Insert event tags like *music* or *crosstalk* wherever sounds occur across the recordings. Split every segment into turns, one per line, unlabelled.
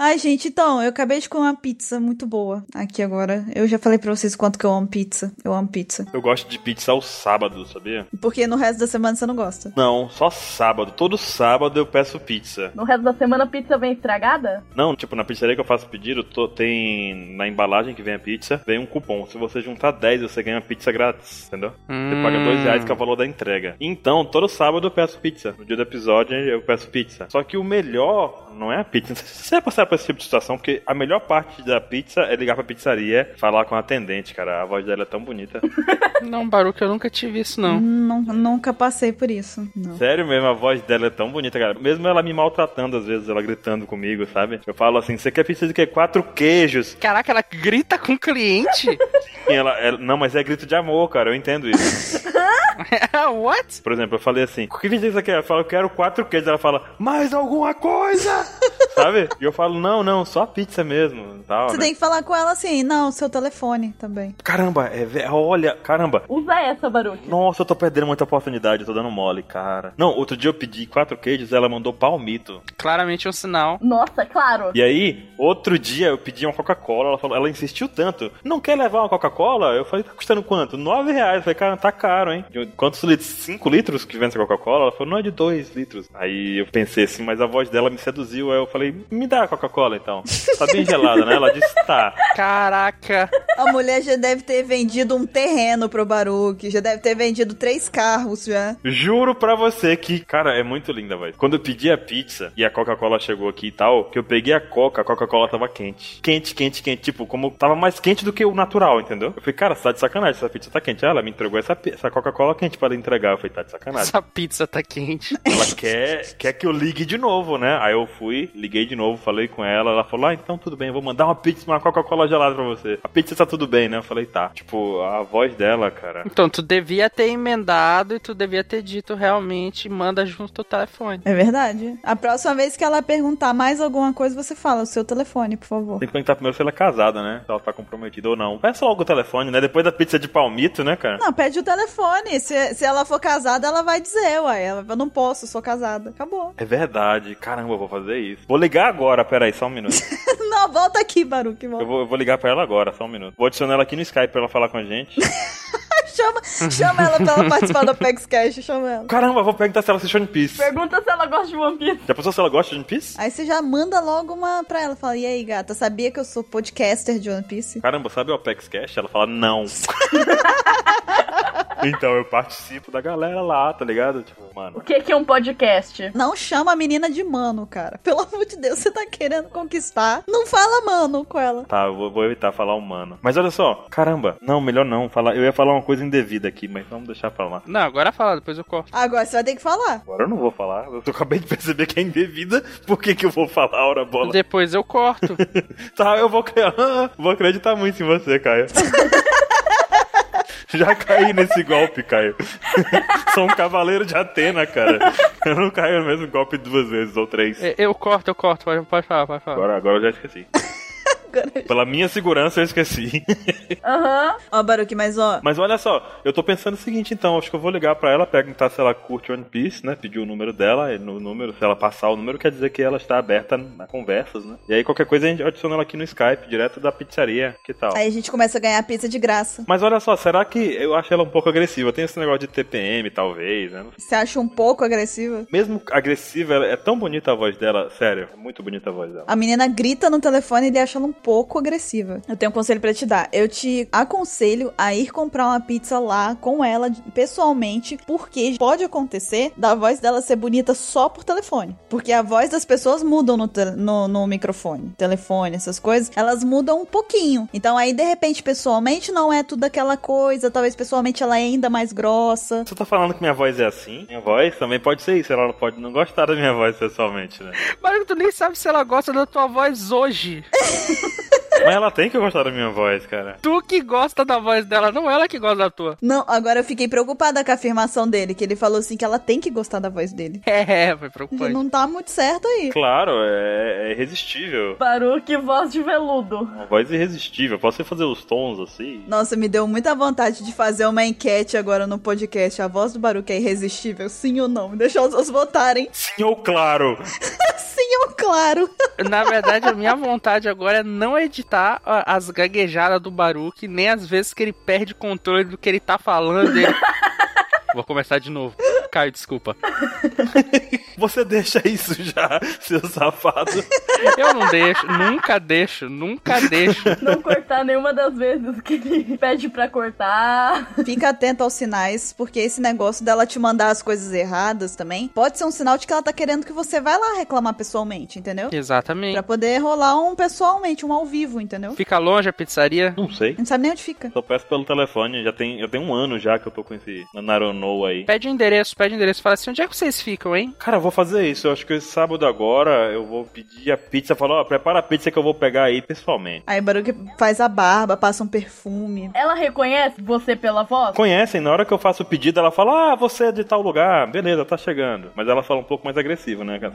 Ai, gente, então, eu acabei de comer uma pizza muito boa aqui agora. Eu já falei pra vocês quanto que eu amo pizza. Eu amo pizza.
Eu gosto de pizza ao sábado, sabia?
Porque no resto da semana você não gosta.
Não, só sábado. Todo sábado eu peço pizza.
No resto da semana a pizza vem estragada?
Não, tipo, na pizzaria que eu faço pedido, tô- tem na embalagem que vem a pizza, vem um cupom. Se você juntar 10, você ganha pizza grátis, entendeu? Você
Hum.
paga dois reais que é o valor da entrega. Então, todo sábado eu peço pizza. No dia do episódio eu peço pizza. Só que o melhor não é a pizza. *laughs* Você vai passar por esse tipo de situação, porque a melhor parte da pizza é ligar pra pizzaria, falar com a atendente, cara. A voz dela é tão bonita.
Não, Baruca, eu nunca tive isso, não.
Nun- nunca passei por isso. Não.
Sério mesmo, a voz dela é tão bonita, cara. Mesmo ela me maltratando, às vezes, ela gritando comigo, sabe? Eu falo assim, você quer pizza de quê? Quatro queijos.
Caraca, ela grita com o cliente? *laughs*
E ela, ela- não, mas é grito de amor, cara, eu entendo isso.
What?
Por exemplo, eu falei assim, o que pizza você quer? Eu falo, eu quero quatro queijos. Ela fala, mais alguma coisa? sabe? E eu falo, não, não, só pizza mesmo. Tal,
Você
né?
tem que falar com ela assim, não, seu telefone também.
Caramba, é, ve- olha, caramba.
Usa essa, Baruque.
Nossa, eu tô perdendo muita oportunidade, eu tô dando mole, cara. Não, outro dia eu pedi quatro queijos, ela mandou palmito.
Claramente um sinal.
Nossa, claro.
E aí, outro dia eu pedi uma Coca-Cola, ela falou, ela insistiu tanto. Não quer levar uma Coca-Cola? Eu falei, tá custando quanto? Nove reais. Eu falei, cara, tá caro, hein? De Quantos litros? Cinco litros que vem essa Coca-Cola? Ela falou, não é de dois litros. Aí eu pensei assim, mas a voz dela me seduziu. Aí eu falei, me dá a Coca-Cola então. Tá bem gelada, né? Ela disse, tá.
Caraca.
A mulher já deve ter vendido um terreno pro Baruque, já deve ter vendido três carros já.
Juro pra você que, cara, é muito linda, velho. Quando eu pedi a pizza e a Coca-Cola chegou aqui e tal, que eu peguei a Coca, a Coca-Cola tava quente. Quente, quente, quente. Tipo, como tava mais quente do que o natural, entendeu? Eu falei, cara, você tá de sacanagem, essa pizza tá quente. Ah, Ela me entregou essa, pi- essa Coca-Cola quente pra ela entregar. Eu falei, tá de sacanagem.
Essa pizza tá quente.
Ela quer, quer que eu ligue de novo, né? Aí eu fui, liguei de novo, falei com ela. Ela falou, ah, então tudo bem, eu vou mandar uma pizza, uma Coca-Cola gelada pra você. A pizza tá tudo bem, né? Eu falei, tá. Tipo, a voz dela, cara.
Então, tu devia ter emendado e tu devia ter dito realmente, manda junto o telefone.
É verdade. A próxima vez que ela perguntar mais alguma coisa, você fala o seu telefone, por favor.
Tem que perguntar primeiro se ela é casada, né? Se ela tá comprometida ou não. Peça logo o telefone, né? Depois da pizza de palmito, né, cara?
Não, pede o telefone. Se, se ela for casada, ela vai dizer, uai. Ela, eu não posso, eu sou casada. Acabou.
É verdade. Caramba, eu vou fazer isso. Vou ligar agora, peraí, só um minuto.
não, volta aqui, Baruque.
Eu
Volta.
vou, eu vou ligar pra ela agora, só um minuto. Vou adicionar ela aqui no Skype pra ela falar com a gente.
*laughs*
*laughs*
Chama, chama ela pra ela participar do Apex Cash, chama ela.
Caramba, eu vou perguntar se ela assiste One Piece.
Pergunta se ela gosta de One Piece.
Já pensou se ela gosta de One Piece?
Aí você já manda logo uma pra ela. Fala, e aí, gata, sabia que eu sou podcaster de One Piece?
Caramba, sabe o Apex Cash? Ela fala, não. então eu participo da galera lá, tá ligado? Tipo, mano.
O que que é um podcast?
Não chama a menina de mano, cara. *laughs* Pelo amor de Deus, você tá querendo conquistar. Não fala mano com ela.
Tá, eu vou, vou evitar falar humano. Mas olha só, caramba, não, melhor não. Falar, eu ia falar uma coisa indevida aqui, mas vamos deixar pra lá.
Não, agora fala, depois eu corto.
Agora você vai ter que falar.
Agora eu não vou falar. Eu *laughs* acabei de perceber que é indevida. Por que, que eu vou falar, ora bola?
Depois eu corto.
Tá, eu vou, cre- *laughs* Ah, vou acreditar muito em você, Caio. *laughs* Já caí nesse golpe, Caio. *laughs* Sou um cavaleiro de Atena, cara. Eu não caio no mesmo golpe duas vezes ou três.
É, Eu corto, eu corto, pode, pode falar, pode falar.
Agora, agora eu já esqueci.
Agora-
Pela minha segurança, eu esqueci. *laughs*
Aham.
Ó, Baruque, mas ó.
Mas olha só, eu tô pensando o seguinte, então, acho que eu vou ligar pra ela, perguntar se ela curte One Piece, né? Pedir o número dela, e no número, se ela passar o número, quer dizer que ela está aberta a conversas, né? E aí qualquer coisa a gente adiciona ela aqui no Skype, direto da pizzaria, que tal?
Aí a gente começa a ganhar pizza de graça.
Mas olha só, será que eu acho ela um pouco agressiva? Tem esse negócio de TPM, talvez, né?
Você acha um pouco agressiva?
Mesmo agressiva, ela- é tão bonita a voz dela, sério, é muito bonita a voz dela.
A menina grita no telefone e ele acha ela um pouco agressiva. Eu tenho um conselho pra te dar. Eu te aconselho a ir comprar uma pizza lá com ela de- pessoalmente, porque pode acontecer da voz dela ser bonita só por telefone. Porque a voz das pessoas mudam no, tel- no, no microfone, telefone, essas coisas. Elas mudam um pouquinho. Então aí, de repente, pessoalmente não é tudo aquela coisa. Talvez pessoalmente ela é ainda mais grossa.
Você tá falando que minha voz é assim? Minha voz também pode ser isso, ela pode não gostar da minha voz pessoalmente, né?
Mas tu nem sabe se ela gosta da tua voz hoje.
Mas ela tem que gostar da minha voz, cara.
Tu que gosta da voz dela, não ela que gosta da tua. *laughs*
Não, agora eu fiquei preocupada com a afirmação dele, que ele falou assim que ela tem que gostar da voz dele.
É, foi
Ele
preocupante.
não tá muito certo aí.
Claro, é, é irresistível.
Baruque, voz de veludo.
Uma voz irresistível. Posso fazer os tons assim?
Nossa, me deu muita vontade de fazer uma enquete agora no podcast. A voz do Baruque é irresistível, sim ou não? Deixa os outros votarem.
Sim ou claro?
sim ou Claro. *laughs*
Na verdade, a minha vontade agora é não editar a- as gaguejadas do Baruque, nem as vezes que ele perde controle do que ele tá falando. e ele- Vou começar de novo. Caio, desculpa.
Você deixa isso já, seu safado.
Eu não deixo, nunca deixo, nunca deixo.
Não cortar nenhuma das vezes que ele pede pra cortar.
Fica atento aos sinais, porque esse negócio dela te mandar as coisas erradas também pode ser um sinal de que ela tá querendo que você vá lá reclamar pessoalmente, entendeu? Pra
Exatamente.
poder rolar um pessoalmente, um ao vivo, entendeu?
Fica longe a pizzaria?
Não sei.
Não sabe nem onde fica.
Só peço pelo telefone, já tem, eu tenho um ano já que eu tô com esse Naronou aí.
Pede o endereço, pede o endereço. Fala assim, onde é que vocês ficam, hein?
Cara, eu vou fazer isso. Eu acho que esse sábado agora eu vou pedir a pizza. Falar, ó, prepara a pizza que eu vou pegar aí pessoalmente.
Aí Baruque faz a barba, passa um perfume.
Ela reconhece você pela voz?
Conhecem, na hora que eu faço o pedido, ela fala, ah, você é de tal lugar, beleza, tá chegando. Mas ela fala um pouco mais agressiva, né, cara?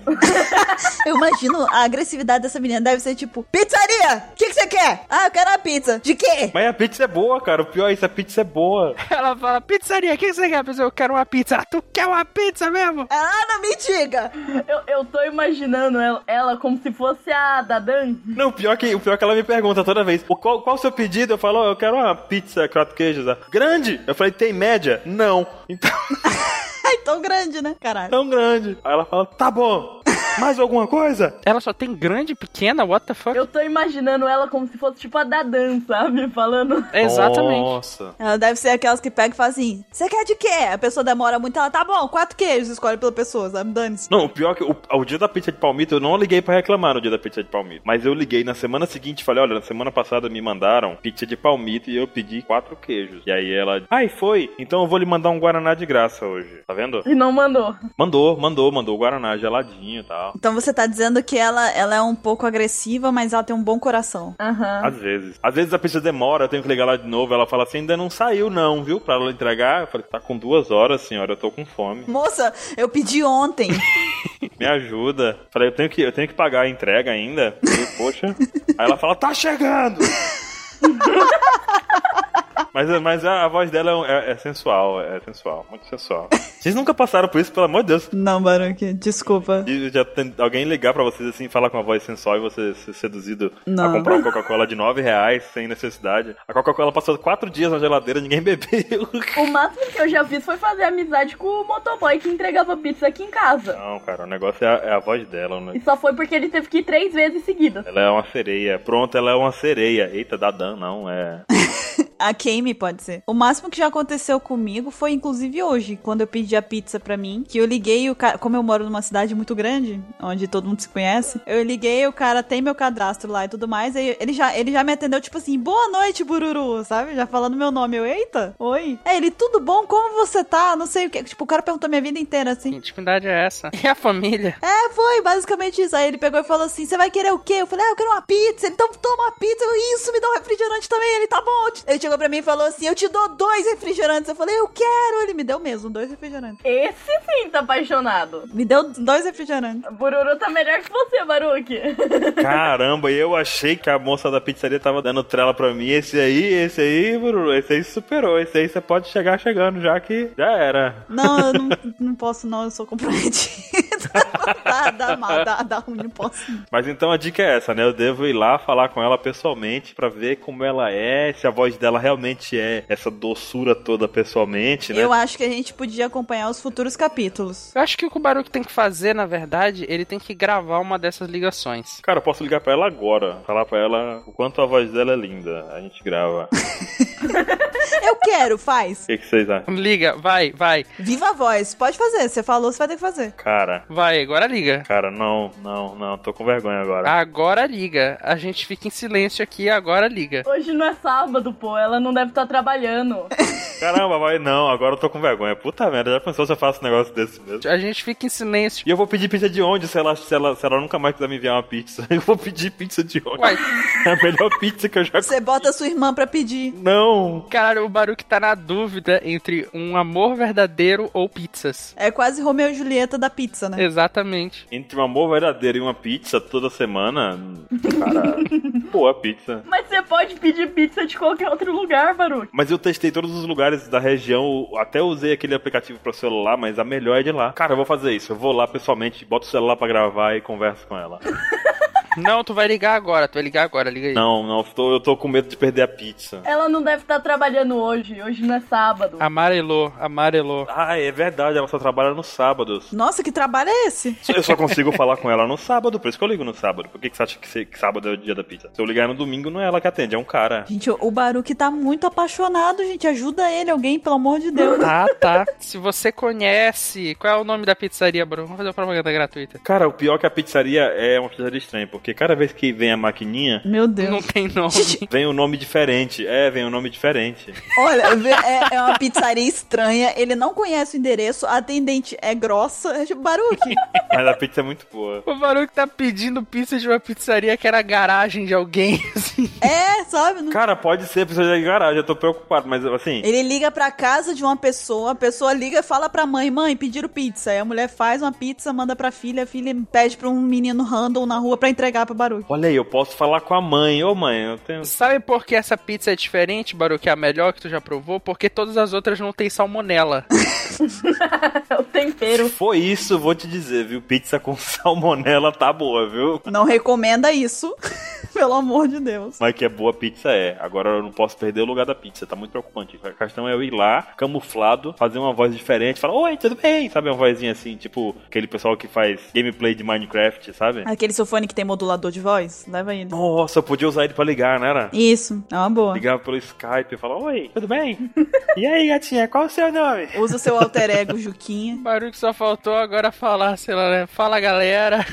Eu imagino a agressividade dessa menina deve ser tipo: Pizzaria! O que que você quer? Ah, eu quero uma pizza. De quê?
Mas a pizza é boa, cara. O pior é isso, a pizza é boa.
Ela fala, pizzaria, o que você quer? Eu falo, Eu quero uma pizza. Ah, Tu quer uma pizza mesmo?
Ah, não me diga!
Eu, eu tô imaginando ela, ela como se fosse a Dadan.
Não, o pior que, o pior que ela me pergunta toda vez, "O qual, qual o seu pedido? Eu falo, "Ó, eu quero uma pizza, quatro queijos. Ela, Grande! Eu falei, tem média? Não. *laughs* Então, é
Ai, tão grande, né? Caralho.
tão grande. Aí ela fala, tá bom. Mais alguma coisa?
Ela só tem grande e pequena, what the fuck?
Eu tô imaginando ela como se fosse tipo a Dadan, sabe? Falando.
Exatamente.
Nossa.
Ela deve ser aquelas que pega e fala assim: Você quer de quê? A pessoa demora muito, ela tá bom, quatro queijos, escolhe pela pessoa, sabe? Dane-se.
Não, o pior é que o, o dia da pizza de palmito, eu não liguei pra reclamar no dia da pizza de palmito. Mas eu liguei na semana seguinte e falei, olha, na semana passada me mandaram pizza de palmito e eu pedi quatro queijos. E aí ela, ai, foi. Então eu vou lhe mandar um Guaraná de graça hoje. Tá vendo?
E não mandou.
Mandou, mandou, mandou o Guaraná geladinho e tal.
Então você tá dizendo que ela, ela é um pouco agressiva, mas ela tem um bom coração.
Aham.
Às vezes. Às vezes a pizza demora, eu tenho que ligar lá de novo. Ela fala assim, ainda não saiu não, viu? Pra ela entregar. Eu falei, tá com duas horas, senhora, eu tô com fome.
Moça, eu pedi ontem.
Me ajuda. Falei, eu tenho que, eu tenho que pagar a entrega ainda. Falei, poxa. Aí ela fala, tá chegando! *laughs* Mas, mas a, a voz dela é, é sensual, é sensual, muito sensual. Vocês nunca passaram por isso, pelo amor de Deus.
Não, Baruque, desculpa.
E Já tem alguém ligar pra vocês assim, falar com a voz sensual e você ser seduzido a
Não.
comprar uma Coca-Cola de 9 reais sem necessidade. A Coca-Cola passou quatro dias na geladeira, ninguém *laughs* bebeu.
O máximo que eu já fiz foi fazer amizade com o motoboy que entregava pizza aqui em casa.
Não, cara, o negócio é a, é a voz dela, né?
E só foi porque ele teve que ir três vezes seguidas.
Ela é uma sereia. Pronto, ela é uma sereia. Eita, Dadan, não, é.
A Kame pode ser. O máximo que já aconteceu comigo foi inclusive hoje, quando eu pedi a pizza pra mim, que eu liguei e o cara, como eu moro numa cidade muito grande, onde todo mundo se conhece, eu liguei e o cara tem meu cadastro lá e tudo mais, aí ele já, ele já me atendeu tipo assim: "Boa noite, Bururu", sabe? Já falando meu nome, eu, eita, oi. É, ele, tudo bom? Como você tá? Não sei o que. Tipo, o cara perguntou minha vida inteira assim.
Que intimidade é essa? E a família?
É, foi basicamente isso. Aí ele pegou e falou assim: Você vai querer o quê? Eu falei: Ah, eu quero uma pizza. Ele, então toma uma pizza. Eu, isso, me dá um refrigerante também. Ele, tá bom. Ele chegou pra mim e falou assim: Eu te dou dois refrigerantes. Eu falei: Eu quero. Ele me deu mesmo dois refrigerantes.
Esse sim tá apaixonado.
Me deu dois refrigerantes.
Bururu tá melhor que você, Baruque. *laughs*
Caramba, eu achei que a moça da pizzaria tava dando trela pra mim. Esse aí, esse aí, Bruno, esse aí superou. Esse aí você pode chegar chegando, já que já era.
Não, eu não, não posso, não. Eu sou comprometida. *laughs* dá, dá mal, dá, dá ruim, não posso. não.
Mas então a dica é essa, né? Eu devo ir lá falar com ela pessoalmente pra ver como ela é, se a voz dela realmente é essa doçura toda pessoalmente, né?
Eu acho que a gente podia acompanhar os futuros capítulos.
Eu acho que o que o Baruque tem que fazer, na verdade, ele tem que gravar uma dessas ligações.
Cara, eu posso ligar pra ela agora, falar pra ela o quanto a voz dela é linda. A gente grava. O
Eu quero, faz.
que, que vocês acham?
Liga, vai, vai,
Viva a voz. Pode fazer. Você falou, você vai ter que fazer.
Cara,
vai, agora liga.
cara, não, não, não, tô com vergonha agora.
Agora liga. A gente fica em silêncio aqui, agora liga.
Hoje não é sábado, pô. Ela não deve estar trabalhando.
Caramba, vai não, agora eu tô com vergonha. Puta merda, já pensou se eu faço um negócio desse mesmo?
A gente fica em silêncio.
E eu vou pedir pizza de onde se ela, se ela, se ela nunca mais quiser me enviar uma pizza? *laughs* Eu vou pedir pizza de onde?
Uai,
É a melhor pizza que eu já comi.
Você bota sua irmã pra pedir.
Não!
caralho, o Baruque tá na dúvida entre um amor verdadeiro ou pizzas.
É quase Romeu e Julieta da pizza, né?
Exatamente.
Entre um amor verdadeiro e uma pizza toda semana, cara, boa pizza.
Mas você pode pedir pizza de qualquer outro lugar, Baruque.
Mas eu testei todos os lugares da região, até usei aquele aplicativo para celular, mas a melhor é de lá. Cara, eu vou fazer isso. Eu vou lá pessoalmente, boto o celular para gravar e converso com ela.
Não, tu vai ligar agora, tu vai ligar agora, liga aí.
Não, não, eu tô, eu tô com medo de perder a pizza.
Ela não deve estar trabalhando hoje. Hoje não é sábado.
Amarelou, amarelou.
Ah, é verdade, ela só trabalha nos sábados.
Nossa, que trabalho é esse?
Eu só consigo falar com ela no sábado, por isso que eu ligo no sábado. Por que, que você acha que, se- que sábado é o dia da pizza? Se eu ligar no domingo, não é ela que atende, é um cara.
Gente, o Baruque tá muito apaixonado, gente. Ajuda ele, alguém, pelo amor de Deus.
Tá, tá. Se você conhece, qual é o nome da pizzaria, Bruno? Vamos fazer uma propaganda gratuita.
Cara, o pior é que a pizzaria é uma pizzaria estranha, porque cada vez que vem a maquininha,
Meu Deus.
Não tem nome.
vem um nome diferente. É, vem um nome diferente. *laughs*
Olha, vê- é, é uma pizzaria estranha. Ele não conhece o endereço, a atendente é grossa. É tipo, Baruque,
Mas a pizza é muito boa.
O Baruque tá pedindo pizza de uma pizzaria que era a garagem de alguém, *laughs* assim.
é, sabe? Não-
Cara, pode ser a pizzaria de garagem, eu tô preocupado, mas assim.
Ele liga pra casa de uma pessoa, a pessoa liga e fala pra mãe, mãe, pediram pizza. Aí a mulher faz uma pizza, manda pra filha, a filha pede pra um menino random na rua pra entregar pra Baruque.
Olha aí, eu posso falar com a mãe. Ô mãe, eu tenho.
Sabe por que essa pizza é diferente, Baruque? É a melhor que tu já provou? Porque todas as outras não tem salmonela.
*laughs* É o tempero.
Se foi isso, vou te dizer, viu? Pizza com *laughs* salmonela tá boa, viu?
Não recomenda isso, *laughs* pelo amor de Deus.
Mas que é boa pizza é. Agora eu não posso perder o lugar da pizza, tá muito preocupante. A questão é eu ir lá, camuflado, fazer uma voz diferente, falar, oi, tudo bem? Sabe, uma vozinha assim, tipo aquele pessoal que faz gameplay de Minecraft, sabe?
Aquele seu fone que tem modulador de voz, leva ele.
Nossa, eu podia usar ele pra ligar, né? Era?
Isso, é uma boa.
Ligava pelo Skype e falava, oi, tudo bem? E aí, gatinha, qual o seu nome?
Usa o seu alter ego, Juquinha.
Baruque só faltou agora falar, sei lá, né? Fala, galera.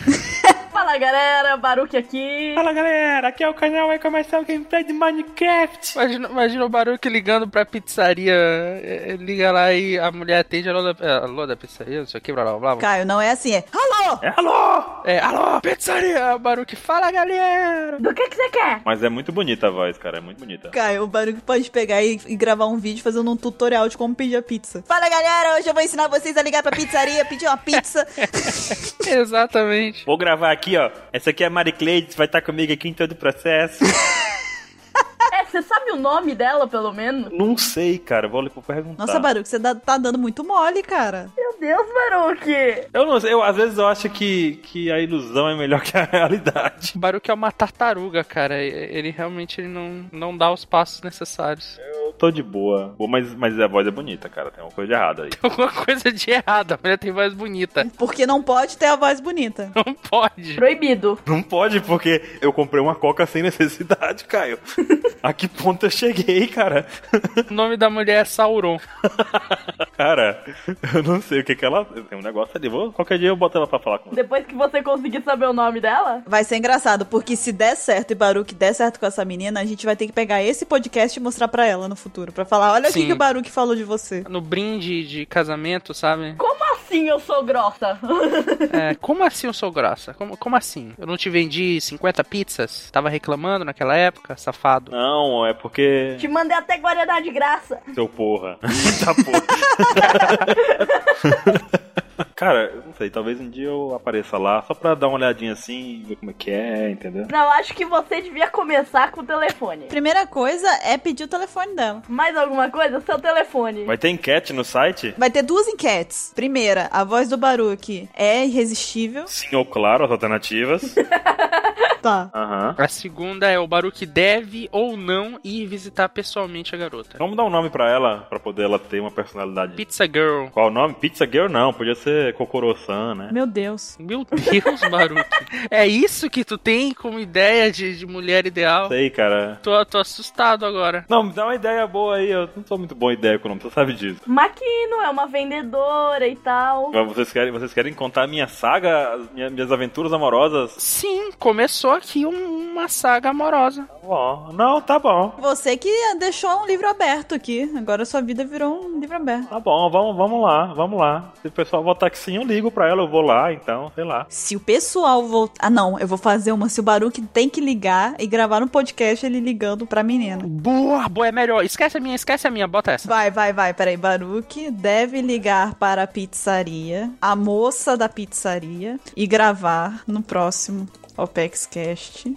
Fala galera, Baruque aqui.
Fala galera, aqui é o canal Vai Começar o Gameplay de Minecraft.
Imagina, imagina o Baruque ligando pra pizzaria. é, é, Liga lá e a mulher atende alô da, é, alô da pizzaria, não sei o que, blá blá blá. blá.
Caio, não é assim, é. Alô!
É, alô!
É, alô, pizzaria, Baruque, fala, galera.
Do que que você quer?
Mas é muito bonita a voz, cara, é muito bonita.
Caio, o Baruque pode pegar e, e gravar um vídeo fazendo um tutorial de como pedir a pizza. Fala galera, hoje eu vou ensinar vocês a ligar pra pizzaria, pedir uma pizza.
Exatamente.
Vou gravar aqui, ó. Essa aqui é a Mari Cleides, vai estar comigo aqui em todo o processo.
É, você sabe o nome dela, pelo menos?
Não sei, cara, vou lhe perguntar.
Nossa, Baruque, você dá- tá dando muito mole, cara.
Meu Deus, Baruque.
eu não sei, eu, às vezes eu acho que, que a ilusão é melhor *laughs* que a realidade.
O Baruque é uma tartaruga, cara. e- Ele realmente ele não, não dá os passos necessários.
Eu tô de boa. Pô, mas, mas a voz é bonita, cara, tem uma coisa errada aí.
Alguma coisa de errado. A mulher tem voz bonita. *laughs*
Porque não pode ter a voz bonita.
Não pode.
Proibido.
Não pode, porque eu comprei uma coca sem necessidade, Caio. a que ponto eu cheguei, cara? *laughs*
O nome da mulher é Sauron.
Cara, eu não sei o que que ela... Tem um negócio ali, vou, qualquer dia eu boto ela pra falar com você.
Depois que você conseguir saber o nome dela,
Vai ser engraçado, porque se der certo e Baruque der certo com essa menina, a gente vai ter que pegar esse podcast e mostrar pra ela no futuro. Pra falar, olha o que
Sim.
que o Baruque falou de você.
No brinde de casamento, sabe?
como assim eu sou grossa? *laughs*
É, como assim eu sou grossa? Como, como assim? Eu não te vendi 50 pizzas? Tava reclamando naquela época, safado.
Não, é porque...
Te mandei até guardar de graça.
Seu porra. *laughs* Eita porra. Cara, eu não sei, talvez um dia eu apareça lá só pra dar uma olhadinha assim e ver como é que é, entendeu?
Não, acho que você devia começar com o telefone.
Primeira coisa é pedir o telefone dela.
Mais alguma coisa? Seu telefone.
Vai ter enquete no site?
Vai ter duas enquetes. Primeira, a voz do Baruque é irresistível.
Sim ou claro, as alternativas.
*laughs* Tá.
Aham.
A segunda é o Baruque deve ou não ir visitar pessoalmente a garota.
Vamos dar um nome pra ela, pra poder ela ter uma personalidade.
Pizza Girl.
Qual o nome? Pizza Girl não, podia ser Kokoro-san, né?
Meu Deus.
Meu Deus, *laughs* Baruque. É isso que tu tem como ideia de, de mulher
Não
ideal?
sei, cara.
Tô, tô assustado agora.
Não, me dá uma ideia boa aí, eu não sou muito boa em ideia com o nome, você sabe disso.
Maquino é uma vendedora e tal.
Mas Vocês querem, vocês querem contar a minha saga, as minha- minhas aventuras amorosas?
Sim, começou aqui um- uma uma saga amorosa.
Tá bom. Não, tá bom.
Você que deixou um livro aberto aqui. Agora sua vida virou um livro aberto.
Tá bom, vamos, vamos lá, vamos lá. Se o pessoal votar que sim, eu ligo pra ela, eu vou lá, então, sei lá.
Se o pessoal voltar. Ah, não, eu vou fazer uma. Se o Baruque tem que ligar e gravar um podcast ele ligando pra menina.
Boa, boa, é melhor. Esquece a minha, esquece a minha, bota essa.
Vai, vai, vai, peraí. Baruque deve ligar para a pizzaria, a moça da pizzaria, e gravar no próximo Opex Cast.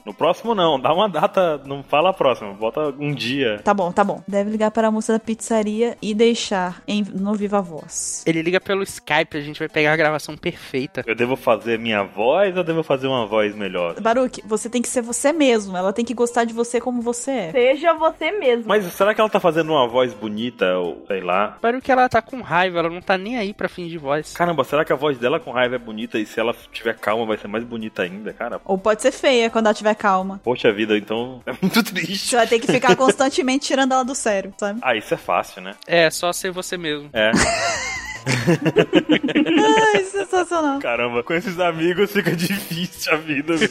No próximo não, dá uma data, não fala a próxima, bota um dia.
Tá bom, tá bom. Deve ligar para a moça da pizzaria e deixar em, no Viva Voz.
Ele liga pelo Skype, a gente vai pegar a gravação perfeita.
Eu devo fazer minha voz ou devo fazer uma voz melhor?
Baruque, você tem que ser você mesmo. Ela tem que gostar de você como você é.
Seja você mesmo.
Mas será que ela tá fazendo uma voz bonita ou sei lá?
Parou que ela tá com raiva, ela não tá nem aí pra fim de voz.
Caramba, será que a voz dela com raiva é bonita e se ela tiver calma vai ser mais bonita ainda, cara?
Ou pode ser feia quando ela tiver calma.
Poxa vida, então é muito triste.
Você vai ter que ficar constantemente tirando ela do sério, sabe?
Ah, isso é fácil, né?
É, só ser você mesmo.
É.
Ai, é sensacional.
Caramba, com esses amigos fica *laughs* difícil a vida. viu?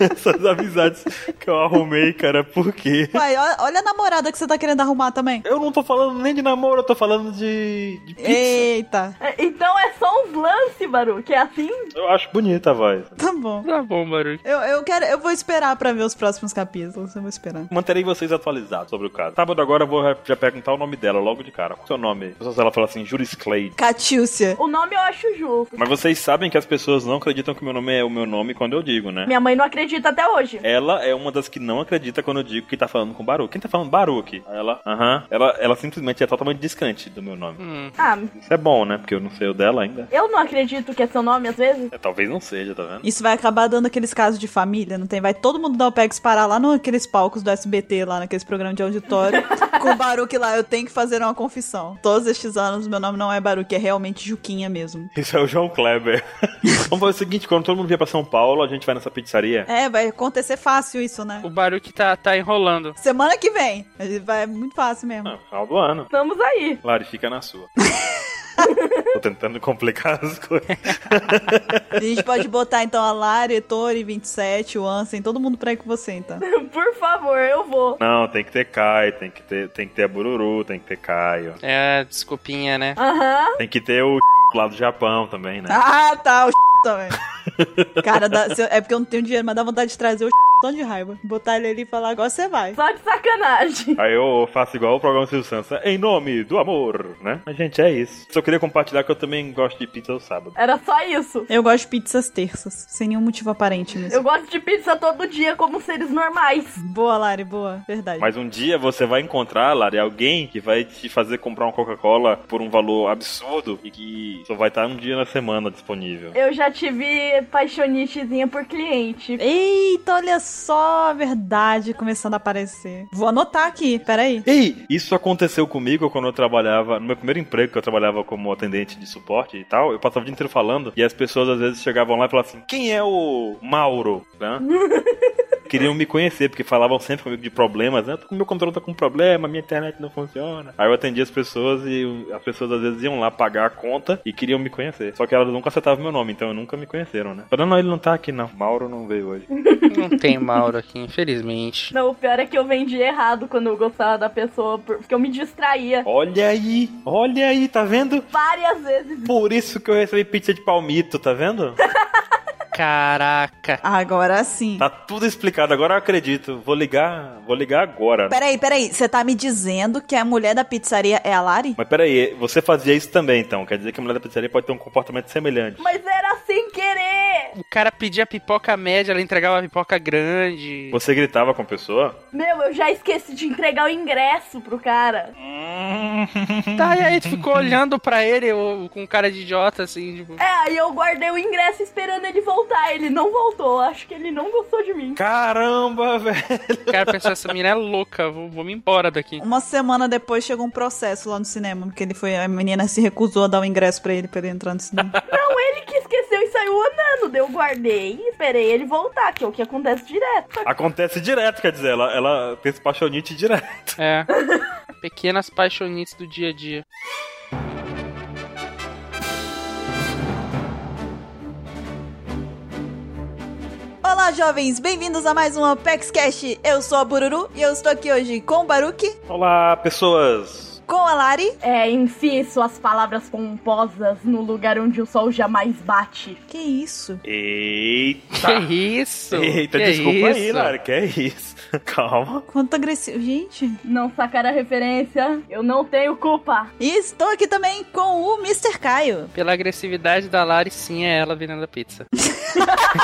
Essas amizades que eu arrumei, cara, por quê?
Uai, ó- olha a namorada que você tá querendo arrumar também.
Eu não tô falando nem de namoro, eu tô falando de, de pizza.
Eita,
É, Então é só uns lances, Baruque. É assim?
Eu acho bonita a voz.
tá bom.
Tá bom, barulho.
Eu, eu quero, eu vou esperar pra ver os próximos capítulos. Eu vou esperar.
Manterei vocês atualizados sobre o caso. Sábado agora eu vou já perguntar o nome dela logo de cara. Qual é o seu nome? Só se ela fala assim, Juris Clay.
Catiúcia.
O nome eu acho justo.
Mas vocês sabem que as pessoas não acreditam que meu nome é o meu nome quando eu digo, né?
Minha mãe não acredita até hoje.
Ela é uma das que não acredita quando eu digo que tá falando com Baruque. Quem tá falando Baruque? Aí Ela, aham. Ela, ela simplesmente é totalmente descrente do meu nome.
Hum,
Ah,
Isso é bom, né? Porque eu não sei o dela ainda.
eu não acredito que é seu nome às vezes.
É, talvez não seja, tá vendo?
Isso vai acabar dando aqueles casos de família, não tem? Vai todo mundo da OPEX parar lá naqueles palcos do SBT, lá naqueles programas de auditório, com o Baruque lá, eu tenho que fazer uma confissão. Todos estes anos, meu nome não é Baruque, é realmente Juquinha mesmo.
Isso é o João Kleber. Vamos fazer o seguinte: quando todo mundo vier pra São Paulo, a gente vai nessa pizzaria.
É, vai acontecer fácil isso, né?
o barulho que tá, tá enrolando.
Semana que vem. Vai é muito fácil mesmo.
Ah, final do ano.
Estamos aí. *laughs*
Lari, fica na sua. Tô tentando complicar as coisas.
A gente pode botar então a Lari, Ettore, 27, o Ansem, todo mundo pra ir com você então.
Por favor, eu vou.
Não, tem que ter Kai, tem que ter, tem que ter a Bururu, tem que ter Caio.
É, desculpinha, né?
Aham.
Tem que ter o *laughs* lá do Japão também, né?
Ah, tá, o *laughs* também. Cara, dá- se eu- é porque eu não tenho dinheiro, mas dá vontade de trazer o *laughs* tão de raiva. Botar ele ali e falar, agora você vai.
Só de sacanagem.
Aí eu faço igual o programa Silvio Santos, né? em nome do amor, né? Mas, gente, é isso. Só queria compartilhar que eu também gosto de pizza no sábado.
Era só isso.
Eu gosto de pizzas terças, sem nenhum motivo aparente mesmo.
Eu gosto de pizza todo dia, como seres normais.
Boa, Lari, boa. Verdade.
Mas um dia você vai encontrar, Lari, alguém que vai te fazer comprar uma Coca-Cola por um valor absurdo e que só vai estar um dia na semana disponível.
Eu já tive paixonitezinha por cliente.
Eita, olha só a verdade começando a aparecer. Vou anotar aqui, peraí.
Ei, isso aconteceu comigo quando eu trabalhava, no meu primeiro emprego que eu trabalhava como atendente de suporte e tal, eu passava o dia inteiro falando e as pessoas às vezes chegavam lá e falavam assim: "Quem é o Mauro?", né? Queriam me conhecer, porque falavam sempre comigo de problemas, né? Meu controle tá com problema, minha internet não funciona. Aí eu atendia as pessoas e as pessoas às vezes iam lá pagar a conta e queriam me conhecer. Só que elas nunca acertavam meu nome, então nunca me conheceram, né? Falando, não, ele não tá aqui, não. Mauro não veio hoje.
Não tem Mauro aqui, infelizmente.
Não, o pior é que eu vendia errado quando eu gostava da pessoa, por- porque eu me distraía
Olha aí, olha aí, tá vendo?
várias vezes.
Por isso que eu recebi pizza de palmito, tá vendo?
Caraca.
Agora sim.
Tá tudo explicado, agora eu acredito. Vou ligar, vou ligar agora.
Peraí, peraí, você tá me dizendo que a mulher da pizzaria é a Lari?
Mas peraí, você fazia isso também então? Quer dizer que a mulher da pizzaria pode ter um comportamento semelhante.
Mas era sem querer!
O cara pedia pipoca média, ela entregava pipoca grande.
Você gritava com a pessoa?
Meu, eu já esqueci de entregar o ingresso pro cara.
Tá, e aí tu ficou olhando pra ele ô, com cara de idiota, assim, tipo...
É, aí eu guardei o ingresso esperando ele voltar. Ele não voltou, acho que ele não gostou de mim.
Caramba, velho!
O cara pensou, essa menina é louca, vou, vou me embora daqui.
Uma semana depois chegou um processo lá no cinema, porque ele foi. A menina se recusou a dar o ingresso pra ele pra ele entrar no
*laughs*
cinema.
Não, ele que esqueceu e saiu andando. Daí Eu guardei e esperei ele voltar, que é o que acontece direto. Só que
Acontece direto, quer dizer, ela, ela tem esse paixonite direto. *laughs*
É. Pequenas paixonites do dia a dia.
Olá, Olá, jovens! Bem-vindos a mais um Apex Cash. Eu sou a Bururu e eu estou aqui hoje com o Baruki,
Olá, pessoas!
com a Lari.
É, enfie suas palavras pomposas no lugar onde o sol jamais bate.
Que isso?
Eita!
Que isso?
Tá. Eita,
que
desculpa aí,
isso?
Lara, que é isso? *laughs* Calma.
Quanto agressivo. Gente.
Não sacar a referência, eu não tenho culpa.
E estou aqui também com o Mr. Caio.
Pela agressividade da Lari, sim, é ela vendendo a pizza.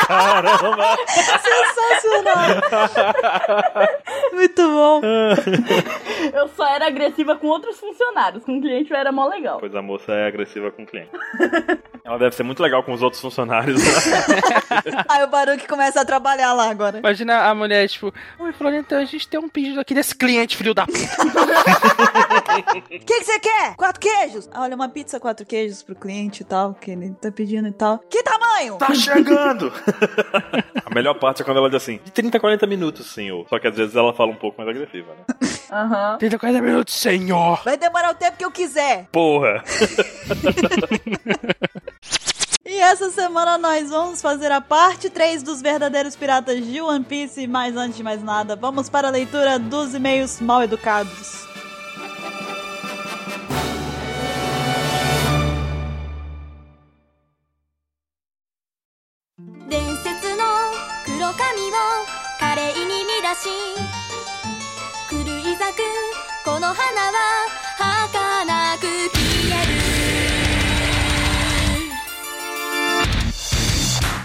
Caramba!
Sensacional! Muito bom.
Eu só era agressiva com outros funcionários, com o cliente eu era mó legal.
pois a moça é agressiva com o cliente. *laughs* Ela deve ser muito legal com os outros funcionários. né?
Aí o Baruque começa a trabalhar lá agora.
Imagina a mulher, tipo, oi, Florentão, a gente tem um pedido aqui desse cliente, filho da puta. *laughs*
O que que você quer? Quatro queijos? Ah, Olha, uma pizza, quatro queijos pro cliente e tal, que ele tá pedindo e tal. Que tamanho?
tá chegando! *laughs* a melhor parte é quando ela diz assim, de 30 a 40 minutos, senhor. Só que às vezes ela fala um pouco mais agressiva, né?
Aham.
30, 40 minutos, senhor.
Vai demorar o tempo que eu quiser.
Porra!
E essa semana nós vamos fazer a parte 3 dos verdadeiros piratas de One Piece, mas antes de mais nada, vamos para a leitura dos e-mails mal educados.
「伝説の黒髪を華麗に乱し」「狂い咲くこの花は儚く消える」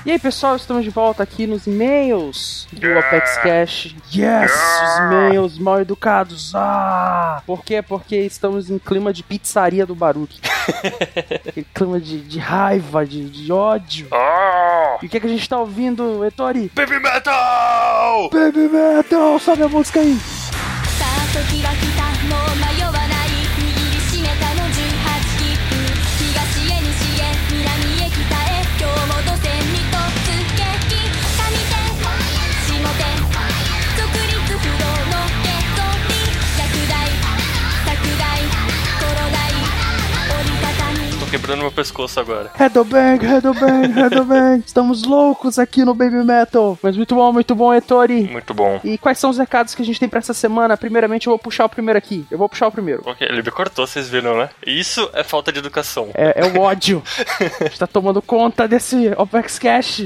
E aí, pessoal, estamos de volta aqui nos e-mails do Apex Cash. Yes! Os e-mails mal educados. Ah! Por quê? Porque estamos em clima de pizzaria
*laughs*
do Baruque. Aquele clima de, de raiva, de, de ódio. E o que, é que a gente tá ouvindo, Etori?
Ah! Baby Metal!
Baby Metal! Sobe a música aí!
「さあ時は来たもう迷わない」「握りしめたの18切符」「東へ西へ南へ北へ」「今日も土線に突撃」「上手下手」「独立不動のエトリ」「逆大拡大転大折りたたみ」
Tô quebrando meu pescoço agora.
Headbang, headbang, headbang! Estamos loucos aqui no Baby Metal! Mas muito bom, muito bom, Etori!
Muito bom.
E quais são os recados que a gente tem pra essa semana? Primeiramente, eu vou puxar o primeiro aqui. Eu vou puxar o primeiro.
Ok, ele me cortou, vocês viram, né? Isso é falta de educação.
É, é o ódio. a gente tá tomando conta desse Opex Cash.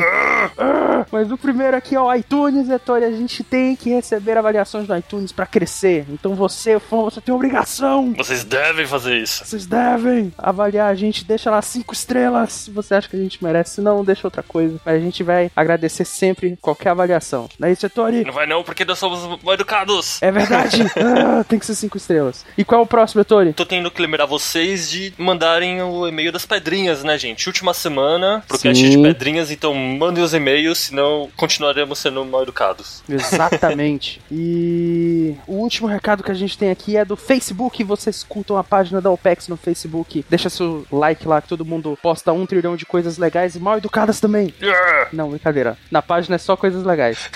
Ah, Mas o primeiro aqui é o iTunes, Etori. A gente tem que receber avaliações do iTunes pra crescer. Então você, fã, você tem obrigação.
Vocês devem fazer isso.
Vocês devem avaliar a gente, deixa lá cinco estrelas se você acha que a gente merece. Se não, deixa outra coisa. Mas a gente vai agradecer sempre qualquer avaliação. Não é isso, Etori?
Não vai não, porque nós somos mal educados.
É verdade! *laughs* Ah, tem que ser cinco estrelas. E qual é o próximo, Etori?
Tô tendo que lembrar vocês de mandarem o e-mail das pedrinhas, né, gente? Última semana pro
Sim.
cast de pedrinhas, então mandem os e-mails, senão continuaremos sendo mal educados.
Exatamente. e o último recado que a gente tem aqui é do Facebook. Vocês curtam a página da OPEX no Facebook. Deixa seu like lá que todo mundo posta um trilhão de coisas legais e mal educadas também. Não, brincadeira. Na página é só coisas
*laughs*
legais.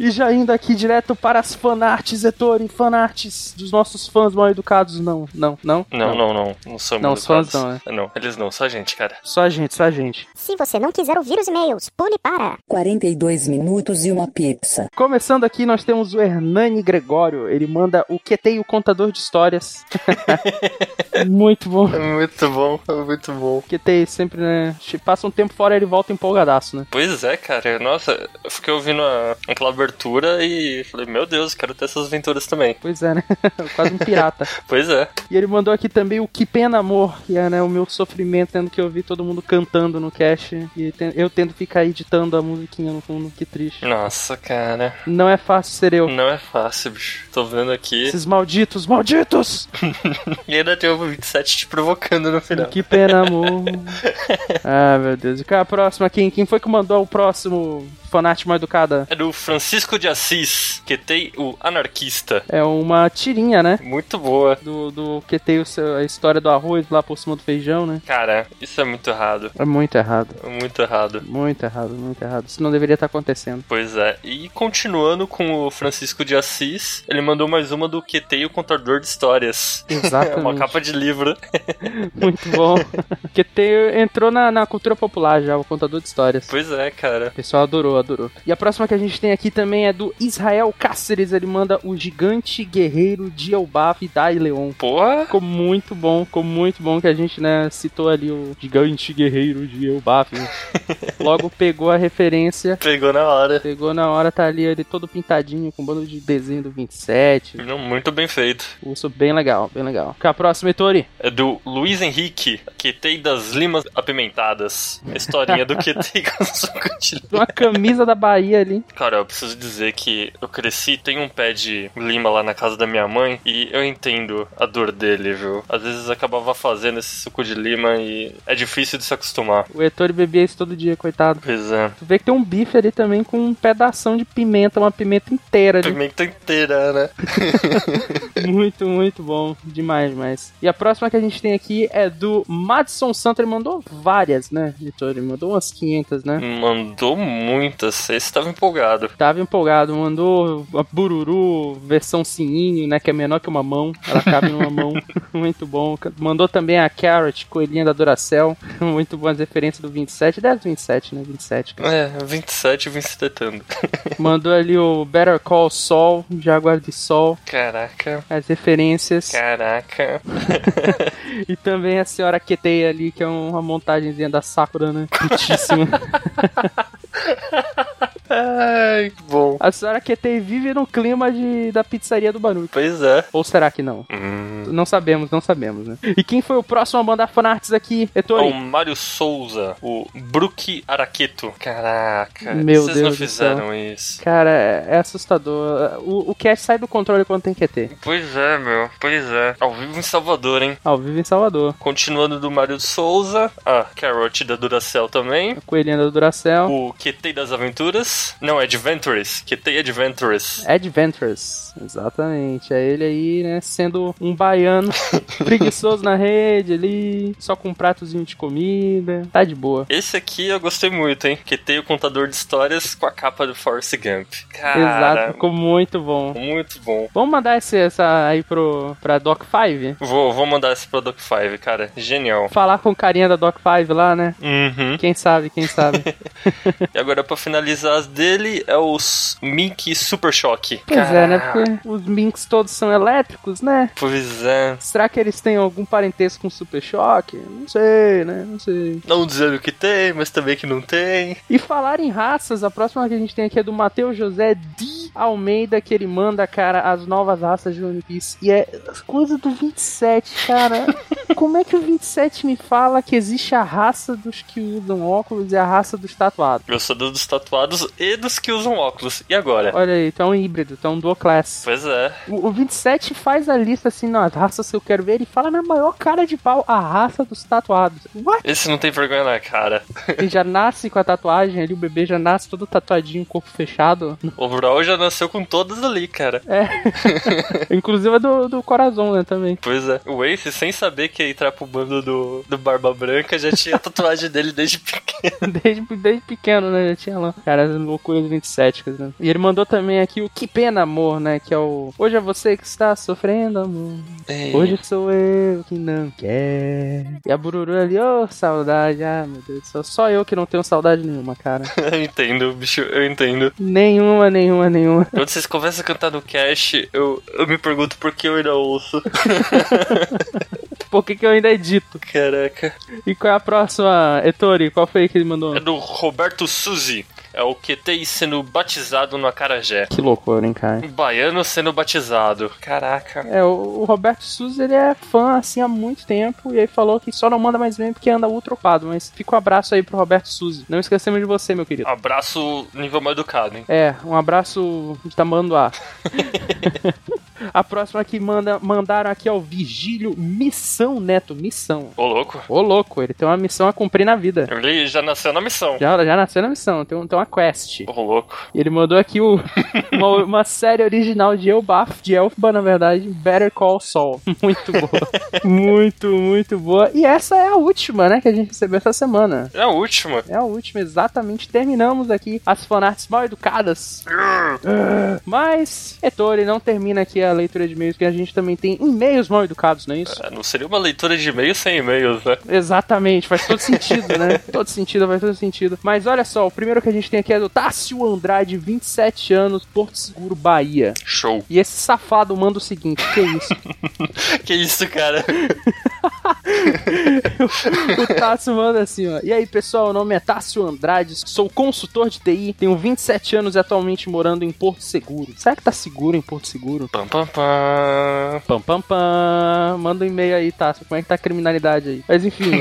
e já indo aqui direto para as fanarts, Etori, fanarts dos nossos fãs mal educados. Não, não, não.
Não, não, não. Não somos
Não, os fãs
educados.
não, né?
não, eles não, só a gente, cara.
Só a gente, só a gente.
Se você não quiser ouvir os e-mails, pule para.
42 minutos e uma pizza.
Começando aqui, nós temos o Hernani Gregório. Ele manda o QT e o Contador de Histórias. *laughs* Muito bom.
Muito bom, muito bom.
QT sempre, né? che- Passa um tempo fora ele volta empolgadaço, né?
Pois é, cara. Nossa, eu fiquei ouvindo a- aquela abertura e falei, meu Deus, quero ter essas aventuras também.
Pois é, né? *laughs* Quase um pirata.
Pois é.
E ele mandou aqui também o Que Pena Amor, que é né, o meu sofrimento, tendo que ouvir todo mundo cantando no cast. E ten- eu tendo que ficar editando a musiquinha no fundo, que triste.
Nossa, cara.
Não é fácil ser eu.
Não é fácil, bicho. Tô vendo aqui.
Esses malditos, malditos!
E ainda tem o 27 te provocando no final.
Que pena, amor. ah, meu Deus. E qual é a próxima? Quem, quem foi que mandou o próximo fanart mal educada?
É do Francisco de Assis, que tem o anarquista.
É uma tirinha, né?
Muito boa.
Do, do que tem o seu- a história do arroz lá por cima do feijão, né?
Cara, isso é muito errado.
É muito errado.
Muito errado.
Muito errado, muito errado. Isso não deveria estar acontecendo.
Pois é, e continuando com o Francisco de Assis, ele mandou mais uma do QT e o Contador de Histórias. *laughs* É uma
Exatamente.
capa de livro.
Muito *laughs* bom. que tem, entrou na, na cultura popular já, o contador de histórias.
Pois é, cara.
O pessoal adorou, adorou. E a próxima que a gente tem aqui também é do Israel Cáceres. Ele manda o gigante guerreiro de Elbaf da Leon.
Porra!
Ficou muito bom, ficou muito bom que a gente, né, citou ali o gigante guerreiro de Elbaf. Logo pegou a referência,
Pegou na hora.
pegou na hora, tá ali ele todo pintadinho, com um bando de desenho do 27.
Não, Muito bem feito.
Urso bem legal, bem legal. Com a próxima, Itori.
É do Luiz Henrique, Ketei das Limas Apimentadas. A historinha do Ketei com suco de lima.
Uma camisa da Bahia ali.
Cara, eu preciso dizer que eu cresci, tem um pé de lima lá na casa da minha mãe e eu entendo a dor dele, viu? Às vezes acabava fazendo esse suco de lima e é difícil de se acostumar.
O Ettore bebia isso todo dia, coitado.
Pois é.
Tu vê que tem um bife ali também com um pedação de pimenta, uma pimenta inteira ali.
Pimenta inteira, né?
Muito, muito bom. Demais, demais. E a próxima que a gente tem aqui é do Madison Santos. Ele mandou várias, né, Vitor? Ele mandou umas 500, né?
Mandou muitas. Esse tava empolgado.
Tava empolgado, mandou a Bururu, versão sininho, né? Que é menor que uma mão. Ela cabe numa mão. Muito bom. Mandou também a Carrot, coelhinha da Duracell. Muito boas referências do 27. 10 27, né? 27, cara.
É, 27 vim se detendo.
Mandou ali o Better Call Sol, Jaguar de Sol.
Caraca,
As referências.
caraca.
E também a senhora Ketei ali, que é uma montagenzinha da Sakura, né? Putíssima.
Ai, que bom.
a senhora Ketei vive no clima de, da pizzaria do Baruch.
Pois é.
Ou será que não?
Hum.
Não sabemos, não sabemos, né? E quem foi o próximo a mandar fanarts aqui?
O
Etori?
Mário Souza, o Brook Araqueto. Caraca,
Meu
vocês
Deus
não
do
fizeram isso.
Cara, é assustador. O, o cast sai do controle quando tem QT.
Pois é, meu, pois é. Ao vivo em Salvador, hein?
Ao vivo Ah, em Salvador.
Continuando do Mário Souza, a Carrot da Duracell também.
A coelhinha da Duracell.
O QT das Aventuras. Não, Adventures. QT Adventures.
Adventures, exatamente. É ele aí, né? Sendo um
*laughs*
baiano preguiçoso na rede ali, só com um pratozinho de comida. Tá de boa.
Esse aqui eu gostei muito, hein? QT o contador de histórias com a capa do Forrest Gump.
Exato,
Cara,
ficou muito bom.
muito bom.
Vamos mandar esse, essa aí pro, pra Doc 5?
Vou, vou mandar esse pro Doc 5, cara. Genial.
Falar com o carinha da Doc 5 lá, né?
Uhum.
Quem sabe, quem
*laughs*
sabe.
E agora, pra finalizar as dele, é os Mink Super Choque.
pois é, né?
Caraca,
Porque os minks todos são elétricos, né?
Pois é.
Será que eles têm algum parentesco com o Super Choque? Não sei, né? Não sei.
Não dizendo que tem, mas também que não tem.
E falar em raças, a próxima que a gente tem aqui é do Matheus José de Almeida, que ele manda, cara, as novas raças de One Piece. E é coisa do 27, cara. Como é que o 27 me fala que existe a raça dos que usam óculos e a raça dos tatuados?
Eu sou dos tatuados e dos que usam óculos. E agora?
Olha aí, tu é um híbrido, tu é um dual class.
Pois é.
O o 27 faz a lista assim, não, as raças que eu quero ver, ele fala na maior cara de pau, a raça dos tatuados. What?
Esse não tem vergonha na cara.
Ele já nasce com a tatuagem ali, o bebê já nasce todo tatuadinho, corpo fechado.
O Rural já nasceu com todas ali, cara.
É. Inclusive é do, do coração, né, também. *laughs*
Pois é. O Ace, sem saber que ia entrar pro bando do, do Barba Branca,
*laughs*
já tinha a tatuagem dele desde pequeno.
Desde, desde pequeno, né, já tinha lá. Cara, as loucuras do 27, cara, né? E ele mandou também aqui o Que Pena Amor, né, que é o... Hoje é você que está sofrendo, amor. Hoje sou eu que não quer. E a Bururu ali, ô, saudade. Ah, meu Deus do céu. Só eu que não tenho saudade nenhuma, *laughs* cara.
Eu entendo, bicho, eu entendo.
nenhuma, nenhuma, nenhuma.
Quando vocês começam a cantar no cast, eu, eu me pergunto por que eu ainda ouço.
Por que, que eu ainda edito?
Caraca.
E qual é a próxima, Etori? Qual foi que ele mandou?
É do Roberto Suzy. É o QT sendo batizado no Acarajé.
Que loucura, hein, cara.
Um Baiano sendo batizado. Caraca.
É, o o Roberto Souza, ele é fã, assim, há muito tempo, e aí falou que só não manda mais meme porque anda ultra upado, mas fica um abraço aí pro Roberto Souza. Não esquecemos de você, meu querido.
Abraço nível mais educado, hein?
É, um abraço de Tamanduá. *laughs* a próxima que manda, mandaram aqui é o Vigílio Missão Neto, Missão.
Ô, louco.
Ô, louco, ele tem uma missão a cumprir na vida.
Ele já nasceu na missão.
Já, já nasceu na missão, tem, um- tem uma quest.
Ô, louco.
*laughs* E ele mandou aqui o uma, uma série original de Elbaf, de Elfba, na verdade, Better Call Saul. Muito boa. *laughs* muito, muito boa. E essa é a última, né, que a gente recebeu essa semana.
É a última.
É a última, exatamente. Terminamos aqui as fanarts mal educadas. Ah. Mas, Ettore, não termina aqui a leitura de e-mails, porque a gente também tem e-mails mal educados, não é isso?
É, Não seria uma leitura de e-mail sem e-mails, né?
Exatamente, faz todo sentido, *laughs* né? todo sentido, faz todo sentido. Mas olha só, o primeiro que a gente tem aqui é do Tássio Andrade, 27 anos, Porto Seguro, Bahia.
Show.
E esse safado manda o seguinte: que isso?
*laughs* Que isso, cara?
o Tássio manda assim, ó. E aí, pessoal, meu nome é Tássio Andrade, sou consultor de TI, tenho 27 anos e atualmente morando em Porto Seguro. Será que tá seguro em Porto Seguro?
Pam, pam, pam.
Pam, pam, pam. Manda um e-mail aí, Tássio. Como é que tá a criminalidade aí? Mas enfim. né?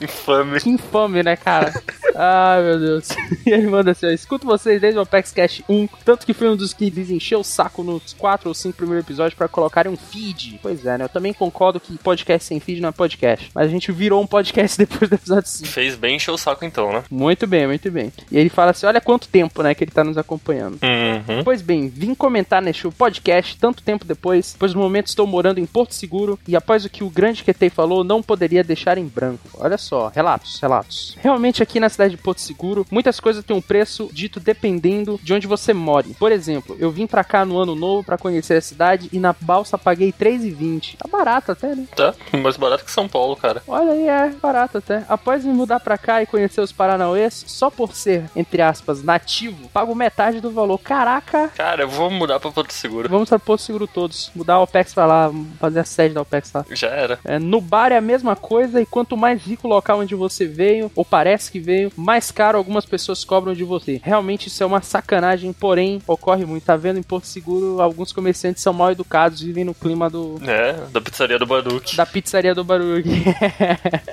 Infame.
Que infame, né, cara? Ai, meu Deus. *laughs* E ele manda assim, ó, escuto vocês desde o Apex Cash 1, tanto que foi um dos que desencheu o saco nos 4 ou 5 primeiros episódios pra colocarem um feed. Pois é, né? Eu também concordo que podcast sem feed não é podcast. Mas a gente virou um podcast *laughs* depois do episódio 5.
Fez bem encher o saco então, né?
Muito bem, muito bem. E ele fala assim, olha quanto tempo, né, que ele tá nos acompanhando.
Uhum.
Pois bem, vim comentar neste podcast tanto tempo depois, pois no momento estou morando em Porto Seguro e após o que o grande QT falou, não poderia deixar em branco. Olha só, relatos, relatos. Realmente aqui na cidade de Porto Seguro, muitas coisas têm um preço dito dependendo de onde você more. Por exemplo, eu vim pra cá no ano novo pra conhecer a cidade e na balsa paguei 3,20. Tá barato até, né?
Tá, mais barato que São Paulo, cara.
Olha aí, é barato até. Após me mudar pra cá e conhecer os Paranauês, só por ser, entre aspas, nativo, pago metade do valor. Caraca,
Cara, eu vou mudar pra Porto Seguro.
Vamos para Porto Seguro todos. Mudar a OPEX pra lá, fazer a sede da OPEX lá.
Já era.
É, no bar é a mesma coisa e quanto mais rico o local onde você veio, ou parece que veio, mais caro algumas pessoas cobram de você. Realmente isso é uma sacanagem, porém ocorre muito. Tá vendo? Em Porto Seguro, alguns comerciantes são mal educados, vivem no clima do,
É, da pizzaria do Baduque.
da pizzaria do Baruch. *laughs*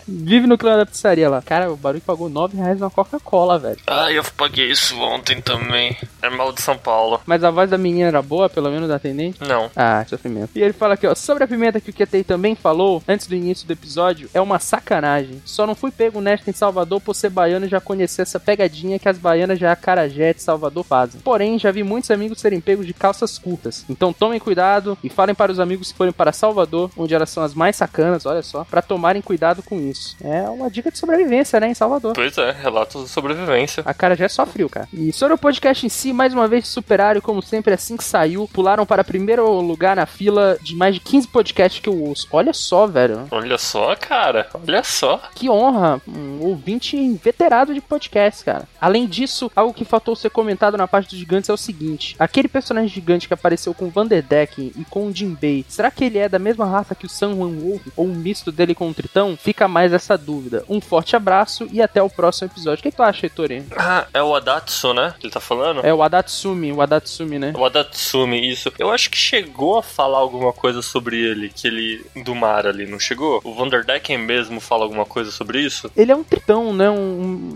Vive no clima da pizzaria lá. Cara, o Baruch pagou 9 reais na Coca-Cola, velho.
Ah, eu paguei isso ontem também. É mal de São Paulo.
Mas a voz da menina era boa, pelo menos da atendente.
Não.
Ah, sofrimento. E ele fala aqui, ó, sobre a pimenta que o QTI também falou antes do início do episódio, é uma sacanagem. Só não fui pego nesta em Salvador por ser baiano e já conhecer essa pegadinha que as baianas já acarajé de Salvador fazem. Porém, já vi muitos amigos serem pegos de calças curtas. Então tomem cuidado e falem para os amigos que forem para Salvador, onde elas são as mais sacanas, olha só, para tomarem cuidado com isso. É uma dica de sobrevivência, né, em Salvador.
Pois é, relatos de sobrevivência.
A cara já é só frio, cara. E sobre o podcast em si, mais uma vez superaram, e como sempre, assim que saiu, pularam para primeiro lugar na fila de mais de 15 podcasts que eu ouço. Olha só, velho.
Olha só, cara. Olha só.
Que honra, um ouvinte veterado de podcast, cara. Além disso, algo que faltou ser comentado na parte dos gigantes é o seguinte: aquele personagem gigante que apareceu com Vanderdecken e com o Jinbei, será que ele é da mesma raça que o San Juan Wolf ou um misto dele com o Tritão? Fica mais essa dúvida. Um forte abraço e até o próximo episódio. O que, tu acha, Heitori?
Ah, é o Adatsu, né? Que ele tá falando?
É o Adatsumi, o Adatsumi, né?
O Adatsumi, isso. Eu acho que chegou a falar alguma coisa sobre ele, que ele do mar ali, não chegou? O Vanderdecken mesmo fala alguma coisa sobre isso?
Ele é um tritão, né? Um,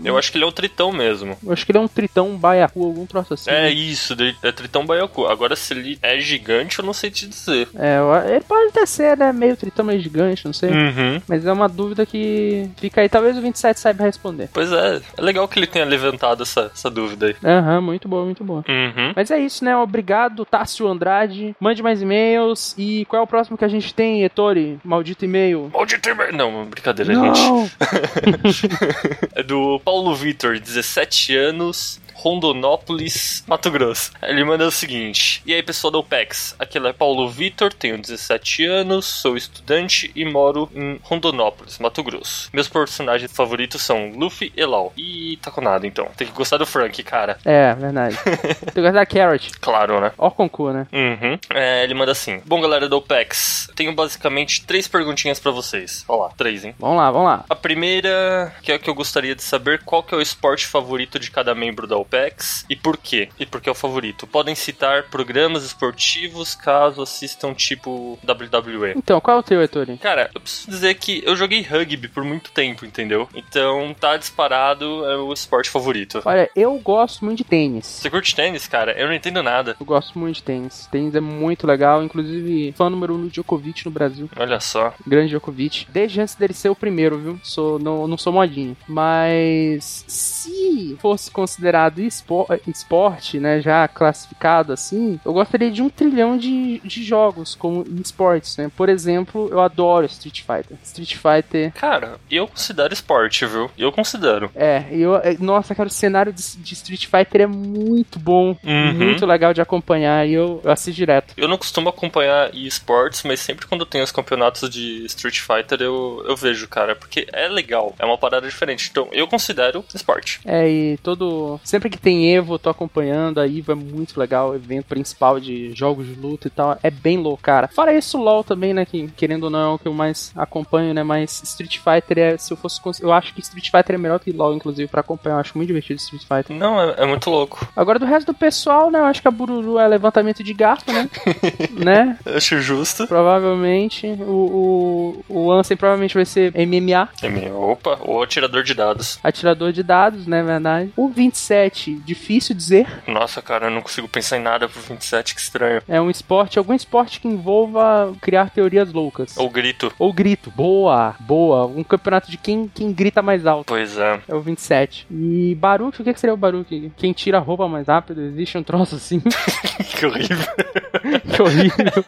um-
Eu acho que ele é o Tritão mesmo.
eu acho que ele é um tritão, um baiacu, algum troço assim.
É
né?
isso, de- é Tritão Baiacu. Agora, se ele é gigante, eu não sei te dizer.
É, eu- ele pode até ser, né? Meio tritão, meio gigante, não sei.
Uhum.
Mas é uma dúvida que fica aí. Talvez o 27 saiba responder.
Pois é, é legal que ele tenha levantado essa, essa dúvida aí.
Aham, muito boa, muito boa.
Uhum.
Mas é isso, né? Obrigado, Tássio Andrade. Mande mais e-mails. E qual é o próximo que a gente tem, Ettore? Maldito e-mail.
Maldito e-mail. Não, brincadeira, gente.
Não!
É do Paulo Vitor, 17 anos. Rondonópolis, Mato Grosso. Ele manda o seguinte: E aí, pessoal da OPEX? Aqui é Paulo Vitor, tenho 17 anos, sou estudante e moro em Rondonópolis, Mato Grosso. Meus personagens favoritos são Luffy e Law. E tá com nada, então. Tem que gostar do Frank, cara.
É,
*laughs*
verdade. Tem que gostar da Carrot.
Claro, né?
Ó, o concurso, né?
Uhum. É, ele manda assim: Bom, galera do OPEX, tenho basicamente três perguntinhas pra vocês. Olha lá, três, hein?
Vamos lá, vamos lá.
A primeira que é a que eu gostaria de saber qual que é o esporte favorito de cada membro da OPEX e por quê. E por que é o favorito. Podem citar programas esportivos caso assistam tipo WWE.
Então, qual é o teu, Ettore?
Cara, eu preciso dizer que eu joguei rugby por muito tempo, entendeu? Então tá disparado é o esporte favorito.
Olha, eu gosto muito de tênis.
Você curte tênis, cara? Eu não entendo nada.
Eu gosto muito de tênis. Tênis é muito legal, inclusive fã número um do Djokovic no Brasil.
Olha só.
Grande Djokovic. Desde antes dele ser o primeiro, viu? Sou, não, não sou modinho. Mas se fosse considerado mercado espo- esporte, né, já classificado assim, eu gostaria de um trilhão de, de jogos como esportes, né? Por exemplo, eu adoro Street Fighter. Street Fighter
Cara, eu considero esporte, viu? Eu considero.
é, e eu, é, nossa, cara, o cenário de, de Street Fighter é muito bom,
Uhum.
muito legal de acompanhar e eu, eu assisto direto.
Eu não costumo acompanhar esportes, mas sempre quando tem os campeonatos de Street Fighter eu, eu vejo, cara, porque é legal, é uma parada diferente. Então eu considero esporte.
É, e todo. Sempre que tem Evo, eu tô acompanhando. A Evo é muito legal, o evento principal de jogos de luta e tal. É bem louco, cara. Fora isso, o LOL também, né? Que querendo ou não é o que eu mais acompanho, né? Mas Street Fighter é. Se eu fosse. cons- Eu acho que Street Fighter é melhor que LOL, inclusive, pra acompanhar. Eu acho muito divertido Street Fighter.
Não, é, é muito louco.
Agora, do resto do pessoal, né? Eu acho que a Bururu é levantamento de garfo, né? né?
Eu acho justo.
Provavelmente. O, o, o Ansem provavelmente vai ser MMA.
É meio- Opa, o atirador de dados.
Atirador de dados, né? Verdade. O 27, difícil dizer.
Nossa, cara, eu não consigo pensar em nada pro 27, que estranho.
É um esporte, algum esporte que envolva criar teorias loucas.
Ou grito.
Ou grito. Boa, boa. Um campeonato de quem, quem grita mais alto.
Pois é.
É o 27. E Baruque, o que que seria o Baruque? Quem tira a roupa mais rápido? Existe um troço assim?
*laughs* Que horrível.
que horrível.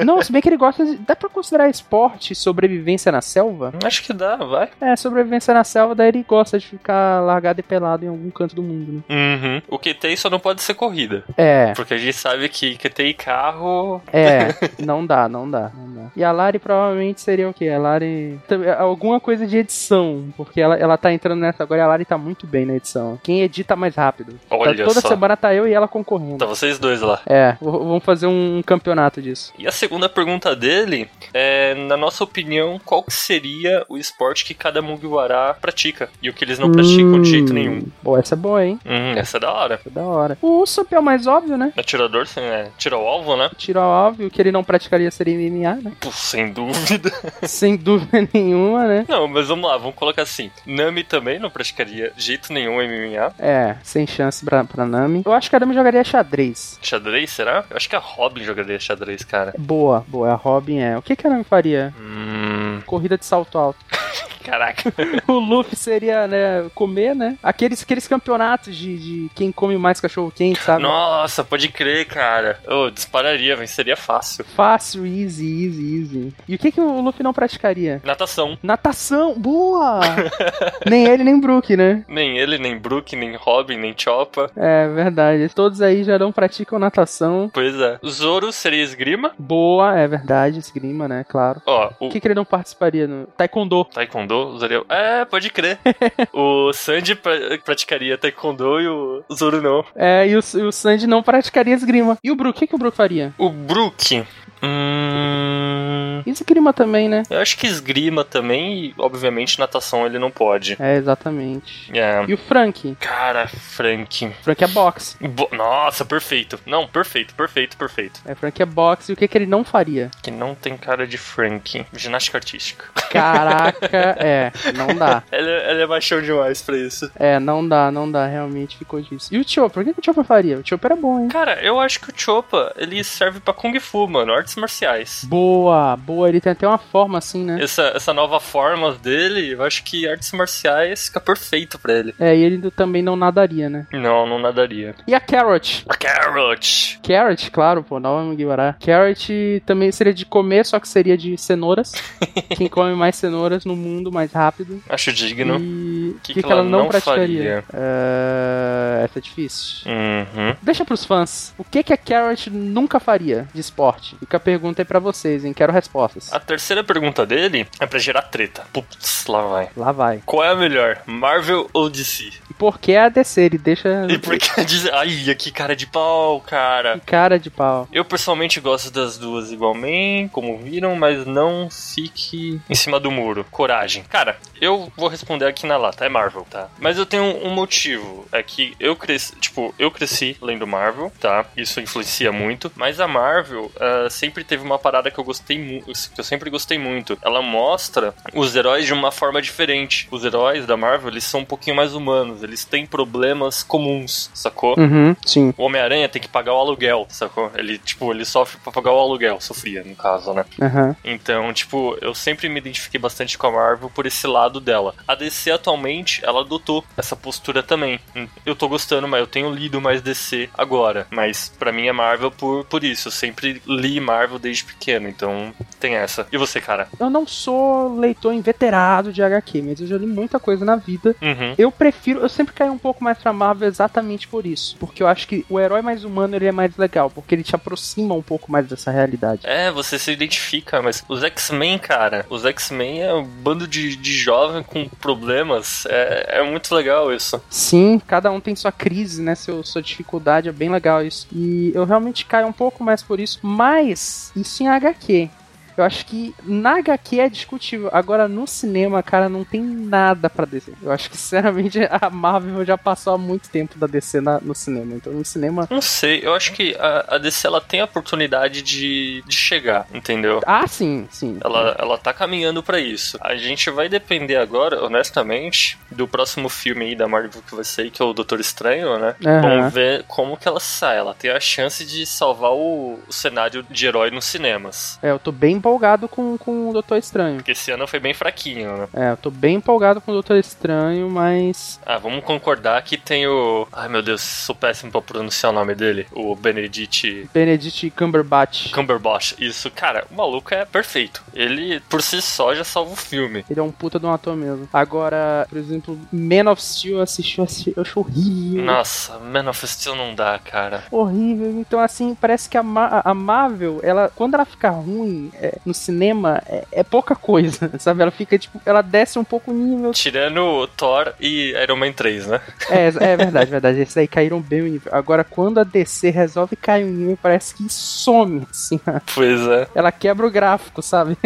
E, não, se bem que ele gosta. de- Dá pra considerar esporte sobrevivência na selva?
Acho que dá, vai.
É, sobrevivência na selva, daí ele gosta de ficar largado e pelado em algum canto do mundo, né?
Uhum. O QT só não pode ser corrida.
É,
Porque a gente sabe que QT e carro.
*laughs* É, não dá, não dá, não dá. E a Lari provavelmente seria o quê? A Lari. também- Alguma coisa de edição. Porque ela, ela tá entrando nessa agora e a Lari tá muito bem na edição. Quem edita mais rápido? Tá-
Olha
toda
só.
semana tá eu e ela concorrendo.
Tá vocês dois lá.
É, v- vamos fazer um campeonato disso.
E a segunda pergunta dele é, na nossa opinião, qual que seria o esporte que cada Mugiwara pratica e o que eles não praticam de jeito
Hum,
nenhum?
Boa, essa é boa, hein?
Hum, essa é da hora.
Foi da hora. O Usopp é o mais óbvio, né?
Atirador, assim, é, tira o alvo, né?
Tiro ao óbvio, o que ele não praticaria seria MMA,
*laughs*
né?
Pô, sem dúvida.
Sem dúvida nenhuma, né?
*laughs* Não, mas vamos lá, vamos colocar assim. Nami também não praticaria de jeito nenhum MMA.
É, sem chance pra, pra Nami. Eu acho que a Nami jogaria xadrez.
Xadrez, será? Eu acho que a Robin jogaria xadrez, cara.
Boa, boa. A Robin é. O que, que a Nami faria?
Hum,
Corrida de salto alto.
caraca.
*laughs* o Luffy seria, né, comer, né? Aqueles, aqueles campeonatos de, de quem come mais cachorro quente, sabe?
Nossa, pode crer, cara. Eu dispararia, venceria fácil.
Fácil, easy, easy, easy. E o que, que o Luffy não praticaria?
Natação.
Natação! Boa! nem ele, nem Brook, né?
Nem ele, nem Brook, nem Robin, nem Choppa.
É, verdade. Todos aí já não praticam natação.
Pois é. O Zoro seria esgrima.
Boa, é verdade. Esgrima, né? Claro.
Ó, o
O que, que ele não participaria? No... Taekwondo.
Taekwondo usaria. É, pode crer. o Sanji pra- praticaria Taekwondo e o Zoro não.
É, e o, e o Sanji não praticaria esgrima. E o Brook? O que, que o Brook faria?
O Brook. Hum.
E Esgrima também, né?
Eu acho que esgrima também e, obviamente, natação ele não pode.
É, exatamente.
É.
E o Frank?
Cara, Frank.
O Frank é boxe.
Bo- Nossa, perfeito. Não, perfeito, perfeito, perfeito.
É, o Frank é boxe. E o que, que ele não faria?
Que não tem cara de Frank. Ginástica artística. *laughs*
Caraca, é, não dá.
Ele, ele é baixão demais pra isso.
É, não dá, não dá, realmente ficou difícil. E o Chopper? O que, que o Chopper faria? O Chopper é bom, hein?
Cara, eu acho que o Chopa, ele serve pra Kung Fu, mano. Artes marciais.
Boa, boa, ele tem até uma forma assim, né?
essa, essa nova forma dele, eu acho que artes marciais fica perfeito pra ele.
É, e ele ainda também não nadaria, né?
Não, não nadaria.
E a Carrot?
A Carrot!
Carrot, claro, pô, não é Mugiwara. Carrot também seria de comer, só que seria de
*laughs*
cenouras. Quem come mais cenouras no mundo mais rápido.
Acho digno.
E o
Que
que,
que
que ela
ela
não,
não
praticaria?
faria?
Eh, essa é difícil.
Uhum.
Deixa pros fãs. O que que a Carrot nunca faria de esporte? Fica a pergunta aí pra vocês, hein? Quero respostas.
A terceira pergunta dele é pra gerar treta. Putz, lá vai.
Lá vai.
Qual é a melhor, Marvel ou DC?
E por que a DC? Ele deixa... *laughs*
E por que *laughs* diz... Ai, que cara de pau, cara.
Que cara de pau.
Eu pessoalmente gosto das duas igualmente, como viram, mas não fique em cima do muro. Coragem. Cara, eu vou responder aqui na lata, é Marvel, tá? Mas eu tenho um motivo, é que eu cresci, tipo, eu cresci lendo Marvel, tá? Isso influencia muito, mas a Marvel ah, sempre teve uma parada que eu gostei muito, que eu sempre gostei muito. Ela mostra os heróis de uma forma diferente. Os heróis da Marvel, eles são um pouquinho mais humanos, Eles têm problemas comuns, sacou?
Uhum, sim.
O Homem-Aranha tem que pagar o aluguel, sacou? Ele, tipo, ele sofre pra pagar o aluguel, sofria, no caso, né?
Aham.
Então, tipo, eu sempre me identifiquei bastante com a Marvel por esse lado dela. A DC atualmente, ela adotou essa postura também. Hum, Eu tô gostando, mas eu tenho lido mais DC agora. Mas pra mim é Marvel por, por isso. Eu sempre li Marvel desde pequeno, então tem essa. E você, cara?
Eu não sou leitor inveterado de HQ, mas eu já li muita coisa na vida.
Uhum.
Eu prefiro, eu sempre caí um pouco mais pra Marvel exatamente por isso. Porque eu acho que o herói mais humano ele é mais legal, porque ele te aproxima um pouco mais dessa realidade.
É, você se identifica, mas os X-Men, cara, os X-Men é um bando de, de jovem com problemas. É, é muito legal isso.
Sim, cada um tem sua crise, né? Seu, sua dificuldade, é bem legal isso. E eu realmente caio um pouco mais por isso, mas isso em HQ. Eu acho que na HQ é discutível. Agora no cinema, cara, não tem nada pra DC. Eu acho que, *laughs* sinceramente, a Marvel já passou há muito tempo da DC na- no cinema. Então no cinema
Não sei, eu acho que a, a DC ela tem a oportunidade de, de chegar, entendeu?
Ah, sim, sim.
Ela, ela tá caminhando pra isso. A gente vai depender agora, honestamente, do próximo filme aí da Marvel que vai sair, que é o Doutor Estranho, né?
Aham.
Vamos ver como que ela sai. Ela tem a chance de salvar o, o cenário de herói nos cinemas.
É, eu tô bem empolgado com, com o Doutor Estranho.
Porque esse ano foi bem fraquinho, né?
É, eu tô bem empolgado com o Doutor Estranho, mas.
Ah, vamos concordar que tem o. Ai meu Deus, sou péssimo pra pronunciar o nome dele. O Benedict
Benedict Cumberbatch.
Cumberbatch, isso, cara, o maluco é perfeito. Ele, por si só, já salva o filme.
Ele é um puta de um ator mesmo. Agora, por exemplo, Man of Steel eu assisti, eu assisti- eu acho horrível.
Nossa, Man of Steel não dá, cara.
Horrível. Então, assim, parece que a, Ma- a Marvel, ela, quando ela fica ruim é, no cinema, é, é pouca coisa, *laughs* sabe? Ela fica, tipo, ela desce um pouco o nível.
Tirando o Thor e Iron Man
*laughs*
3, né?
É, é verdade, verdade. Esses aí caíram bem o nível. Agora, quando a DC resolve cair o nível, parece que some, assim,
Pois é.
ela quebra o gráfico, sabe?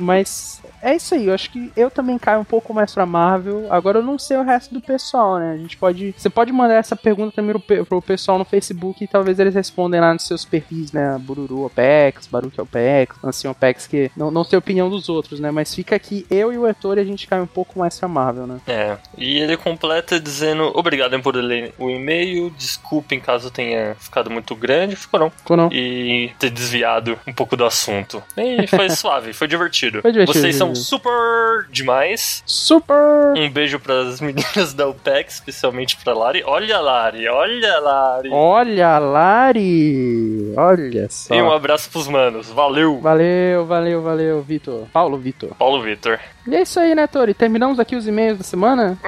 Mas é isso aí, eu acho que eu também caio um pouco mais pra Marvel. Agora eu não sei o resto do pessoal, né? A gente pode. Você pode mandar essa pergunta também pro, pe- pro pessoal no Facebook e talvez eles respondem lá nos seus perfis, né? Bururu Opex, Baruque Opex, Ancião Opex, que não, não sei a opinião dos outros, né? Mas fica aqui, eu e o Ettore, a gente cai um pouco mais pra Marvel, né?
É. E ele completa dizendo: Obrigado por ler o e-mail, desculpem caso tenha ficado muito grande, ficou não.
Ou não?
E ter desviado um pouco do assunto. E
*laughs*
foi suave, foi divertido.
Foi divertido,
Vocês são
divertido.
super demais.
Super!
Um beijo pras meninas da UPEC, especialmente pra Lari. Olha, Lari, olha, Lari.
Olha, Lari! Olha só!
E um abraço pros manos. Valeu,
Valeu, valeu, valeu, Vitor. Paulo Vitor.
Paulo Vitor.
E é isso aí, né, Tori? Terminamos aqui os e-mails da semana?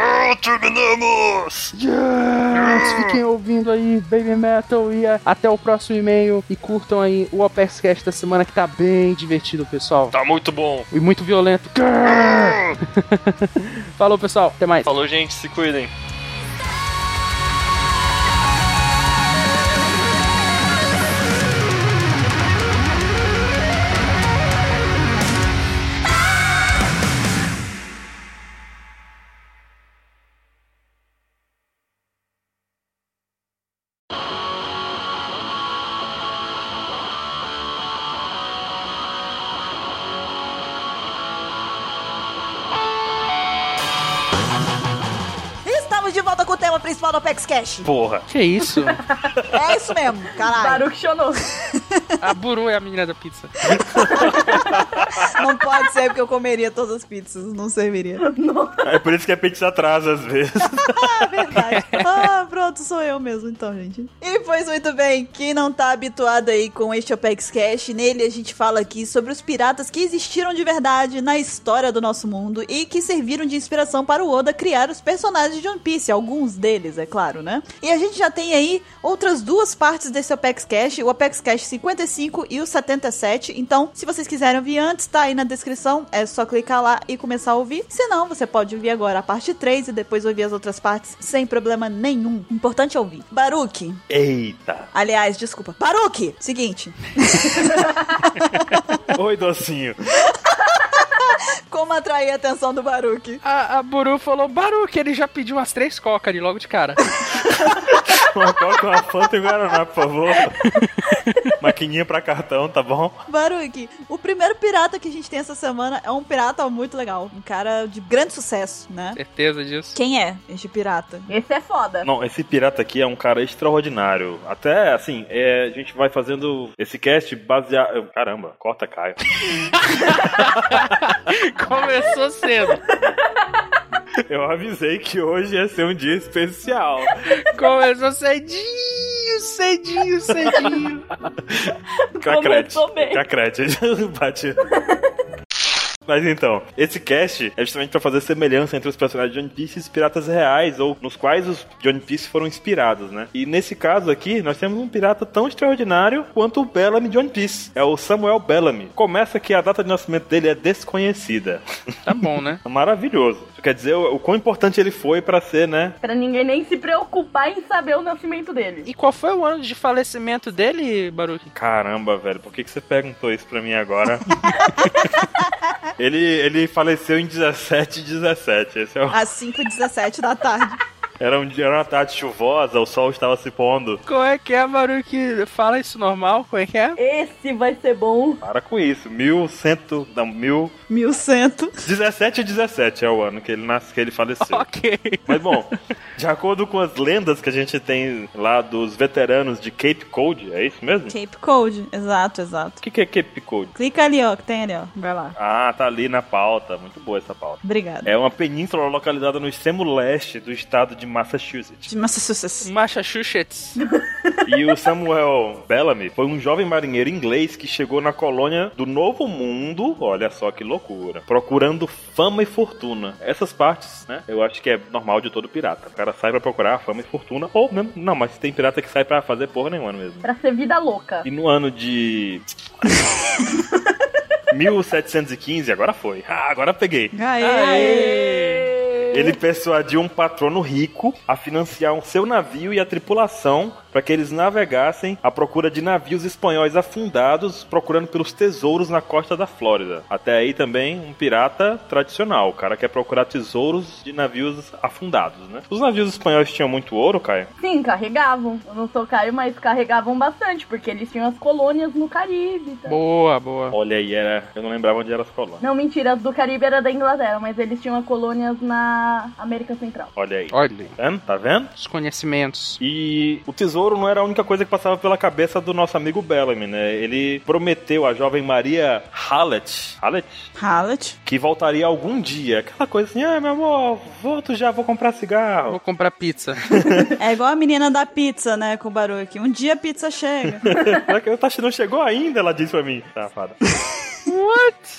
terminamos!
Yes! Fiquem ouvindo aí, Baby Metal, e é, até o próximo e-mail. E curtam aí o Opexcast da semana, que tá bem divertido, pessoal.
Tá muito bom.
E muito violento. *laughs* Falou, pessoal. Até mais.
Falou, gente. Se cuidem.
Estamos de volta com o tema principal do Apex Cash.
Porra.
Que isso?
É isso mesmo, caralho.
Baruch Shonou.
A Buru é a menina da pizza.
Não pode ser porque eu comeria todas as pizzas, não serviria.
É por isso que a pizza atrasa às vezes.
É verdade. Ah, pronto, sou eu mesmo então, gente. E pois muito bem, quem não tá habituado aí com este Apex Cash, nele a gente fala aqui sobre os piratas que existiram de verdade na história do nosso mundo e que serviram de inspiração para o Oda criar os personagens de One Piece, alguns deles, é claro, né? E a gente já tem aí outras duas partes desse Apex Cash, o Apex Cash 55 e o 77. Então, se vocês quiserem ouvir antes, tá aí na descrição, é só clicar lá e começar a ouvir. Se não, você pode ouvir agora a parte 3 e depois ouvir as outras partes sem problema nenhum. Importante é ouvir. Baruque.
*laughs* Eita.
Aliás, desculpa. Baruque. Seguinte,
Oi, docinho.
Como atrair a atenção do Baruque?
A, a Buru falou, Baruque, ele já pediu umas três cocas ali logo de cara.
Uma coca, uma fanta e um guaraná, por *laughs* favor. Maquininha pra cartão, tá bom?
Baruque, o primeiro pirata que a gente tem essa semana é um pirata muito legal. Um cara de grande sucesso, né?
Certeza disso.
Quem é este pirata?
Esse é foda.
Não, esse pirata aqui é um cara extraordinário. Até, assim, é, a gente vai fazendo esse cast baseado... Caramba, corta, Caio.
*laughs* Começou cedo.
Eu avisei que hoje ia ser um dia
*laughs*
especial.
Começou cedinho, cedinho, cedinho.
Cacrete.
Começou bem.
Cacrete. *laughs* Bate. Mas então, esse cast é justamente pra fazer semelhança entre os personagens de One Piece e os piratas reais, ou nos quais os de One Piece foram inspirados, né? E nesse caso aqui, nós temos um pirata tão extraordinário quanto o Bellamy de One Piece. É o Samuel Bellamy. Começa que a data de nascimento dele é desconhecida.
Tá bom, né?
Maravilhoso. Isso quer dizer o, o quão importante ele foi pra ser, né?
Pra ninguém nem se preocupar em saber o nascimento dele.
E qual foi o ano de falecimento dele, Baruque?
Caramba, velho, por que, que você perguntou isso pra mim agora? ele, ele faleceu em 17 17. Esse é o-
Às 5h17 da tarde.
era, um, dia- era uma tarde chuvosa, o sol estava se pondo.
Como é que é, Baruque? Fala isso normal, como é que é?
Esse vai ser bom.
Para com isso. 1100. Não, 1000.
1100.
17 17 é o ano que ele nasce, que ele faleceu.
*laughs* Ok.
Mas bom, de acordo com as lendas que a gente tem lá dos veteranos de Cape Cod, é isso mesmo?
Cape Code. Exato, exato.
O que, que é Cape Cod?
Clica ali, ó, que tem ali, ó. Vai lá.
Ah, tá ali na pauta. Muito boa essa pauta.
Obrigada.
É uma península localizada no extremo leste do estado de Massachusetts.
De Massachusetts.
Massachusetts.
E o Samuel Bellamy foi um jovem marinheiro inglês que chegou na colônia do Novo Mundo, olha só que loucura, procurando fama e fortuna. Essas partes, né, eu acho que é normal de todo pirata. O cara sai pra procurar fama e fortuna, ou mesmo, não, mas tem pirata que sai pra fazer porra nenhuma é mesmo.
Pra ser vida louca.
E no ano de... *laughs* 1715, agora foi. Ah, agora peguei.
Aê!
Ele persuadiu um patrono rico a financiar um seu navio e a tripulação para que eles navegassem à procura de navios espanhóis afundados, procurando pelos tesouros na costa da Flórida. Até aí também um pirata tradicional, o cara quer procurar tesouros de navios afundados, né? Os navios espanhóis tinham muito ouro, Caio?
Sim, carregavam. Eu não sou Caio, mas carregavam bastante, porque eles tinham as colônias no Caribe. tá?
Boa, boa.
Olha aí, era... eu não lembrava onde era as colônias.
Não, mentira, as do Caribe era da Inglaterra, mas eles tinham colônias na América Central.
Olha aí. Tá
Olha,
vendo? Tá vendo?
os conhecimentos.
E o tesouro não era a única coisa que passava pela cabeça do nosso amigo Bellamy, né? Ele prometeu à jovem Maria Hallett, Hallett?
Hallett.
que voltaria algum dia. Aquela coisa assim, ah, meu amor, volto já, vou comprar cigarro.
Vou comprar pizza. *laughs*
É igual a menina da pizza, né, com o Baruque. Um dia a pizza chega.
Será que o Tachi não chegou ainda? Ela disse pra mim. Safada. What?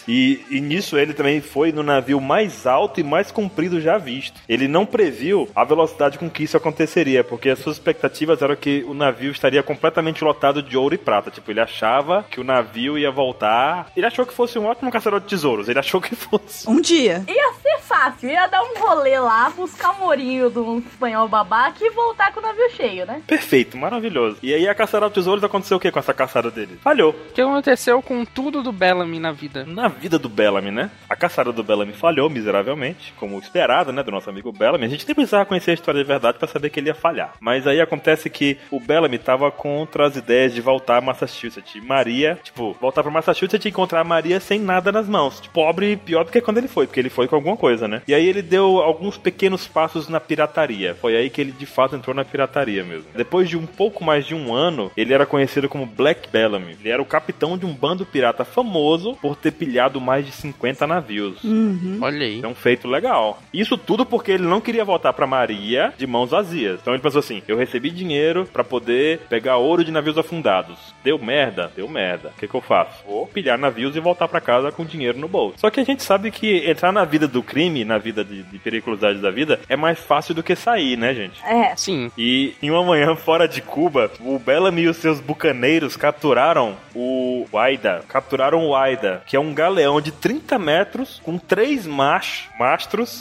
E, e nisso ele também foi no navio mais alto e mais comprido já visto. Ele não previu a velocidade com que isso aconteceria, porque as suas expectativas eram que o navio estaria completamente lotado de ouro e prata. Tipo, ele achava que o navio ia voltar. Ele achou que fosse um ótimo caçador de tesouros. Ele achou que fosse.
Um dia.
Ia ser fácil, ia dar um rolê lá, buscar um ourinho de um espanhol babaca e voltar com o navio cheio, né?
Perfeito, maravilhoso. E aí a caçada de tesouros aconteceu o que com essa caçada dele? Falhou.
O que aconteceu com tudo do Bellamy na vida?
Na vida do Bellamy, né? A caçada do Bellamy falhou miseravelmente, como esperado, né? Do nosso amigo Bellamy. A gente nem precisava conhecer a história de verdade pra saber que ele ia falhar. Mas aí acontece que o Bellamy tava contra as ideias de voltar a Massachusetts. E Maria, tipo, voltar pra Massachusetts e encontrar a Maria sem nada nas mãos. Tipo, Pobre e pior do que quando ele foi, porque ele foi com alguma coisa, né? E aí ele deu alguns pequenos passos na pirataria. Foi aí que ele de fato entrou na pirataria mesmo. Depois de um pouco mais de um ano, ele era conhecido como Black Bellamy. Ele era o capitão de um bando pirata famoso por ter pilhado mais de 50 navios.
Uhum.
Olha aí.
É um feito legal. Isso tudo porque ele não queria voltar pra Maria de mãos vazias. Então ele pensou assim: eu recebi dinheiro pra poder pegar ouro de navios afundados. Deu merda, deu merda. O que, que eu faço? Vou pilhar navios e voltar pra casa com dinheiro no bolso. Só que a gente sabe que entrar na vida do crime, na vida de, de periculosidade da vida, é mais fácil do que sair, né, gente?
É.
Sim.
E em uma manhã fora de Cuba, o Bellamy e os seus bucaneiros capturaram o Waida. Capturaram o Waida, que é um galeão de 30 metros com três mach mastros.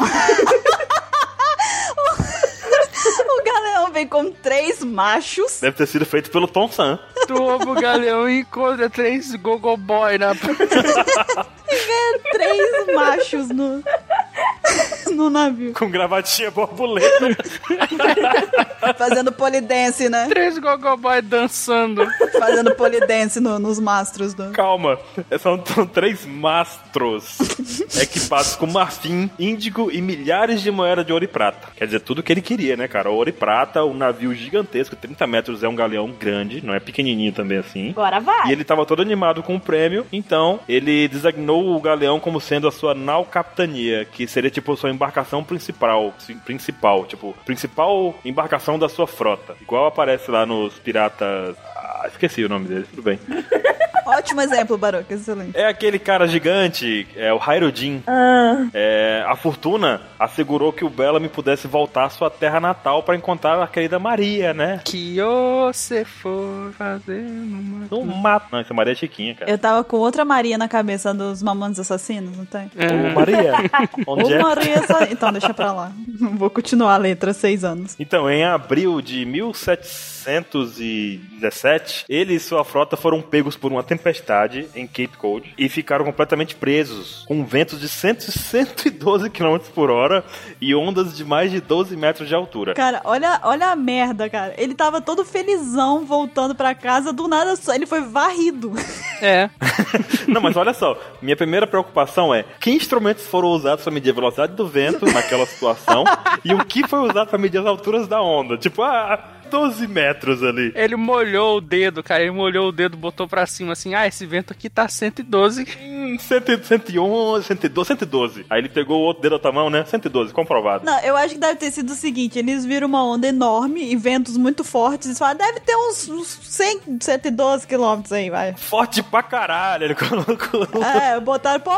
O galeão vem com três machos.
Deve ter sido feito pelo Tom Sam.
Turbo Galeão encontra três Gogoboy na.
três machos no, no navio.
Com gravatinha borboleta.
Fazendo polidense, né?
*laughs* Três gogoboy dançando.
Fazendo polidense no- nos mastros do.
Calma, é são, são três mastros equipados com marfim, índigo e milhares de moedas de ouro e prata. Quer dizer, tudo que ele queria, né, cara? Ouro e prata, um navio gigantesco, 30 metros, é um galeão grande, não é pequenininho também assim.
Agora vai.
E ele tava todo animado com o prêmio, então ele designou o galeão como sendo a sua nau capitania, que seria tipo sua embarcação principal, sim, principal, tipo, principal embarcação da sua frota. Igual aparece lá nos piratas, ah, esqueci o nome dele, tudo bem.
Ótimo exemplo, Baroque, excelente.
É aquele cara gigante, é o Hyrudin. É, a fortuna assegurou que o Bellamy pudesse voltar à sua terra natal para encontrar a querida Maria, né?
Que você for fazendo uma...
Não mata. Não, essa Maria é Chiquinha, cara.
Eu tava com outra Maria na cabeça dos mamones assassinos, não tem?
Ô, Maria, onde
Ou
é
Maria só... Então, deixa pra lá. *laughs* Vou continuar a letra, seis anos.
Então, em abril de 1717, ele e sua frota foram pegos por uma tempestade em Cape Cod e ficaram completamente presos, com ventos de 100, 112 km por hora e ondas de mais de 12 metros de altura.
Cara, olha, olha a merda, cara. Ele tava todo felizão voltando pra casa, do nada só. Ele foi varrido. *laughs*
É.
Não, mas olha só, minha primeira preocupação é que instrumentos foram usados para medir a velocidade do vento naquela situação e o que foi usado para medir as alturas da onda. Tipo, ah, 12 metros ali.
Ele molhou o dedo, cara. Ele molhou o dedo, botou pra cima assim. Ah, esse vento aqui tá 112.
Hum, 100, 111, 112, 112. Aí ele pegou o outro dedo da mão, né? 112, comprovado.
Não, eu acho que deve ter sido o seguinte: eles viram uma onda enorme e ventos muito fortes. Eles falaram, deve ter uns, uns 100, 112 quilômetros aí, vai.
Forte pra caralho, ele colocou.
É, botaram, pô,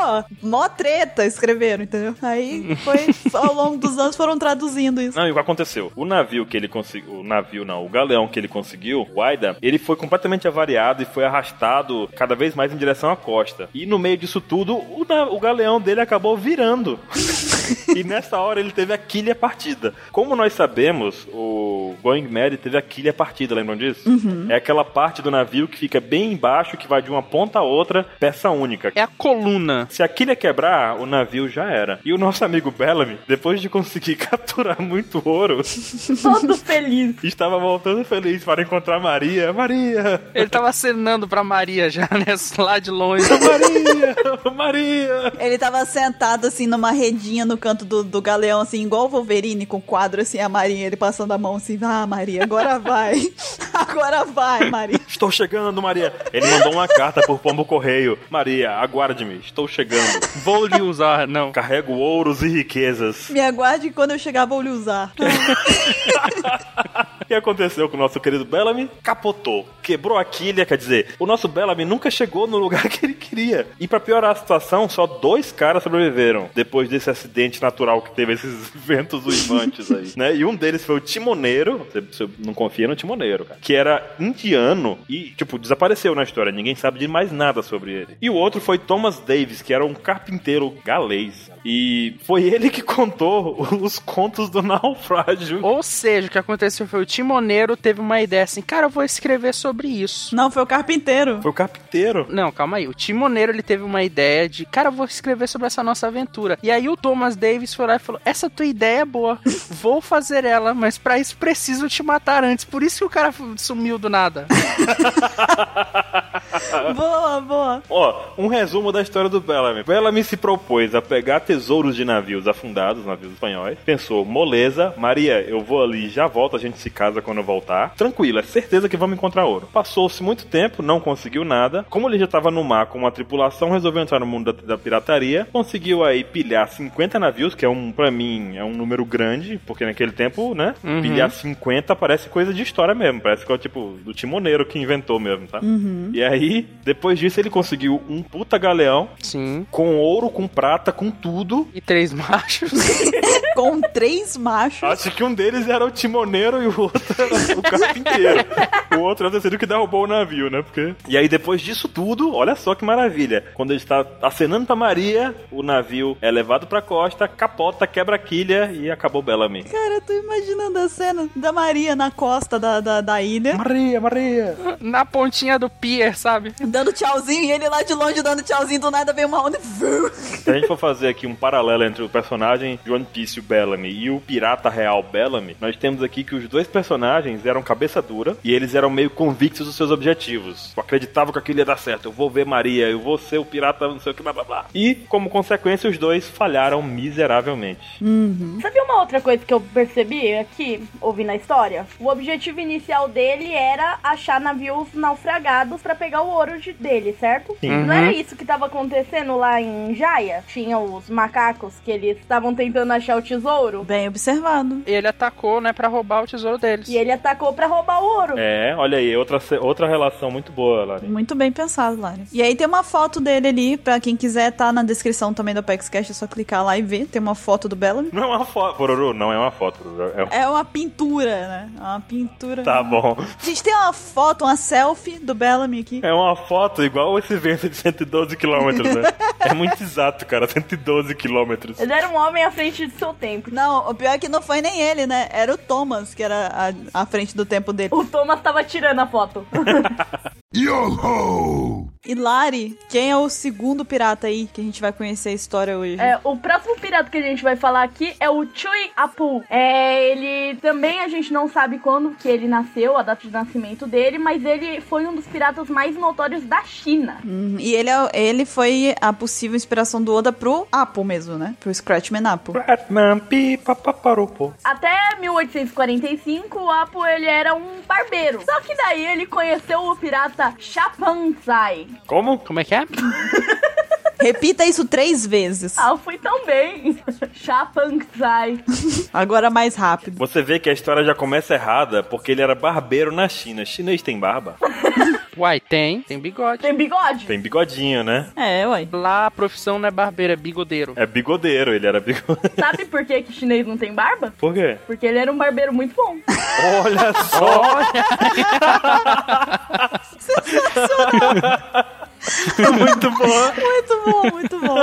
mó treta, escreveram, entendeu? Aí foi, ao longo dos anos foram traduzindo isso.
Não, e o que aconteceu? O navio que ele conseguiu. O navio não, o galeão que ele conseguiu, o Aida, ele foi completamente avariado e foi arrastado cada vez mais em direção à costa. E no meio disso tudo, o, na- o galeão dele acabou virando. *laughs* e nessa hora ele teve a quilha partida. Como nós sabemos, o Going Mad teve a quilha partida, lembram disso? É aquela parte do navio que fica bem embaixo, que vai de uma ponta a outra, peça única.
É a coluna.
Se a quilha quebrar, o navio já era. E o nosso amigo Bellamy, depois de conseguir *laughs* capturar muito ouro,
Todo feliz.
estava voltando feliz para encontrar Maria. Maria!
Ele tava acenando pra Maria já, né? *laughs* Lá de longe.
Maria! *laughs* Maria!
Ele tava sentado assim numa redinha no canto do, do galeão, assim, igual o Wolverine, com o quadro assim, a Maria, ele passando a mão assim, ah, Maria, agora vai. *laughs* agora vai, Maria.
Estou chegando, Maria! Ele mandou uma carta por pombo correio. Maria, aguarde-me, estou chegando.
Vou lhe usar, não.
Carrego ouros e riquezas.
Me aguarde quando eu chegar, vou lhe usar.
O que aconteceu com o nosso querido Bellamy? Capotou, quebrou a quilha, quer dizer, o nosso Bellamy nunca chegou no lugar *laughs* que ele queria. E pra piorar a situação, só dois caras sobreviveram depois desse acidente natural que teve esses *laughs* ventos uivantes aí, né? E um deles foi o timoneiro, você, você não confia no timoneiro, cara, que era indiano e, tipo, desapareceu na história, ninguém sabe de mais nada sobre ele. E o outro foi Thomas Davis, que era um carpinteiro galês. E foi ele que contou *laughs* os contos do naufrágio.
Ou seja, o que aconteceu foi o timoneiro teve uma ideia assim, cara, eu vou escrever sobre isso.
Não, foi o carpinteiro.
Foi o carpinteiro.
Não, calma aí. O timoneiro ele teve uma ideia de, cara, eu vou escrever sobre essa nossa aventura. E aí o Thomas Davis foi lá e falou: "Essa tua ideia é boa. Vou fazer ela, mas pra isso preciso te matar antes". Por isso que o cara sumiu do nada.
Boa, boa.
Ó, um resumo da história do Bellamy. Bellamy se propôs a pegar tesouros de navios afundados, navios espanhóis. Pensou, moleza, Maria, eu vou ali, já volto, a gente se casa quando eu voltar. Tranquila, certeza que vamos encontrar ouro. Passou-se muito tempo, não conseguiu nada. Como ele já tava no mar com uma tripulação, resolveu entrar no mundo da, da pirataria. Conseguiu aí pilhar 50 navios, que é um, pra mim, é um número grande, porque naquele tempo, né, pilhar 50 parece coisa de história mesmo. Parece que é tipo do timoneiro que inventou mesmo, tá? E aí, depois disso, ele conseguiu um puta galeão
Sim.
com ouro, com prata, com tudo.
E três *laughs* machos.
com três machos.
Acho que um deles era o timoneiro e o outro era o carpinteiro. o outro era o terceiro que derrubou o navio, né? Porque... E aí, depois disso tudo, olha só que maravilha. Quando ele está acenando pra Maria, o navio é levado pra costa, capota, quebra a quilha e acabou Bellamy.
Cara, eu tô imaginando a cena da Maria na costa da, da, da ilha,
Maria, Maria!
Na pontinha do pier, sabe?
dando tchauzinho, e ele lá de longe dando tchauzinho, do nada vem uma onda e... vum.
Se a gente for fazer aqui um paralelo entre o personagem de One Piece, o Bellamy, e o pirata real Bellamy, nós temos aqui que os dois personagens eram cabeça dura e eles eram meio convictos dos seus objetivos. Eu acreditava que aquilo ia dar certo, eu vou ver Maria, eu vou ser o pirata, não sei o que, blá blá blá. E, como consequência, os dois falharam miseravelmente.
Sabe uma outra coisa que eu percebi aqui, ouvindo a história? O objetivo inicial dele era achar navios naufragados pra pegar o ouro de- dele, certo?
Sim.
Não era isso que tava acontecendo lá em Jaya? Tinha os macacos que eles estavam tentando achar o tesouro
Bem observado.
Ele atacou, né, pra roubar o tesouro deles.
e ele atacou pra roubar o ouro.
É, olha aí, outra, ce- outra relação muito boa, Lari.
Muito bem pensado, Lari. E aí tem uma foto dele ali, pra quem quiser, tá na descrição também do Apex Cash, é só clicar lá e ver. Tem uma foto do Bellamy.
Não é uma foto, Pororo, não é uma foto, Pororo. É um...
É uma pintura, né? É uma pintura.
*laughs* Tá bom.
A gente tem uma foto, uma selfie do Bellamy aqui.
É uma foto igual esse vento de 112 quilômetros, *laughs* né? É muito exato, cara, 112 quilômetros.
Ele era um homem à frente do seu tempo.
Não, o pior é que não foi nem ele, né? Era o Thomas, que era a- à frente do tempo dele.
O Thomas tava tirando a foto. *laughs*
E Lari, quem é o segundo pirata aí que a gente vai conhecer a história hoje?
É, o próximo pirata que a gente vai falar aqui é o Chui Apu. É, ele também a gente não sabe quando que ele nasceu, a data de nascimento dele, mas ele foi um dos piratas mais notórios da China.
Hum, E ele, é- ele foi a possível inspiração do Oda pro Apo mesmo, né? Pro Scratchman
*laughs*
Apo.
Batman, pi, pa, pa, parou, pô.
Até 1845, o Apu ele era um barbeiro. Só que daí ele conheceu o pirata Chapanzai.
Como?
Como é que é?
Repita isso três vezes.
Ah, eu fui tão bem. *laughs* Chapanzai.
Agora mais rápido.
Você vê que a história já começa errada porque ele era barbeiro na China. Chinês tem barba?
Uai, tem. Tem bigode.
Tem bigode?
Tem bigodinho, né?
É, uai.
Lá a profissão não é barbeiro, é bigodeiro.
É bigodeiro, ele era bigodeiro.
Sabe por que, que chinês não tem barba?
*laughs* Por quê?
Porque ele era um barbeiro muito bom.
Olha só! *laughs*
Olha!
muito bom!
Muito bom, muito bom.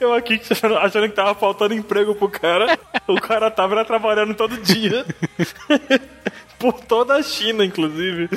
Eu aqui achando, achando que tava faltando emprego pro cara. O cara tava era trabalhando todo dia. *laughs* Por toda a China, inclusive.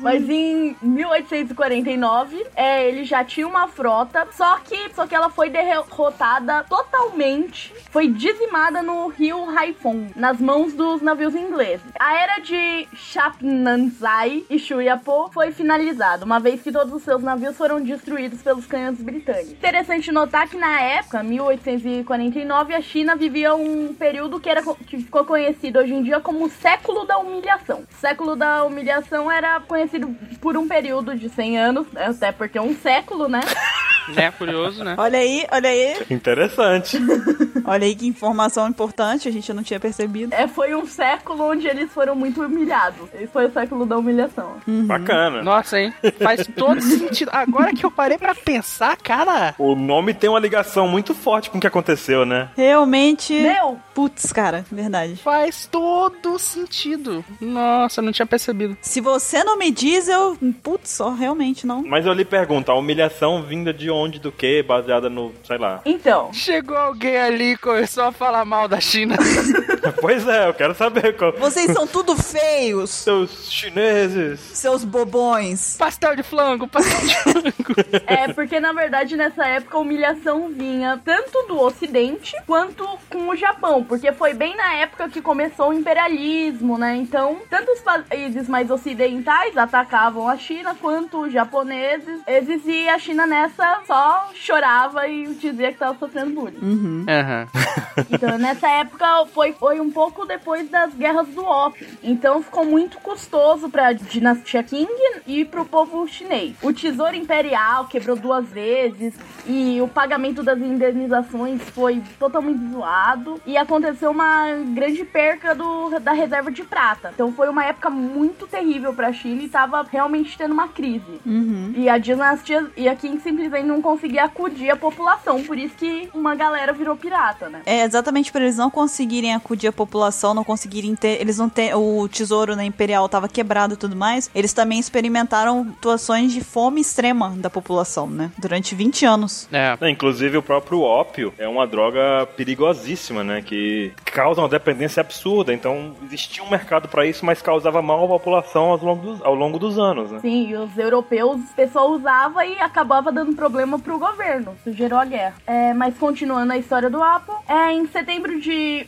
Mas em 1849, é, ele já tinha uma frota, só que só que ela foi derrotada totalmente, foi dizimada no rio Haifong, nas mãos dos navios ingleses. A era de Chapnanzai e Shuyapo foi finalizada, uma vez que todos os seus navios foram destruídos pelos canhões britânicos. Interessante notar que na época, 1849, a China vivia um período que, era, co- que ficou conhecido hoje em dia como o século da humilhação. O século da humilhação era conhecido por um período de 100 anos, até porque é um século, né?
né? Curioso, né?
Olha aí, olha aí.
Interessante.
Olha aí que informação importante, a gente não tinha percebido.
É, foi um século onde eles foram muito humilhados. Esse foi o século da humilhação.
Uhum. Bacana.
Nossa, hein? Faz todo sentido. Agora que eu parei pra pensar, cara.
O nome tem uma ligação muito forte com o que aconteceu, né?
Realmente.
Meu,
Putz, cara, verdade.
Faz todo sentido. Nossa, eu não tinha percebido.
Se você não me diz, eu. Putz, só realmente não.
Mas eu lhe pergunto, a humilhação vinda de onde, do que, baseada no, sei lá.
então,
Chegou alguém ali e começou a falar mal da China. *laughs*
pois é, eu quero saber qual...
Vocês são tudo feios,
Seus chineses.
seus bobões.
pastel de flango, pastel de flango.
É, porque na verdade nessa época a humilhação vinha tanto do Ocidente quanto com o Japão, porque foi bem na época que começou o imperialismo, né? Então, tanto os países mais ocidentais atacavam a China quanto os japoneses. Eles e a China nessa só chorava e dizia que tava sofrendo bullying.
Aham.
Então, nessa época foi, foi um pouco depois das guerras do ópio. Então, ficou muito custoso pra dinastia Qing e pro povo chinês. O tesouro imperial quebrou duas vezes e o pagamento das indenizações foi totalmente zoado e aconteceu uma grande perca do, da reserva de prata. Então, foi uma época muito terrível pra China e tava realmente tendo uma crise. E a dinastia e a Qing simplesmente não conseguia acudir a população, por isso que uma galera virou pirata. pirata, né?
É exatamente para eles não conseguirem acudir a população, não conseguirem ter. Eles não ter. O tesouro na Imperial tava quebrado e tudo mais. Eles também experimentaram situações de fome extrema da população, né? Durante 20 anos.
É.
É, inclusive o próprio ópio é uma droga perigosíssima, né? Que causa uma dependência absurda. Então existia um mercado pra isso, mas causava mal à população ao longo dos, ao longo dos anos, né?
Sim, e os europeus, o pessoal usava e acabava dando problema pro governo. Isso gerou a guerra. É, mas continuando a história do Apo, é, em setembro de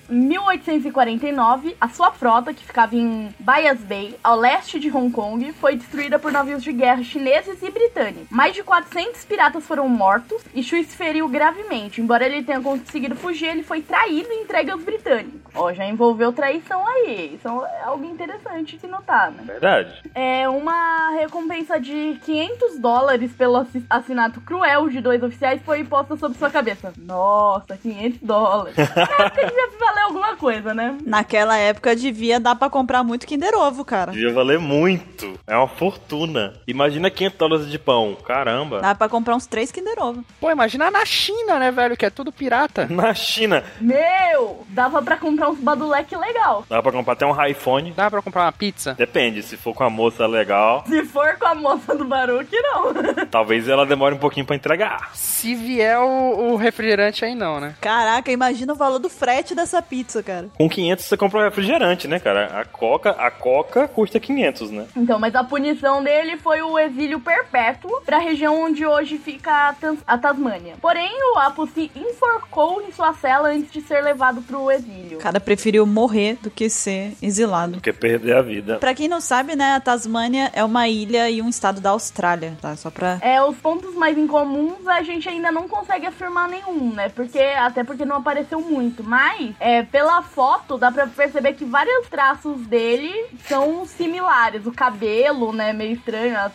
1849, a sua frota, que ficava em Bayas Bay, ao leste de Hong Kong, foi destruída por navios de guerra chineses e britânicos. Mais de 400 piratas foram mortos e Shu se feriu gravemente. Embora ele tenha conseguido fugir, ele foi traído e entregue aos britânicos. Ó, já envolveu traição aí. Isso é algo interessante de notar, né?
Verdade.
É uma recompensa de 500 dólares pelo assi- assassinato cruel de dois oficiais foi imposta sobre sua cabeça. Nossa, 500 dólares. Na época devia valer alguma coisa, né?
Naquela época devia dar pra comprar muito Kinder Ovo, cara.
Devia valer muito. É uma fortuna. Imagina 500 dólares de pão. Caramba.
Dá pra comprar uns três Kinder Ovo.
Pô, imagina na China, né, velho? Que é tudo pirata.
Na China.
Meu, dava pra comprar uns baduleque legal.
Dá pra comprar até um iPhone.
Dá pra comprar uma pizza?
Depende, se for com a moça legal,
Se for com a moça do Baruque, não. *laughs*
talvez ela demore um pouquinho pra entregar.
Se vier o, o refrigerante aí, não, né?
Caraca, imagina o valor do frete dessa pizza, cara.
Com 500 você compra um refrigerante, né, cara? A coca, a coca custa 500, né?
Então, mas a punição dele foi o exílio perpétuo para a região onde hoje fica a, Tans- a Tasmânia. Porém, o Apo se enforcou em sua cela antes de ser levado para o exílio.
O cara preferiu morrer do que ser exilado.
Porque perder a vida.
Pra quem não sabe, né, a Tasmânia é uma ilha e um estado da Austrália, tá? Só pra.
É, os pontos mais incomuns a gente ainda não consegue afirmar nenhum, né? Porque até porque não apareceu muito, mas é, pela foto dá pra perceber que vários traços dele são similares, o cabelo, né, meio estranho, a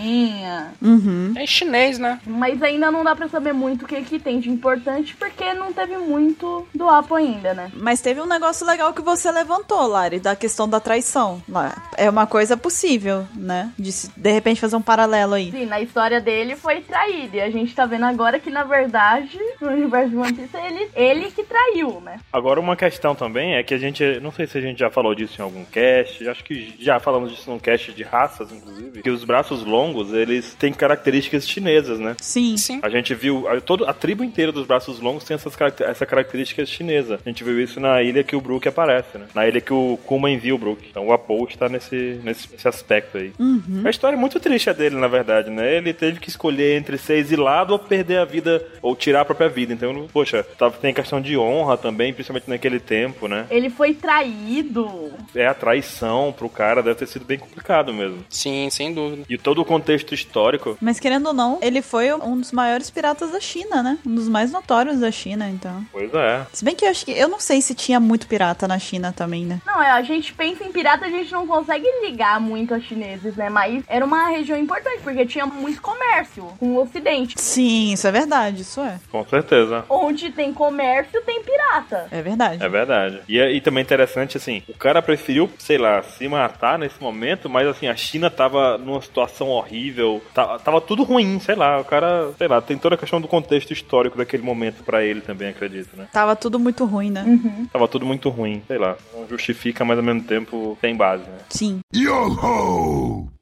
trancinha.
Uhum.
É chinês, né?
Mas ainda não dá pra saber muito o que que tem de importante porque não teve muito do Apo ainda, né?
Mas teve um negócio legal que você levantou, Lari, da questão da traição. É uma coisa possível, né? De se- de repente fazer um paralelo aí.
Sim, na história dele foi traído. E a gente tá vendo agora que, na verdade, no universo de One Piece, ele, ele que traiu, né?
Agora, uma questão também é que a gente. Não sei se a gente já falou disso em algum cast. Acho que já falamos disso num cast de raças, inclusive. Que os braços longos, eles têm características chinesas, né?
Sim.
Sim.
A gente viu. A, todo, a tribo inteira dos braços longos tem essas, caracter- essa característica chinesa. A gente viu isso na ilha que o Brook aparece, né? Na ilha que o Kuma envia o Brook. Então o Apple está nesse, nesse, nesse aspecto aí. É uma história muito triste a dele, na verdade, né? Ele teve que escolher entre ser exilado ou perder a vida, ou tirar a própria vida. Então, poxa, tá, tem questão de honra também, principalmente naquele tempo, né?
Ele foi traído.
É a traição pro cara, deve ter sido bem complicado mesmo.
Sim, sem dúvida.
E todo o contexto histórico
Mas querendo ou não, ele foi um dos maiores piratas da China, né? Um dos mais notórios da China, então.
Pois é.
Se bem que eu acho que. Eu não sei se tinha muito pirata na China também, né?
Não, é, a gente pensa em pirata, a gente não consegue ligar muito aos chineses, né? Mas era uma região importante, porque tinha muito comércio com o ocidente.
Sim, isso é verdade, isso é.
Com certeza.
Onde tem comércio, tem pirata.
É verdade.
É verdade. E, e também interessante, assim, o cara preferiu, sei lá, se matar nesse momento, mas assim, a China tava numa situação horrível, tava, tava tudo ruim, sei lá, o cara, sei lá, tem toda a questão do contexto histórico daquele momento pra ele também, acredito, né?
Tava tudo muito ruim, né?
Tava tudo muito ruim, sei lá, não justifica, mas ao mesmo tempo tem base, né?
Sim. Yo-ho!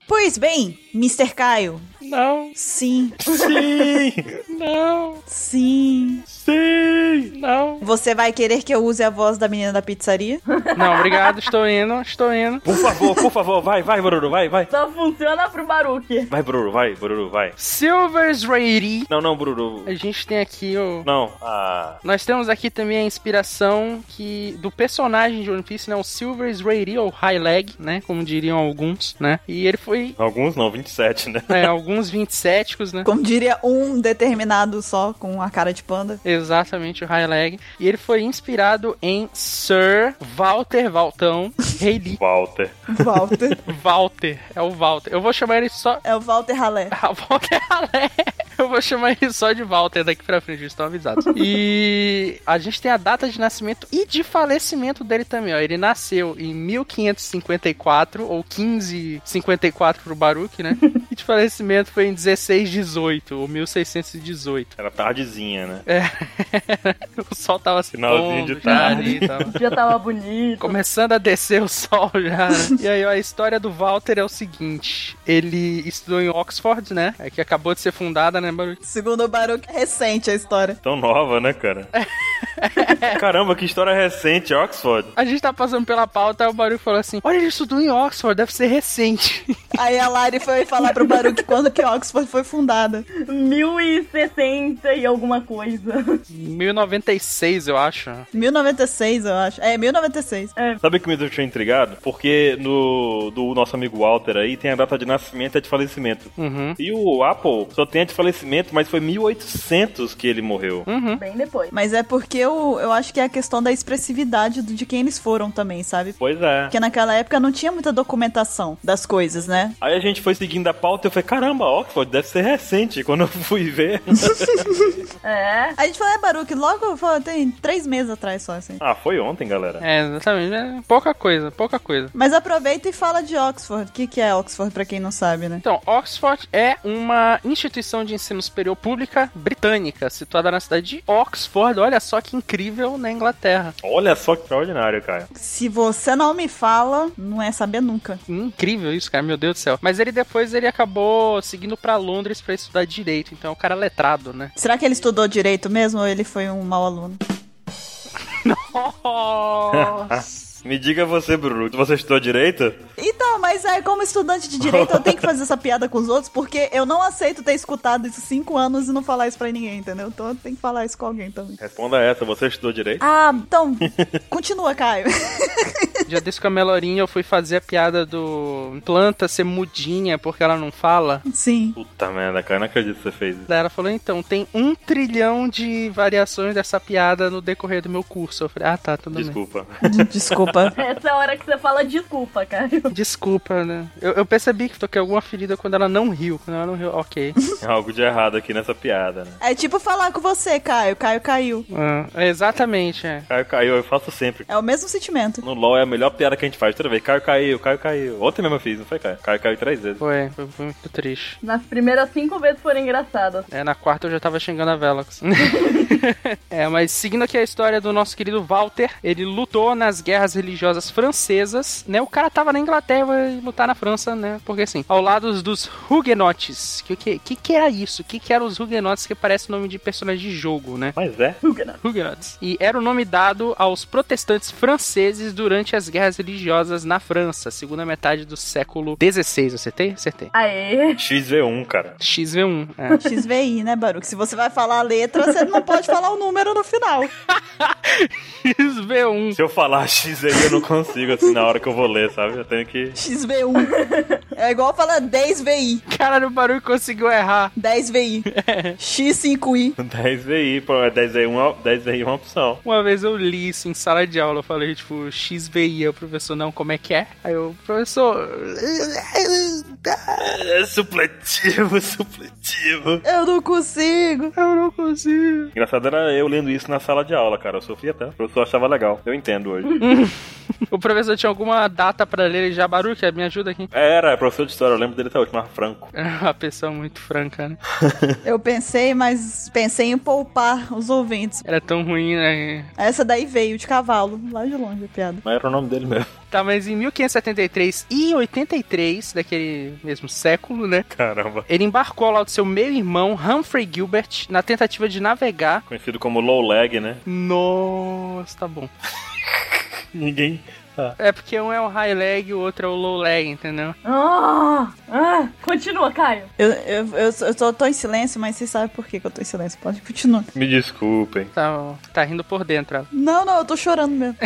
Pois bem, Mr. Caio.
Não,
Sim,
Sim!
não,
sim.
Sim!
não.
Você vai querer que eu use a voz da menina da pizzaria?
Não, obrigado, estou indo, estou indo.
Por favor, por favor, vai, vai, Bururu, vai, vai.
Só funciona pro Baruque.
Vai, Bururu, vai, Bururu, vai.
Silver's Rairi.
Não, não, Bururu.
A gente tem aqui o.
Não. Ah.
Nós temos aqui também a inspiração que do personagem de One Piece, né? O Silver's Rairi, ou High Leg, né? Como diriam alguns, né? E ele foi.
Alguns não, 27, né?
*laughs* É, alguns 27 né?
Como diria um determinado só com a cara de panda.
Exatamente, o High Leg. E ele foi inspirado em Sir Walter Valtão Reilly.
Walter.
Walter.
Walter, é o Walter. Eu vou chamar ele só. *laughs*
é o Walter Halé.
Walter Halé. Eu vou chamar ele só de Walter daqui pra frente, vocês estão avisados. E a gente tem a data de nascimento e de falecimento dele também, ó. Ele nasceu em 1554, ou 1554 pro Baruch, né? E de falecimento foi em 1618, ou 1618.
Era tardezinha, né?
É. *laughs* o sol tava se
Finalzinho de
pondo, já
tarde.
ali, tava-
Já tava bonito.
Começando a descer o *laughs* sol já. né? E aí, ó, a história do Walter é o seguinte: ele estudou em Oxford, né? É que acabou de ser fundada, né, Baruch?
Segundo o Baruch, é recente a história.
Tão nova, né, cara? Caramba, que história recente, Oxford.
A gente tá passando pela pauta, aí o Baruch falou assim: Olha, ele estudou em Oxford, deve ser recente. *laughs*
Aí a Lari foi falar pro Baruch quando que Oxford foi fundada.
1060 e alguma coisa.
1096, eu acho.
1096, eu acho. É, 1096.
Sabe o que me deixou intrigado? Porque no do nosso amigo Walter aí tem a data de nascimento e a de falecimento.
Uhum.
E o Apple só tem a de falecimento, mas foi 1800 que ele morreu.
Bem depois.
Mas é porque eu, eu acho que é a questão da expressividade do- de quem eles foram também, sabe?
Pois é.
Porque naquela época não tinha muita documentação das coisas, né?
Aí a gente foi seguindo a pauta e eu falei, caramba, Oxford deve ser recente. Quando eu fui ver.
É.
A gente falou, é Baruch, logo foi- tem três meses atrás só, assim.
ah, foi ontem, galera.
É, exatamente. É pouca coisa, pouca coisa.
Mas aproveita e fala de Oxford. O que, que é Oxford, pra quem não sabe, né?
Então, Oxford é uma instituição de ensino superior pública britânica, situada na cidade de Oxford, olha só que incrível, na Inglaterra.
Olha só que extraordinário, cara.
Se você não me fala, não é saber nunca.
Incrível isso, cara, meu Deus do céu. Mas ele depois ele acabou seguindo pra Londres pra estudar direito, então é um cara letrado, né?
Será que ele estudou direito mesmo ou ele foi um mau aluno?
Nossa.
Me diga você, Bruno, você estudou direito?
Então, mas é como estudante de direito, eu tenho que fazer essa piada com os outros, porque eu não aceito ter escutado isso cinco anos e não falar isso pra ninguém, entendeu? Então eu tenho que falar isso com alguém também.
Responda essa, você estudou direito?
Ah, então, *laughs* continua, Caio.
Já desse com a Melorinha, eu fui fazer a piada do planta ser mudinha porque ela não fala.
*laughs* Sim.
Puta merda, cara, não acredito que você fez isso.
Daí ela falou, então, tem um trilhão de variações dessa piada no decorrer do meu curso. Eu falei, ah tá, tudo bem.
Desculpa.
De- Desculpa.
Essa é a hora que você fala desculpa, cara.
Desculpa, né? Eu, eu percebi que toquei alguma ferida quando ela não riu. Quando ela não riu, ok.
Tem algo de errado aqui nessa piada, né?
É tipo falar com você, Caio. Caio caiu.
Ah, é exatamente, é.
Caio caiu, eu faço sempre.
É o mesmo sentimento.
No LOL é a melhor piada que a gente faz toda vez. Caio caiu, Caio caiu. Ontem mesmo eu fiz, não foi, Caio? Caio caiu três vezes.
Foi, foi, foi muito triste.
Nas primeiras cinco vezes foram engraçadas.
É, na quarta eu já tava xingando a Velox. *laughs* é, mas seguindo aqui a história do nosso querido Walter, ele lutou nas guerras religiosas francesas, né? O cara tava na Inglaterra e ia lutar na França, né? Porque assim, ao lado dos Huguenotes. Que que, que, que era isso? Que que eram os Huguenotes que parece nome de personagem de jogo, né?
Mas é.
Huguenots. E era o nome dado aos protestantes franceses durante as guerras religiosas na França, segunda metade do século XVI. Acertei? Acertei.
Aê.
XV1, cara.
XV1. É.
XVI, né, Baruque? Se você vai falar a letra, você não pode falar o número no final.
XV1.
Se eu falar *laughs* X aí, eu não consigo, assim, na hora que eu vou ler, sabe? Eu tenho que. *laughs*
XV1. É igual falar 10VI.
Cara, o barulho conseguiu errar.
10VI. X5I.
10VI, pô, é 10VI, uma, 10VI é uma opção.
Uma vez eu li isso em sala de aula, eu falei, tipo, XVI, aí o professor, não, como é que é? Aí eu, professor.
É supletivo, *laughs* supletivo.
Eu não consigo.
Eu não consigo.
Engraçado era eu lendo isso na sala de aula, cara. Eu sofria tanto. O professor achava legal. Eu entendo hoje.
O professor tinha alguma data pra ler já, Baruque? Me ajuda aqui. *laughs*
Era, professor de história, eu lembro dele até hoje, mas Franco.
Era uma pessoa muito franca, né?
Eu pensei, mas pensei em poupar os ouvintes.
Era tão ruim, né?
Essa daí veio de cavalo, lá de longe a piada.
Mas era o nome dele mesmo. *laughs*
Tá, mas em 1573 e 83, daquele mesmo século, né?
Caramba.
Ele embarcou ao lado do seu meio-irmão, Humphrey Gilbert, na tentativa de navegar.
Conhecido como low lag, né?
Nossa, tá bom.
Ninguém.
É porque um é o high leg e o outro é o low leg, entendeu?
Ah, ah. Continua, Caio.
Eu, eu, eu, eu tô, tô em silêncio, mas vocês sabem por que, que eu tô em silêncio. Pode continuar.
Me desculpem.
Tá, tá rindo por dentro. ela.
Não, não, eu tô chorando mesmo.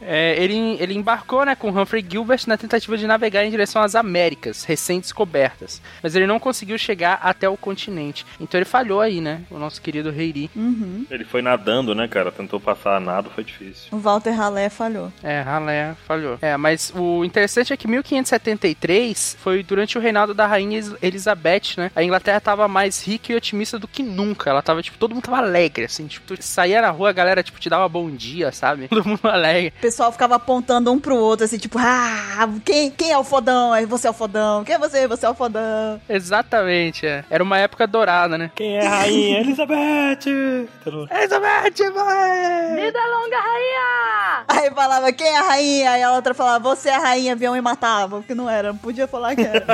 É, ele, ele embarcou né, com Humphrey Gilbert na tentativa de navegar em direção às Américas, recém-descobertas. Mas ele não conseguiu chegar até o continente. Então ele falhou aí, né? O nosso querido Reiri.
Uhum.
Ele foi nadando, né, cara? Tentou passar nada, foi difícil.
O Walter Ralé falhou.
É, Leia falhou. É, mas o interessante é que 1573 foi durante o reinado da rainha Elis- Elizabeth, né? A Inglaterra tava mais rica e otimista do que nunca. Ela tava, tipo, todo mundo tava alegre, assim. Tipo, tu saía na rua, a galera, tipo, te dava bom dia, sabe? *laughs* Todo mundo alegre.
O pessoal ficava apontando um pro outro, assim, tipo, ah, quem, quem é o fodão? Aí Você é o fodão. Quem é você? Você é o fodão.
Exatamente, é. Era uma época dourada, né?
Quem é a *laughs* rainha? Elizabeth! Todo mundo,
Elizabeth, vai!
Vida longa, rainha!
Aí falava, quem é a rainha? Aí a outra falava, você é a rainha, avião e matava. Porque não era, não podia falar que era.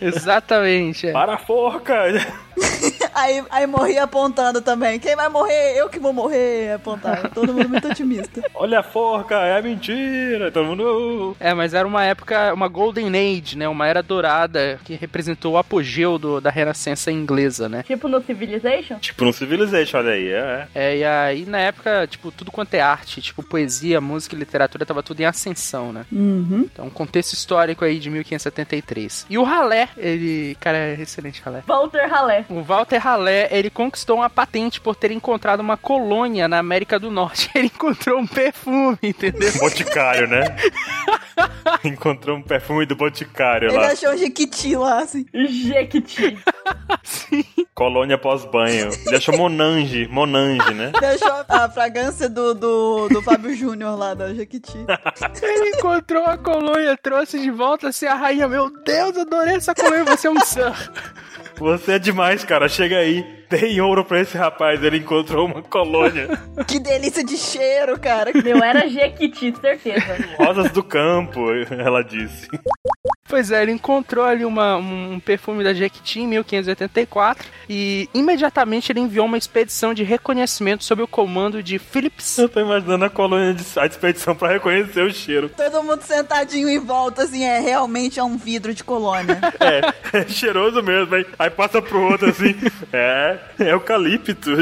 Exatamente, é.
Para a forca! *laughs*
aí, aí morria apontando também. Quem vai morrer? Eu que vou morrer. Apontava. Todo mundo muito otimista.
Olha a forca, é a mentira! Todo mundo. "Uh".
É, mas era uma época, uma Golden Age, né? Uma era dourada que representou o apogeu do- da Renascença inglesa, né?
Tipo no Civilization?
Tipo um Civilization, olha aí, é.
É, e aí na época, tipo, tudo quanto é arte, tipo, poesia, música e literatura, tava tudo em ascensão, né?
Uhum.
Então, contexto histórico aí de 1573. E o Halé, ele. Cara, é excelente Halé.
Walter Halé.
O Walter Halé, ele conquistou uma patente por ter encontrado uma colônia na América do Norte. *laughs* Ele encontrou um perfume, entendeu?
Um Boticário, *laughs* né? Encontrou um perfume do Boticário
Ele
lá.
achou um jequiti lá, assim.
Jequiti.
Sim.
Colônia pós-banho. Ele achou Monange, Monange, né?
Ele achou a- a fragrância do, do, do Fábio Júnior lá da Jequiti.
Ele encontrou a colônia, trouxe de volta assim a rainha. Meu Deus, adorei essa colônia, você é um sir.
Você é demais, cara. Chega aí. Tem ouro pra esse rapaz. Ele encontrou uma colônia.
Que delícia de cheiro, cara.
Meu, era Jequiti, certeza.
Rosas do campo, *laughs* ela disse.
Pois é, ele encontrou ali uma- um perfume da Jequiti em 1584 e imediatamente ele enviou uma expedição de reconhecimento sob o comando
*laughs*
de Phillips.
Eu tô imaginando a colônia de a expedição pra reconhecer o cheiro.
Todo mundo sentadinho em volta, assim, é realmente é um vidro de colônia.
É, *laughs* é cheiroso mesmo, aí, aí passa pro outro assim. *laughs* É, é eucalipto. *laughs*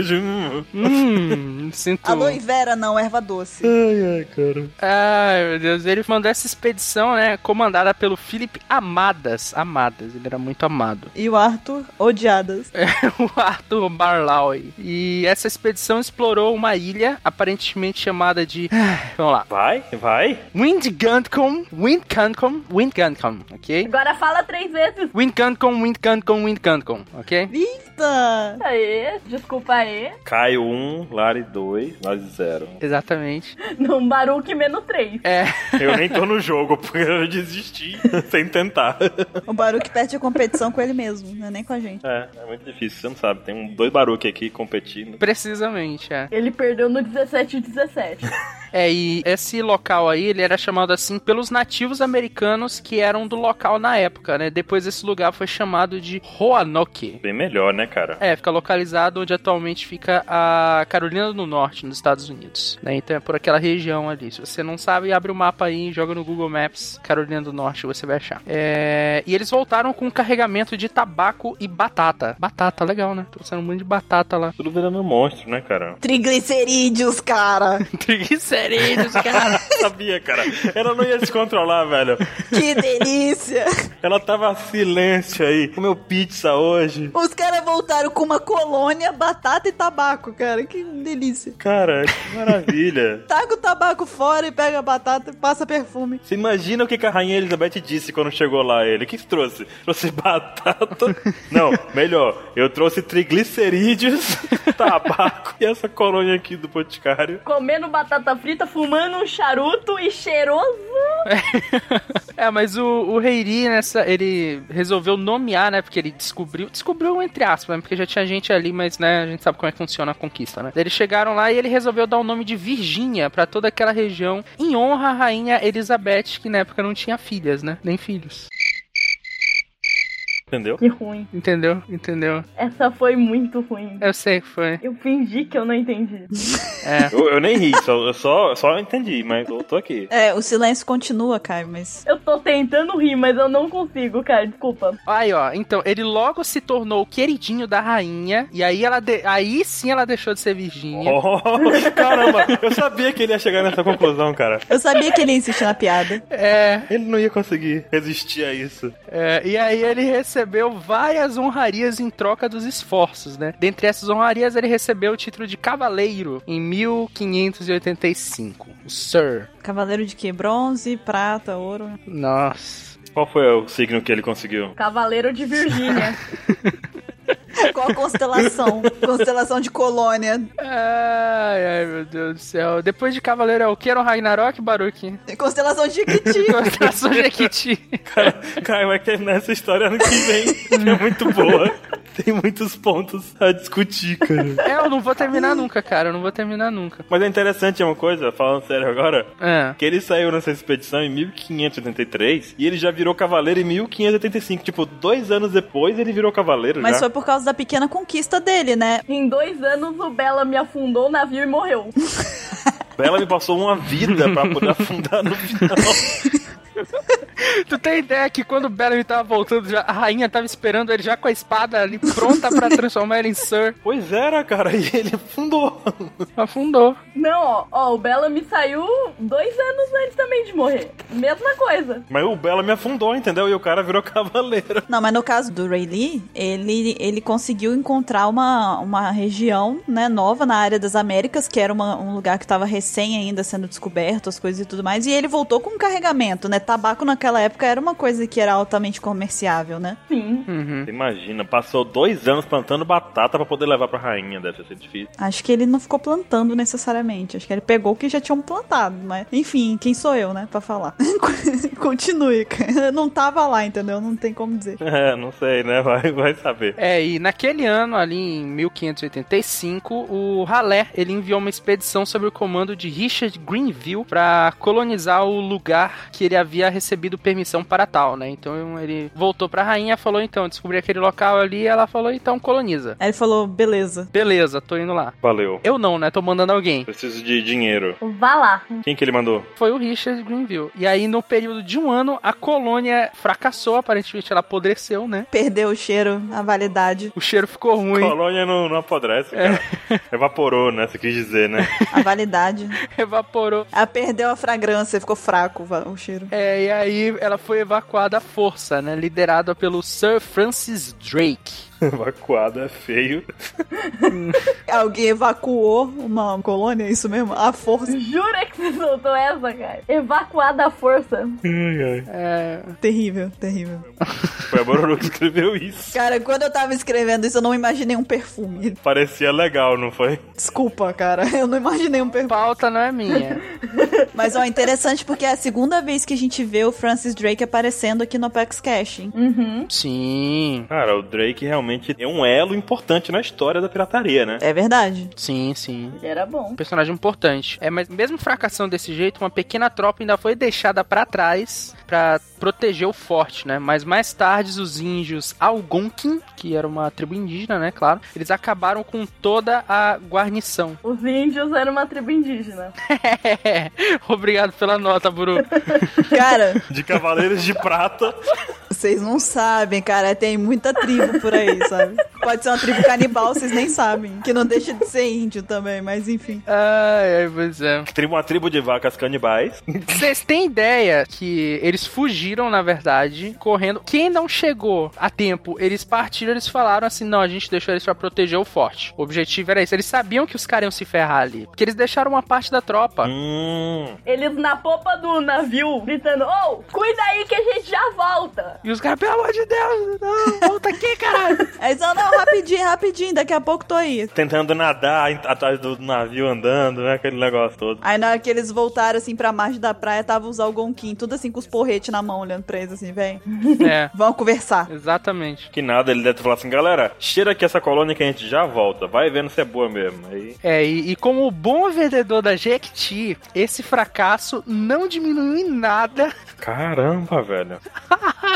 Hum.
Hum, sinto.
Aloe vera não, erva doce.
Ai, ai, cara.
Ai, meu Deus, ele mandou essa expedição, né, comandada pelo Philip Amadas. Amadas, ele era muito amado. *laughs* É,
E o Arthur, odiadas.
o Arthur Barlaui. E essa expedição explorou uma ilha aparentemente chamada de. *sighs* Vamos lá.
Vai, vai.
Windgancom, Windgancom, Windgancom, ok?
Agora fala três vezes.
Windgancom, Windgancom, Windgancom, ok?
Eita!
Aê, desculpa aí.
Caio 1, Lari 2, Lari 0.
Exatamente.
Num Baruque menos três.
É, *laughs*
Eu nem tô no jogo, *laughs* porque eu desisti sem *laughs* tentar.
O Baruque perde a competição com ele mesmo, não é nem com a gente.
É, é muito difícil, você não sabe. Tem um, dois Baruque aqui competindo.
precisamente, é.
Ele perdeu no 17 e 17.
É, e esse local aí, ele era chamado assim pelos nativos americanos que eram do local na época, né? Depois esse lugar foi chamado de Roanoke.
Bem melhor, né, cara?
É, fica localizado onde atualmente fica a Carolina do Norte, nos Estados Unidos. né? Então é por aquela região ali. Se você não sabe, abre o mapa aí, joga no Google Maps, Carolina do Norte, você vai achar. É, E eles voltaram com um carregamento de tabaco e batata. Batata, legal, né? Trouxeram um monte de batata lá. *laughs*
Tudo virando um monstro, né, cara?
Triglicerídeos, cara!
Triglicerídeos, cara.
Sabia, cara. Ela não ia se controlar, velho.
Que delícia!
Ela tava silêncio aí. Comeu pizza hoje.
Os caras voltaram com uma colônia, batata e tabaco, cara. Que delícia.
Cara, que maravilha.
Taca o tabaco fora e pega a batata e passa perfume.
*laughs* Você imagina o que que a rainha Elizabeth disse quando chegou lá ele? O que que trouxe? Trouxe *laughs* batata. Não, melhor, eu trouxe triglicerídeos, *laughs* tabaco e essa colônia aqui do Boticário.
Comendo batata frita, fumando um charuto e cheiroso.
É, mas o, o Reiri, nessa, ele resolveu nomear, né? Porque ele descobriu. Descobriu, entre aspas, né, porque já tinha gente ali, mas, né, a gente sabe como é que funciona a conquista, né? Eles chegaram lá e ele resolveu dar o nome de Virgínia pra toda aquela região, em honra à rainha Elizabeth, que na época não tinha filhas, né? Nem filhos.
Entendeu?
Que ruim.
Entendeu? Entendeu?
Essa foi muito ruim.
Eu sei que foi.
Eu fingi que eu não entendi.
É.
Eu, eu nem ri, só, eu só, só entendi, mas eu tô *laughs* aqui.
É, o silêncio continua, Caio, mas.
Eu tô tentando rir, mas eu não consigo, cara. Desculpa.
Aí, ó. Então, ele logo se tornou o queridinho da rainha. E aí ela de- aí sim ela deixou de ser Virgínia.
Oh, caramba, eu sabia que ele ia chegar nessa conclusão, cara.
Eu sabia que ele ia insistir na piada.
É.
Ele não ia conseguir resistir a isso.
É, e aí ele recebeu recebeu várias honrarias em troca dos esforços, né? Dentre essas honrarias, ele recebeu o título de cavaleiro em 1585. O Sir.
Cavaleiro de que? Bronze, prata, ouro.
Nossa.
Qual foi o signo que ele conseguiu?
Cavaleiro de Virgínia.
Qual a constelação? constelação de colônia.
Ai, ai, meu Deus do céu. Depois de Cavaleiro é o que? Era o Ragnarok, Baruki?
Constelação de Jequiti.
*laughs* Constelação Jequiti.
Cara, cara, vai terminar essa história ano que vem, que é muito boa. Tem muitos pontos a discutir, cara.
É, eu não vou terminar nunca, cara. Eu não vou terminar nunca.
Mas é interessante uma coisa, falando sério agora,
É.
que ele saiu nessa expedição em 1583 e ele já virou cavaleiro em 1585. Tipo, dois anos depois ele virou cavaleiro
Mas
já.
foi por causa da pequena conquista dele, né?
em dois anos, o Bella me afundou o navio e morreu.
Bela me passou uma vida pra poder afundar no final.
Tu tem ideia que quando o Bellamy tava voltando, já- a rainha tava esperando ele já com a espada ali pronta pra transformar ele em Sir.
Pois era, cara, e ele afundou.
Afundou.
Não, ó, ó, o Bella me saiu dois anos antes também de morrer. Mesma coisa.
Mas o Bela me afundou, entendeu? E o cara virou cavaleiro.
Não, mas no caso do Ray Lee, ele, ele conseguiu encontrar uma, uma região né, nova na área das Américas, que era uma- um lugar que estava recém ainda sendo descoberto, as coisas e tudo mais, e ele voltou com um carregamento, né? Tabaco naquela época era uma coisa que era altamente comerciável, né?
Sim.
Imagina, passou dois anos plantando batata pra poder levar pra rainha, deve ser difícil.
Acho que ele não ficou plantando necessariamente, acho que ele pegou o que já tinham plantado, mas enfim, quem sou eu, né, pra falar? *laughs* Continue, *laughs* cara. Eu não tava lá, entendeu? Não tem como dizer.
É, não sei, né? *laughs* Vai, vai saber.
É, e naquele ano, ali em 1585, o Halé, ele enviou uma expedição sob o comando de Richard Greenville pra colonizar o lugar que ele havia recebido permissão para tal, né? Então ele voltou pra rainha, falou então, descobri aquele local ali, ela falou então coloniza.
Aí ele falou, beleza.
Beleza, tô indo lá.
Valeu.
Eu não, né? Tô mandando alguém.
Preciso de dinheiro.
Vá lá.
Quem que ele mandou?
Foi o Richard Greenville. E aí, no período de um ano, a colônia fracassou, aparentemente ela apodreceu, né?
Perdeu o cheiro, a validade.
O cheiro ficou ruim,
Colônia não, não apodrece, cara. Evaporou, né? Você quis dizer, né?
A validade. *laughs*
*laughs* evaporou.
Ah, perdeu a fragrância, ficou fraco o va- o cheiro.
É, e aí ela foi evacuada à força, né? Liderada pelo Sir Francis Drake.
Evacuado é feio.
Alguém evacuou uma colônia, é isso mesmo? A força
Jura que você soltou essa, cara? Evacuada à força.
É,
terrível, terrível.
Foi a Bororo que escreveu isso.
Cara, quando eu tava escrevendo isso, eu não imaginei um perfume.
Parecia legal, não foi?
Desculpa, cara, *laughs* eu não imaginei um perfume.
pauta não é minha.
Mas, ó, interessante porque é a segunda vez que a gente vê o Francis Drake aparecendo aqui no Apex Cash. hein?
Uhum.
Sim,
Cara, o Drake realmente é um elo importante na história da pirataria, né?
É verdade.
sim, sim.
Ele era bom.
Um personagem importante. É, mas mesmo fracassando desse jeito, uma pequena tropa ainda foi deixada pra trás pra proteger o forte, né? Mas mais tarde os índios Algonquin, que era uma tribo indígena, né, claro, eles acabaram com toda a guarnição. *laughs*
Os índios eram uma tribo indígena.
Obrigado pela nota, Buru.
Cara,
De Cavaleiros de Prata.
*laughs* vocês não sabem, cara, tem muita tribo por aí, sabe? Pode ser uma tribo canibal, vocês nem sabem. Que não deixa de ser índio também, mas enfim.
Ai, ai, pois é.
Tribo, uma tribo de vacas canibais.
Vocês têm ideia que eles fugiram, na verdade, correndo. Quem não chegou a tempo, eles partiram, eles falaram assim: não, a gente deixou eles pra proteger o forte. O objetivo era esse. Eles sabiam que os caras iam se ferrar ali. Porque eles deixaram uma parte da tropa.
Hum.
Eles na popa do navio, gritando, ô, cuida aí que a gente já volta.
E os caras, pelo amor de Deus, não, volta aqui,
*laughs*
caralho.
Aí só, não, rapidinho, rapidinho, daqui a pouco tô aí.
Tentando nadar em- atrás do navio andando, né? Aquele negócio todo.
Aí na hora que eles voltaram, assim, pra margem da praia, tava os algonquim, tudo assim, com os porretes na mão, olhando pra eles, assim, vem,
é,
vamos conversar.
exatamente.
Que nada, ele deve falar assim, galera, cheira aqui essa colônia que a gente já volta. Vai vendo se é boa mesmo. Aí.
É, e, e como o bom vendedor da Jequiti, esse fracasso não diminui em nada. *laughs*
Caramba, velho.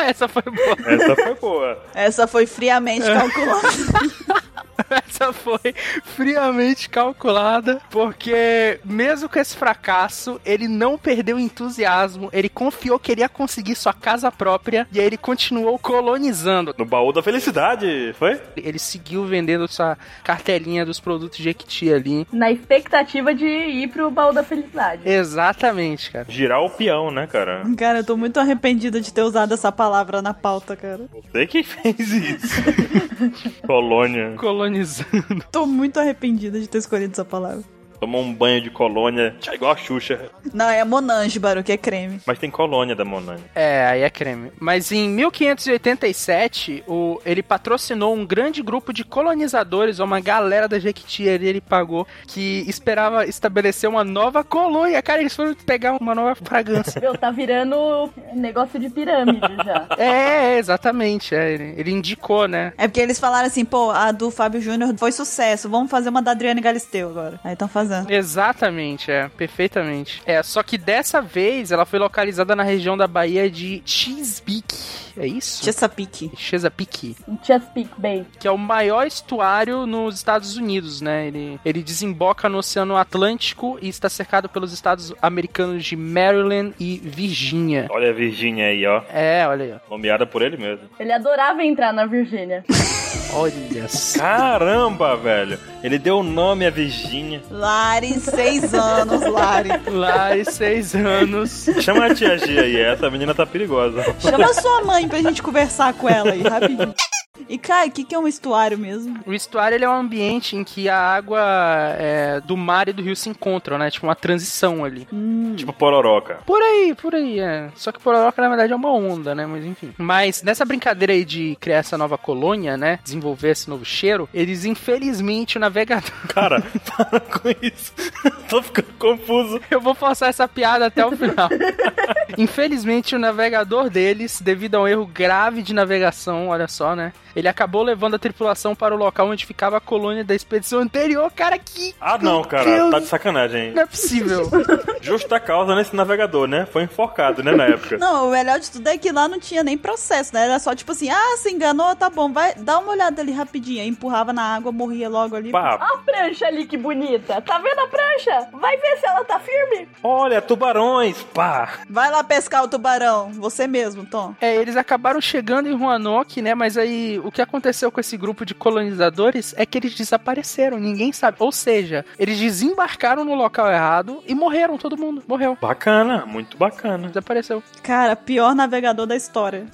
Essa foi boa.
Essa foi boa.
Essa foi friamente calculada.
*laughs* Essa foi friamente calculada, porque mesmo com esse fracasso, ele não perdeu o entusiasmo, ele confiou que ele ia conseguir sua casa própria e aí ele continuou colonizando.
No baú da felicidade, foi?
Ele seguiu vendendo sua cartelinha dos produtos de Equiti ali.
Na expectativa de ir pro baú da felicidade.
Exatamente, cara.
Girar o peão, né, cara?
*laughs* Cara, eu tô muito arrependida de ter usado essa palavra na pauta, cara.
Você que fez isso. Colônia.
Colonizando.
Tô muito arrependida de ter escolhido essa palavra.
Tomou um banho de colônia. Tchá, igual a Xuxa.
Não, é Monange, Baru, que é creme.
Mas tem colônia da Monani.
É, aí é creme. Mas em 1587, o, ele patrocinou um grande grupo de colonizadores, uma galera da Jequitia ali, ele pagou, que esperava estabelecer uma nova colônia. Cara, eles foram pegar uma nova
*laughs*
fragrância.
Meu, tá virando negócio de pirâmide já.
é, é, exatamente. é, ele, ele indicou, né?
É porque eles falaram assim, pô, a do Fábio Júnior foi sucesso, vamos fazer uma da Adriana Galisteu agora. Aí estão fazendo.
Exatamente, é, perfeitamente. É, só que dessa vez ela foi localizada na região da Bahia de Chesapeake. É isso?
Chesapeake.
Chesapeake,
Em Chesapeake Bay.
que é o maior estuário nos Estados Unidos, né? Ele, ele desemboca no Oceano Atlântico e está cercado pelos estados americanos de Maryland e Virgínia.
Olha a Virgínia aí, ó.
É, olha aí, ó.
Nomeada por ele mesmo.
Ele adorava entrar na Virgínia.
Olha só.
Caramba, velho. Ele deu o nome à Virgínia.
Lari, seis anos, Lari.
Lá e seis anos.
Chama a tia G aí, essa menina tá perigosa.
Chama sua mãe pra gente conversar com ela aí, rapidinho. E, cara, o que, que é um estuário mesmo?
O estuário ele é um ambiente em que a água é, do mar e do rio se encontram, né? Tipo uma transição ali.
Tipo pororoca.
Por aí, por aí, é. Só que Pororoca, na verdade, é uma onda, né? Mas enfim. Mas nessa brincadeira aí de criar essa nova colônia, né? Desenvolver esse novo cheiro, eles, infelizmente, o navegador.
Cara, *laughs* para com isso. *laughs* Tô ficando confuso.
Eu vou forçar essa piada até o final. infelizmente, o navegador deles, devido a um erro grave de navegação, olha só, né? Ele acabou levando a tripulação para o local onde ficava a colônia da expedição anterior. Cara, que.
Ah, não,
Meu
cara.
Deus,
Tá de sacanagem.
Não é possível.
Justa causa nesse navegador, né? Foi enforcado, né, na época.
Não, o melhor de tudo é que lá não tinha nem processo, né? Era só tipo assim, ah, se enganou, tá bom, vai, dá uma olhada ali rapidinho. Aí empurrava na água, morria logo ali.
Pá,
Olha a prancha ali que bonita. Tá vendo a prancha? Vai ver se ela tá firme.
olha, tubarões, pá.
Vai lá pescar o tubarão, você mesmo, Tom.
É, eles acabaram chegando em Roanoke, né? Mas aí o que aconteceu com esse grupo de colonizadores é que eles desapareceram, ninguém sabe. Ou seja, eles desembarcaram no local errado e morreram, todo mundo morreu.
Bacana, muito bacana.
Desapareceu.
Cara, pior navegador da história.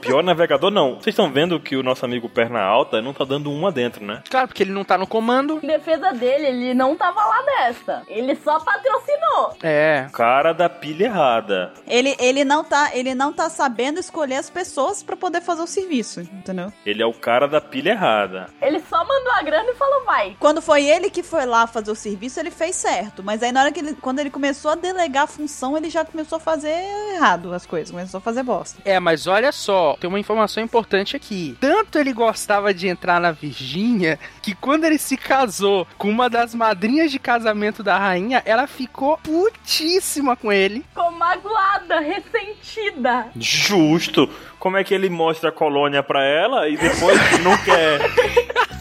Pior navegador, não. Vocês estão vendo que o nosso amigo Perna Alta não tá dando uma dentro, né?
Claro, porque ele não tá no comando.
Em defesa dele, ele não tava lá nessa. Ele só patrocinou.
É.
Cara da pilha errada.
Ele, ele, não tá, ele não tá sabendo escolher as pessoas pra poder fazer o serviço, entendeu?
Ele é o cara da pilha errada.
Ele só mandou a grana e falou vai.
Quando foi ele que foi lá fazer o serviço, ele fez certo. Mas aí na hora que ele. Quando ele começou a delegar a função, ele já começou a fazer errado as coisas, começou a fazer bosta.
É, mas olha só, tem uma informação importante aqui. Tanto ele gostava de entrar na Virgínia que quando ele se casou com uma das madrinhas de casamento da rainha, ela ficou putíssima com ele.
Ficou magoada, ressentida.
Justo. Como é que ele mostra a colônia pra ela e depois não quer?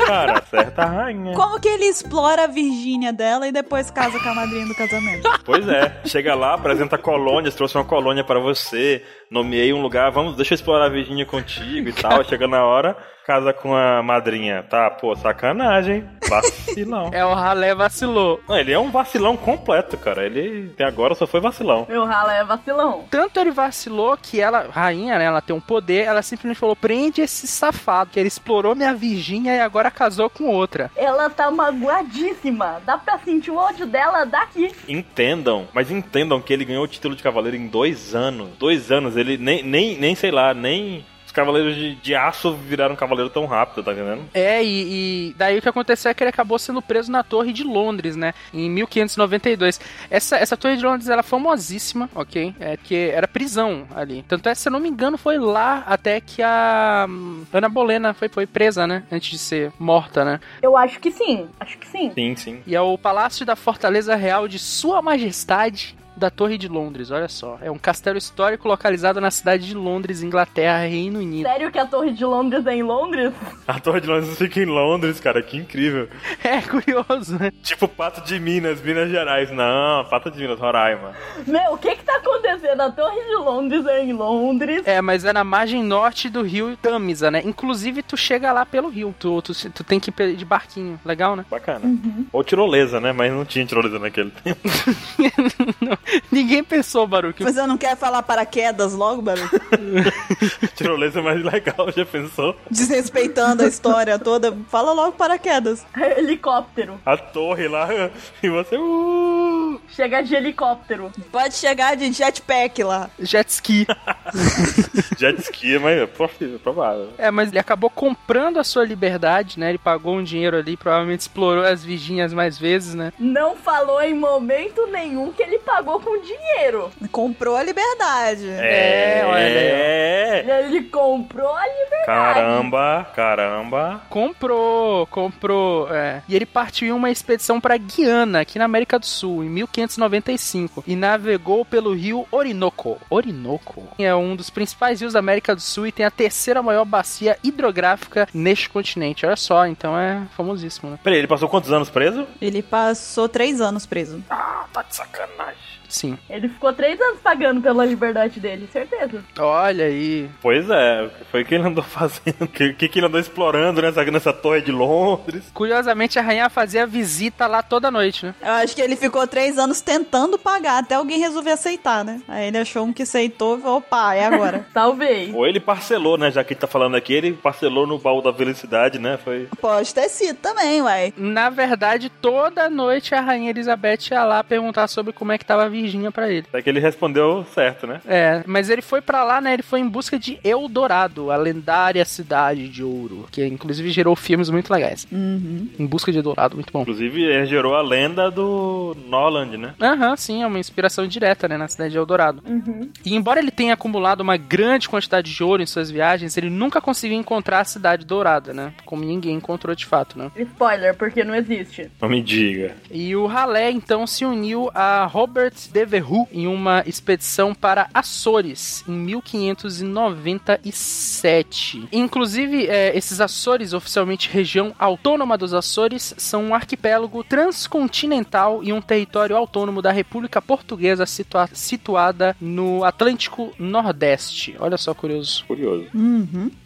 Cara, certa a rainha.
Como que ele explora a Virgínia dela e depois casa com a madrinha do casamento?
Pois é. Chega lá, apresenta colônias, trouxe uma colônia pra você, nomeei um lugar, vamos, deixa eu explorar a Virgínia contigo e tal. Chega na hora, casa com a madrinha. Tá, pô, sacanagem. Vacilão.
É, o ralé vacilou.
Não, ele é um vacilão completo, cara. Ele até agora só foi vacilão.
Meu rala é vacilão.
Tanto ele vacilou que ela, rainha, né? Ela tem um poder, ela simplesmente falou: prende esse safado, que ele explorou minha virgínia e agora casou com outra.
Ela tá magoadíssima. Dá pra sentir o ódio dela daqui.
Entendam, mas entendam que ele ganhou o título de cavaleiro em dois anos. Dois anos, ele nem, nem, nem sei lá, nem os cavaleiros de, de aço viraram cavaleiro tão rápido, tá entendendo?
É, e, e daí o que aconteceu é que ele acabou sendo preso na Torre de Londres, né? Em 1592. Essa, essa Torre de Londres era famosíssima, ok? É que era prisão ali. Tanto é, se eu não me engano, foi lá até que a hum, Ana Bolena foi, foi presa, né? Antes de ser morta, né?
Eu acho que sim. Acho que sim.
Sim, sim.
E é o Palácio da Fortaleza Real de Sua Majestade. da Torre de Londres, olha só. É um castelo histórico localizado na cidade de Londres, Inglaterra, Reino Unido. *laughs*
Sério que a Torre de Londres é em Londres?
A Torre de Londres fica em Londres, cara, que incrível.
É curioso, né?
Tipo Pato de Minas, Minas Gerais. Não, Pato de Minas, Roraima.
Meu, o que que tá acontecendo? A Torre de Londres é em Londres.
É, mas é na margem norte do rio Tamisa, né? Inclusive, tu chega lá pelo rio. Tu, tu, tu tem que ir pe- de barquinho. Legal, né? *laughs*
Bacana. Ou tirolesa, né? Mas não tinha tirolesa naquele tempo. *laughs*
Não, ninguém pensou, Baruque.
Mas eu não quero falar paraquedas logo, Baru?
tirolesa é mais legal, *laughs* já pensou?
Desrespeitando a história toda. Fala logo paraquedas.
Helicóptero.
A torre lá *laughs* e você. Uh,
Chega de helicóptero.
Pode chegar de jetpack lá.
Jet ski.
jet ski, mas é possível, provável.
É, mas ele acabou comprando a sua liberdade, né? Ele pagou um dinheiro ali, provavelmente explorou as virginhas mais vezes, né?
Não falou em momento nenhum que ele pagou com dinheiro.
Comprou a liberdade.
É, olha aí, ó.
é.
Ele comprou a liberdade.
Caramba, caramba.
Comprou, comprou, é. E ele partiu em uma expedição pra Guiana, aqui na América do Sul, em 1595, e navegou pelo rio Orinoco. Orinoco é um dos principais rios da América do Sul e tem a terceira maior bacia hidrográfica neste continente. Olha só, então é famosíssimo, né?
Peraí, ele passou quantos anos preso?
Ele passou três anos preso.
Ah, tá de sacanagem.
Sim.
Ele ficou três anos pagando pela liberdade dele, certeza.
Olha aí.
Pois é, o que foi que ele andou *laughs* fazendo? O que, que que ele andou explorando nessa, nessa torre de Londres?
Curiosamente, a rainha fazia visita lá toda noite, né?
Eu acho que ele ficou três anos tentando pagar, até alguém resolver aceitar, né? Aí ele achou um que aceitou e falou, opa, é agora. *laughs*
Talvez.
Ou ele parcelou, né? Já que ele tá falando aqui, ele parcelou no baú da felicidade, né? Foi.
Pode ter sido também, uai.
Na verdade, toda noite a rainha Elizabeth ia lá perguntar sobre como é que tava a Virgínia pra ele.
Até É que ele respondeu certo, né?
É, mas ele foi pra lá, né? Ele foi em busca de Eldorado, a lendária cidade de ouro, que inclusive gerou filmes muito legais. Em busca de Eldorado, muito bom.
Inclusive, ele gerou a lenda do Noland, né?
Aham, sim, é uma inspiração direta, né, na cidade de Eldorado. E embora ele tenha acumulado uma grande quantidade de ouro em suas viagens, ele nunca conseguiu encontrar a cidade dourada, né? Como ninguém encontrou de fato, né?
Spoiler, porque não existe.
Não me diga.
E o Halé então se uniu a Robert de Verru em uma expedição para Açores em 1597. Inclusive, é, esses Açores, oficialmente região autônoma dos Açores, são um arquipélago transcontinental e um território autônomo da República Portuguesa situa- situada no Atlântico Nordeste. Olha só, curioso.
Curioso.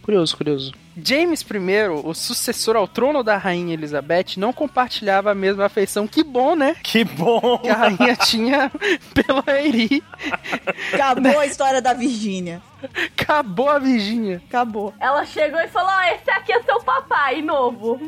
Curioso, curioso. James I, o sucessor ao trono da rainha Elizabeth, não compartilhava a mesma afeição. Que bom, né?
Que bom!
que a rainha tinha pela Eri.
Acabou a história da Virgínia.
Acabou a Virgínia.
Acabou.
Ela chegou e falou: Ó, esse aqui é seu papai novo.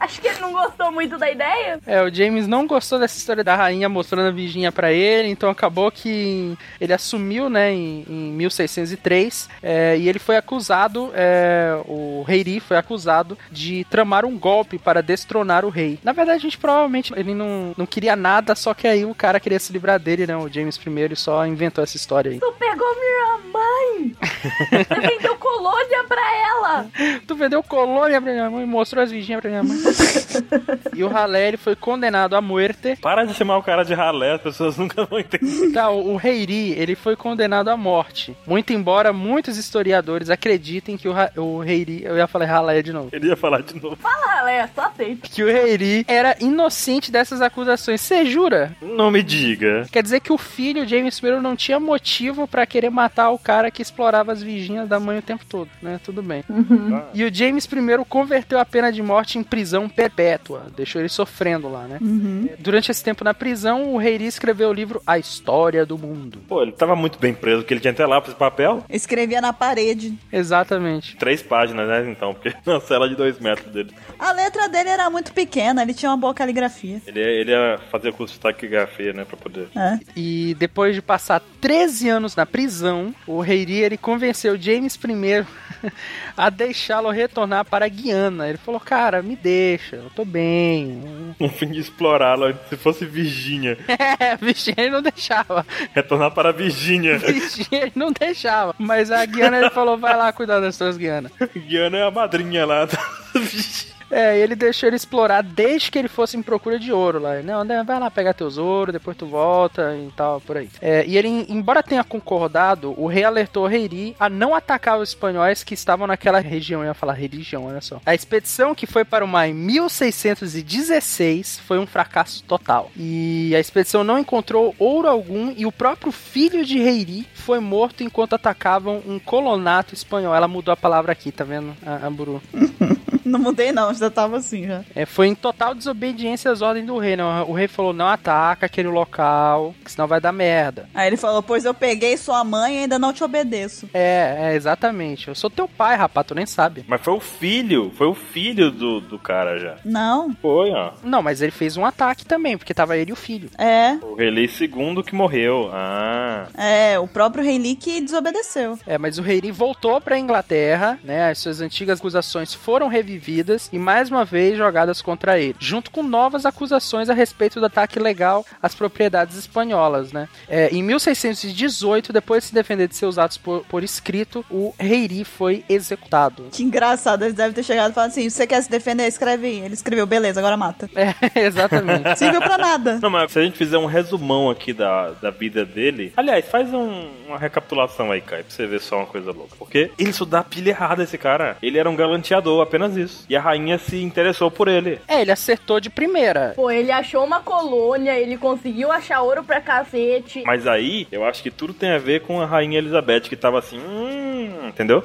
Acho que ele não gostou muito da ideia.
É, o James não gostou dessa história da rainha mostrando a Virgínia pra ele, então acabou que ele assumiu, né, em, em 1603, é, e ele foi acusado, é, o rei Ri foi acusado de tramar um golpe para destronar o rei. Na verdade, a gente provavelmente, ele não, não queria nada, só que aí o cara queria se livrar dele, né, o James I só inventou essa história aí.
Tu pegou minha mãe! Você vendeu colônia pra ela!
Tu vendeu colônia pra minha mãe, mostrou as virginhas pra minha mãe. e o Halé, ele foi condenado à morte.
Para de chamar o cara de ralé, as pessoas nunca vão entender.
Tá, o o Reiri, ele foi condenado à morte. Muito embora muitos historiadores acreditem que o, Ra- o Reiri... Eu ia falar Halé de novo.
Ele ia falar de novo.
Fala, Lé, é só aceita.
Que o Reiri era inocente dessas acusações. Você jura?
Não me diga.
Quer dizer que o filho, James I, não tinha motivo pra querer matar o cara que explorava as virginhas da mãe o tempo todo, né? Tudo bem. E o James I converteu a pena de morte em prisão perpétua. Deixou ele sofrendo lá, né? Durante esse tempo na prisão, o Reiri escreveu o livro A História do Mundo.
Pô, ele tava muito bem preso, porque ele tinha até lá pra esse papel.
Escrevia na parede.
Exatamente.
Três páginas, né? Então, porque *laughs* na cela de dois metros dele.
A letra dele era muito pequena, ele tinha uma boa caligrafia.
Ele, ia- ele ia fazer curso de taquigrafia, né? Pra poder. *laughs*
É. *laughs*
E depois de passar 13 anos na prisão, o Reiri ele convenceu James I *laughs* a deixá-lo retornar para a Guiana. Ele falou: "Cara, me deixa, eu tô bem".
No um fim de explorá-lo, se fosse Virgínia,
*laughs* É, Virgínia ele não deixava.
retornar para Virgínia. *laughs*
Virgínia ele não deixava. Mas a Guiana ele falou: "Vai lá cuidar das suas Guianas".
Guiana é a madrinha lá da *laughs* Virgínia.
É, ele deixou ele explorar desde que ele fosse em procura de ouro lá. Não, né, vai lá pegar teus ouro, depois tu volta e tal, por aí. É, e ele, embora tenha concordado, o rei alertou Reiri a não atacar os espanhóis que estavam naquela região. Eu ia falar religião, olha só. A expedição que foi para o mar em 1616 foi um fracasso total. E a expedição não encontrou ouro algum e o próprio filho de Reiri foi morto enquanto atacavam um colonato espanhol. Ela mudou a palavra aqui, tá vendo, a- Amburu?
Não mudei, não, já tava assim já.
É, foi em total desobediência às ordens do rei, né? O rei falou, não ataca aquele local, que senão vai dar merda.
Aí ele falou: Pois eu peguei sua mãe e ainda não te obedeço.
É, é, exatamente. Eu sou teu pai, rapaz, tu nem sabe.
Mas foi o filho, foi o filho do, do cara já.
Não,
Foi, ó.
Não, mas ele fez um ataque também, porque tava ele e o filho.
é.
O Relei II que morreu. Ah.
É, o próprio Rei Lee que desobedeceu.
É, mas o Reiri voltou pra Inglaterra, né? As suas antigas acusações foram revividas e mais uma vez jogadas contra ele, junto com novas acusações a respeito do ataque legal às propriedades espanholas, né? É, em 1618, depois de se defender de seus atos por, por escrito, o Reiri foi executado.
Que engraçado, eles devem ter chegado e falado assim: Você quer se defender? Escreve aí. Ele escreveu: Beleza, agora mata.
É, *laughs* exatamente.
Serviu pra nada.
Não, mas se a gente fizer um resumão aqui da, da vida dele. Aliás, faz um- uma recapitulação aí, Kai, pra você ver só uma coisa louca. Porque ele só dá pilha errada, esse cara. Ele era um galanteador, apenas isso. E a rainha se interessou por ele.
É, ele acertou de primeira.
Pô, ele achou uma colônia, ele conseguiu achar ouro pra cacete.
Mas aí, eu acho que tudo tem a ver com a rainha Elizabeth, que tava assim, hum, entendeu?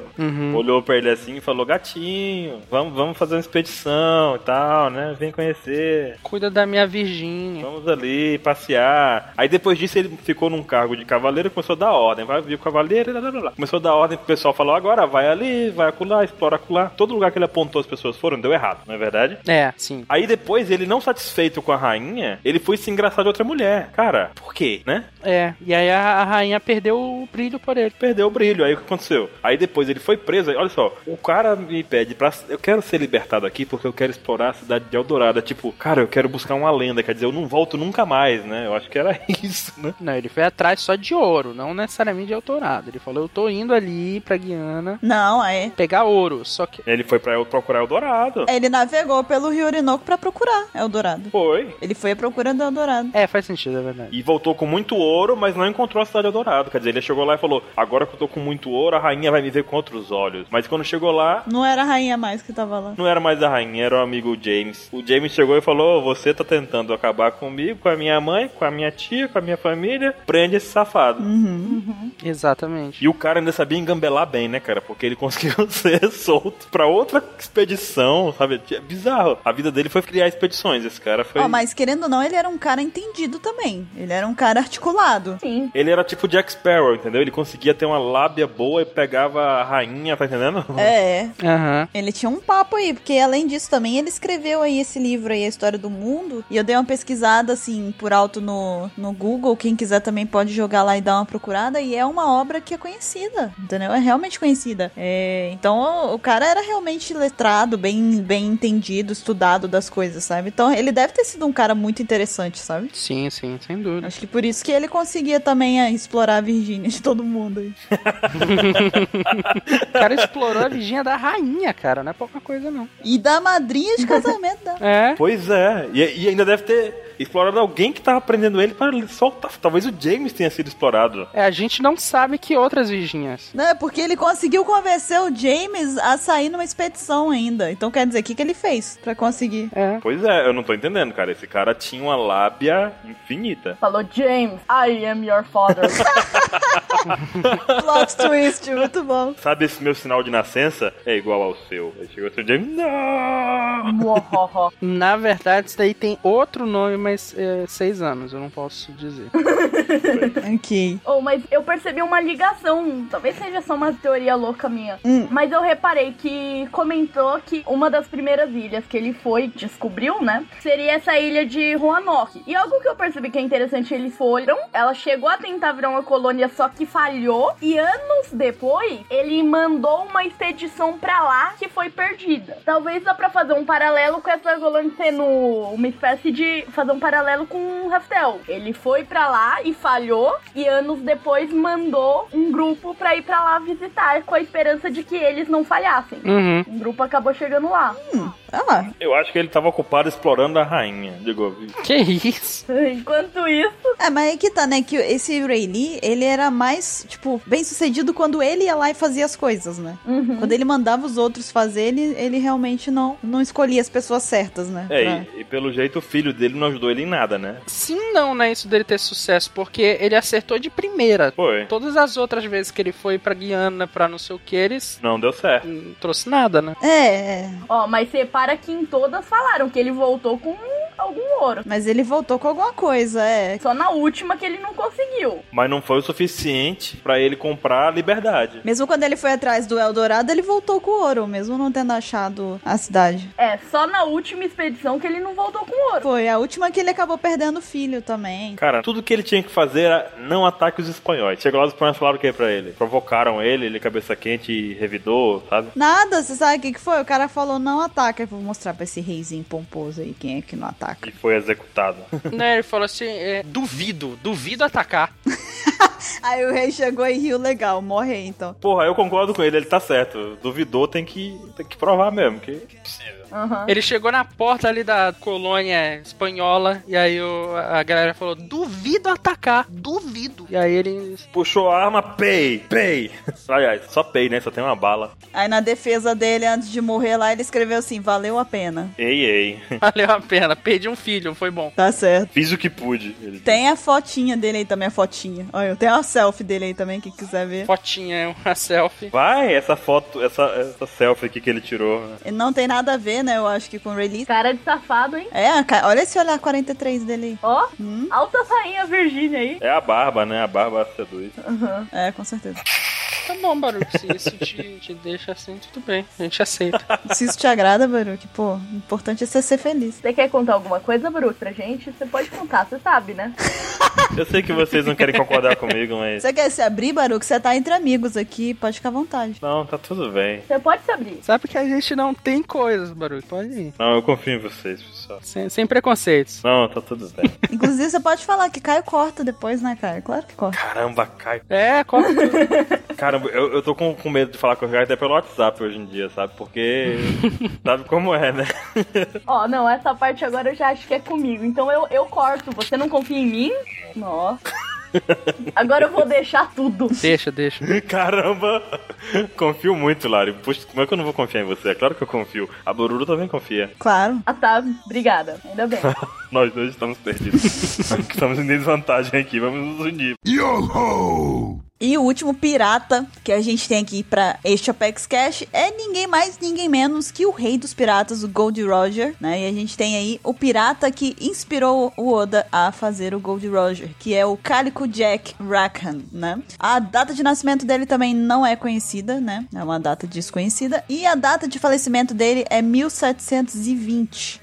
Olhou pra ele assim e falou, gatinho, vamos, vamos fazer uma expedição e tal, né? Vem conhecer.
Cuida da minha Virgínia.
Vamos ali passear. Aí depois disso ele ficou num cargo de cavaleiro e começou a dar ordem. Vai vir o cavaleiro, blá, blá, blá, blá. começou a dar ordem pro pessoal. Falou agora, vai ali, vai acular, explora acular. Todo lugar que ele apontou as pessoas foram, deu errado, não é verdade?
É, sim.
Aí depois, ele não satisfeito com a rainha, ele foi se engraçar de outra mulher. Cara, por quê, né?
É. E aí a, a rainha perdeu o brilho por ele.
Perdeu o brilho, aí o que aconteceu? Aí depois ele foi preso, aí, olha só, o cara me pede pra. Eu quero ser libertado aqui porque eu quero explorar a cidade de Eldorado. É Tipo, cara, eu quero buscar uma lenda, quer dizer, eu não volto nunca mais, né? Eu acho que era *laughs* isso, né?
Não, ele foi atrás só de ouro, não necessariamente de autorado. Ele falou: eu tô indo ali pra Guiana
Não, é.
pegar ouro. Só que.
Ele foi pra eu procurar Eldorado.
Ele navegou pelo Rio Orinoco pra procurar Eldorado.
Foi.
Ele foi à procura do Eldorado.
É, faz sentido, é verdade.
E voltou com muito ouro, mas não encontrou a cidade de Eldorado. Quer dizer, ele chegou lá e falou: Agora que eu tô com muito ouro, a rainha vai me ver com outros olhos. Mas quando chegou lá,
Não era a rainha mais que tava lá.
não era mais a rainha, era o amigo James. O James chegou e falou: Você tá tentando acabar comigo, com a minha mãe, com a minha tia, com a minha família. Prende esse safado.
Hum.
Exatamente.
E o cara ainda sabia engambelar bem, né, cara? Porque ele *laughs* conseguiu ser solto pra outra expedição, sabe? É bizarro. A vida dele foi criar expedições. Esse cara foi.
Ó, Ah, mas querendo ou não, ele era um cara entendido também. Ele era um cara articulado.
Sim.
Ele era tipo Jack Sparrow, entendeu? Ele conseguia ter uma lábia boa e pegava a rainha, tá entendendo?
É.
Aham.
Ele tinha um papo aí, porque além disso também ele escreveu aí esse livro aí, A História do Mundo. E eu dei uma pesquisada, assim, por alto no, no Google. Quem quiser também pode jogar lá e dar uma procurada. E é uma obra que é conhecida, entendeu? É realmente conhecida. É, então o- o cara era realmente letrado, bem, bem entendido, estudado das coisas, sabe? Então ele deve ter sido um cara muito interessante, sabe?
Sim, sim, sem dúvida.
Acho que por isso que ele conseguia também é, explorar a Virgínia de todo mundo aí.
O cara explorou a Virgínia da rainha, cara. Não é pouca coisa, não.
E da madrinha de casamento dela.
É.
*laughs* Pois é. E, e ainda deve ter explorado alguém que tava aprendendo ele para ele soltar. Talvez o James tenha sido explorado.
É, a gente não sabe que outras Virgínias.
Não, é porque ele conseguiu convencer o James a sair numa expedição ainda. Então quer dizer, o que, que ele fez pra conseguir?
É.
Pois é, eu não tô entendendo, cara. Esse cara tinha uma lábia infinita.
Falou, James, I am your father.
*laughs* Plot twist, muito bom.
Sabe esse meu sinal de nascença? É igual ao seu. Aí chegou o seu James. Não!
Muohoho.
Na verdade, isso daí tem outro nome, mas é, seis anos, eu não posso dizer.
Ok.
oh, mas eu percebi uma ligação. Talvez seja só uma teoria louca minha.
Hum.
Mas eu reparei que comentou que uma das primeiras ilhas que ele foi, descobriu, né? Seria essa ilha de Roanoke. E algo que eu percebi que é interessante, eles foram. Ela chegou a tentar virar uma colônia, só que falhou. E anos depois, ele mandou uma expedição pra lá que foi perdida. Talvez dá pra fazer um paralelo com essa colônia sendo uma espécie de. fazer um paralelo com o Raftel. Ele foi pra lá e falhou. E anos depois mandou um grupo pra ir pra lá visitar com a esperança de que eles não falhassem.
*laughs* Uhum.
Um grupo acabou chegando lá. *laughs*
Ah lá.
Eu acho que ele tava ocupado explorando a rainha. Digo,
Que isso?
Enquanto isso,
É, mas aí que tá, né? Que esse Ray Lee, ele era mais, tipo, bem sucedido quando ele ia lá e fazia as coisas, né? Quando ele mandava os outros fazer, ele, ele realmente não, não escolhia as pessoas certas, né?
é,
Pra-
e, e pelo jeito o filho dele não ajudou ele em nada, né?
Sim, não, né? Isso dele ter sucesso, porque ele acertou de primeira.
Foi.
Todas as outras vezes que ele foi pra Guiana, pra não sei o que, eles
Não deu certo.
não trouxe nada, *laughs* né?
É, é.
ó, mas separa que em todas falaram que ele voltou com algum ouro.
Mas ele voltou com alguma coisa, é.
Só na última que ele não conseguiu.
Mas não foi o suficiente pra ele comprar a liberdade.
Mesmo quando ele foi atrás do Eldorado, ele voltou com o ouro, mesmo não tendo achado a cidade.
É, só na última expedição que ele não voltou com ouro.
Foi a última que ele acabou perdendo o filho também.
Cara, tudo que ele tinha que fazer era não ataque os espanhóis. Chegou lá, os espanhóis falaram o que pra ele? Provocaram ele, ele cabeça quente e revidou, sabe?
Nada, você sabe o que, que foi? O cara falou, não ataca. Eu vou mostrar pra esse reizinho pomposo aí quem é que não ataca.
E foi executado.
né? Ele falou assim: é, duvido, duvido atacar.
Aí o rei chegou e riu legal, morre aí, então.
Porra, eu concordo com ele, ele tá certo. Duvidou, tem que, tem que provar mesmo. Que possível.
Aham.
Ele chegou na porta ali da colônia espanhola, e aí o- a galera falou: duvido atacar, duvido. E aí ele. *laughs*
Puxou a arma, pei, pei. *laughs* Aliás, só pei, né? Só tem uma bala.
Aí na defesa dele, antes de morrer lá, ele escreveu assim, valeu a pena.
Ei, ei. *laughs*
Valeu a pena, perdi um filho, foi bom.
Tá certo.
Fiz o que pude. Ele disse.
Tem a fotinha dele aí também, a fotinha. Olha, eu tenho a selfie dele aí também, quem quiser ver.
Fotinha, uma selfie.
Vai, essa foto, essa, essa selfie aqui que ele tirou. né?
Ele não tem nada a ver, né, eu acho que com o release.
Cara de safado, hein?
É, a ca- olha esse olhar 43 dele
Ó, alta rainha Virgínia aí.
É a barba, né? A barba seduz.
aí. É, com certeza.
Tá bom, Baruch, se isso te, te deixa assim, tudo bem, a gente aceita.
Se isso te agrada, Baruque, pô, o importante é você ser feliz.
Você quer contar alguma coisa, Bru, pra gente? Você pode contar, você sabe, né?
Eu sei que vocês não querem concordar comigo, mas.
Você quer se abrir, Baruque? Você tá entre amigos aqui, pode ficar à vontade.
Não, tá tudo bem.
Você pode se abrir.
*laughs* Sabe que a gente não tem coisas, Baruch, pode ir.
Não, eu confio em vocês, pessoal.
Sem, sem preconceitos.
Não, tá tudo bem.
Inclusive, você pode falar que Caio corta depois, né, Caio? Claro que corta.
Caramba, Caio.
É, qual *laughs*
Caramba, eu, eu tô com, com medo de falar com o Caio até pelo WhatsApp hoje em dia, sabe? Porque. sabe como é, né?
Ó, não, essa parte agora eu já acho que é comigo. Então eu, eu corto. Você não confia em mim? Nossa. Agora eu vou deixar tudo.
Deixa, deixa.
*laughs* Caramba! Confio muito, Lari. Puxa, como é que eu não vou confiar em você? É claro que eu confio. A Bururu também confia.
Claro.
Ah tá, obrigada. Ainda bem.
Nós dois estamos perdidos. estamos em desvantagem aqui, vamos nos unir.
E o último pirata que a gente tem aqui pra este Apex Cash é ninguém mais, ninguém menos que o rei dos piratas, o Gold Roger, né? E a gente tem aí o pirata que inspirou o Oda a fazer o Gold Roger, que é o Calico Jack Rackham, né? A data de nascimento dele também não é conhecida, né? É uma data desconhecida. E a data de falecimento dele é 1720.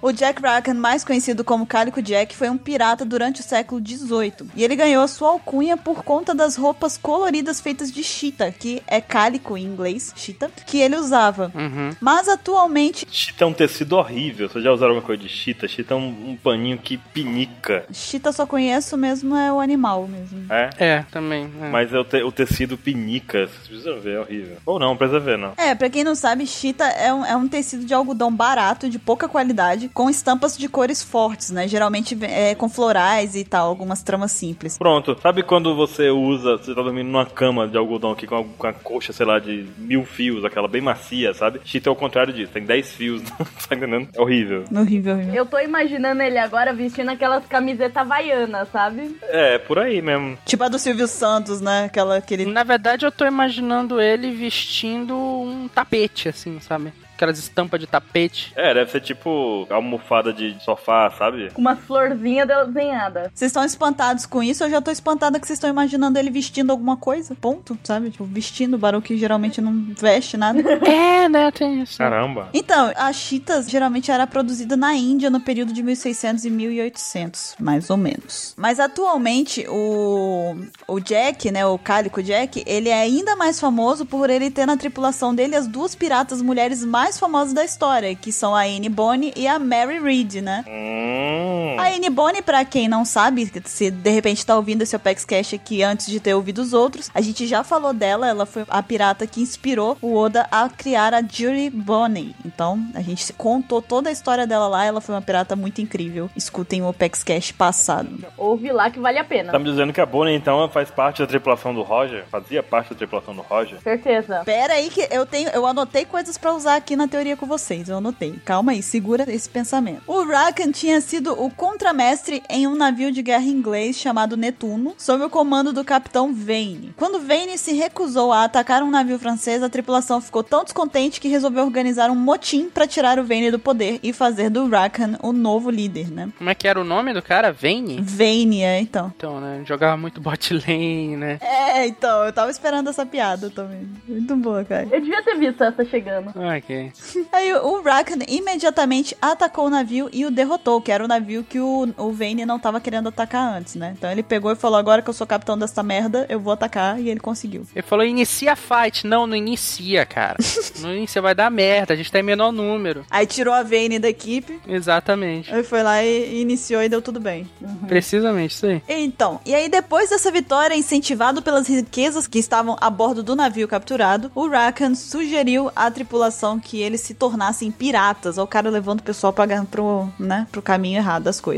O Jack Bracken, mais conhecido como Cálico Jack, foi um pirata durante o século XVIII. E ele ganhou a sua alcunha por conta das roupas coloridas feitas de chita, que é cálico em inglês, chita, que ele usava.
Uhum.
Mas atualmente,
Chita é um tecido horrível. Vocês já usaram alguma coisa de chita? Chita é um, um paninho que pinica.
chita só conheço mesmo é o animal mesmo.
É?
É, também. é.
Mas é o, te- o tecido pinica. Vocês precisam ver, é horrível. Ou não, não precisa ver, não.
É, pra quem não sabe, chita é um, é um tecido de algodão barato, de pouca qualidade, com estampas de cores fortes, né? Geralmente é, com florais e tal, algumas tramas simples.
Pronto, sabe quando você usa, você tá dormindo numa cama de algodão aqui com a, com a coxa, sei lá, de mil fios, aquela bem macia, sabe? Chita é o contrário disso, tem 10 fios, *laughs* tá entendendo? É horrível.
Horrível, horrível.
Eu tô imaginando ele agora vestindo aquelas camisetas havaianas, sabe?
É, é por aí mesmo.
Tipo a do Silvio Santos, né? Aquela que ele
Na verdade, eu tô imaginando ele vestindo um tapete, assim, sabe? Aquelas estampas de *laughs* tapete.
É, deve ser tipo almofada de sofá, sabe?
Com umas florzinhas desenhadas.
Vocês estão espantados com isso? Eu já tô espantada que vocês estão imaginando ele vestindo alguma coisa. Ponto, sabe? Tipo, vestindo o barão que geralmente não veste
*laughs*
nada.
É, né? Tem isso.
Caramba.
Então, a chita geralmente era produzida na Índia no período de 1600 e 1800, mais ou menos. Mas atualmente o, o Jack, né, o Cálico Jack, ele é ainda mais famoso por ele ter na tripulação dele as duas piratas mulheres mais famosas da história, que são a Anne Bonny e a Mary Read, né?
Hum.
A A N-Bone, pra quem não sabe, se de repente tá ouvindo esse Opex Cash aqui antes de ter ouvido os outros, a gente já falou dela, ela foi a pirata que inspirou o Oda a criar a Jury Bone. Então, a gente contou toda a história dela lá, ela foi uma pirata muito incrível. Escutem o Opex Cash passado.
Ouve lá que vale a pena.
Tá me dizendo que a Bonnie, então, faz parte da tripulação do Roger? Fazia parte da tripulação do Roger?
Certeza.
Pera aí que eu tenho, eu anotei coisas pra usar aqui na teoria com vocês. Eu anotei. Calma aí, segura esse pensamento. O Rakan tinha sido o contramestre em um navio de guerra inglês chamado Netuno, sob o comando do capitão Vane. Quando Vane se recusou a atacar um navio francês, a tripulação ficou tão descontente que resolveu organizar um motim pra tirar o Vane do poder e fazer do Rakan o novo líder, né?
Como é que era o nome do cara? Vane?
Vane, é, então.
Então, né? Jogava muito *laughs* bot lane, né?
É, então, eu tava esperando essa piada também. Muito boa, cara.
Eu devia ter visto essa chegando.
Ok.
Aí o Rakan imediatamente atacou o navio e o derrotou, que era o navio que o, o Vayne não tava querendo atacar antes, né? Então ele pegou e falou: agora que eu sou capitão dessa merda, eu vou atacar, e ele conseguiu.
Ele falou, inicia a fight. Não, não inicia, *laughs* cara. não inicia, vai dar merda. A gente tá em menor número.
Aí tirou a Vayne da equipe,
Exatamente.
aí foi lá e iniciou e deu tudo bem.
Uhum. Precisamente, isso aí.
Então, e aí depois dessa vitória, incentivado pelas riquezas que estavam a bordo do navio capturado, o Rakan sugeriu à tripulação que eles se tornassem piratas, Olha o cara levando o pessoal pra, pro, né, pro caminho errado das coisas.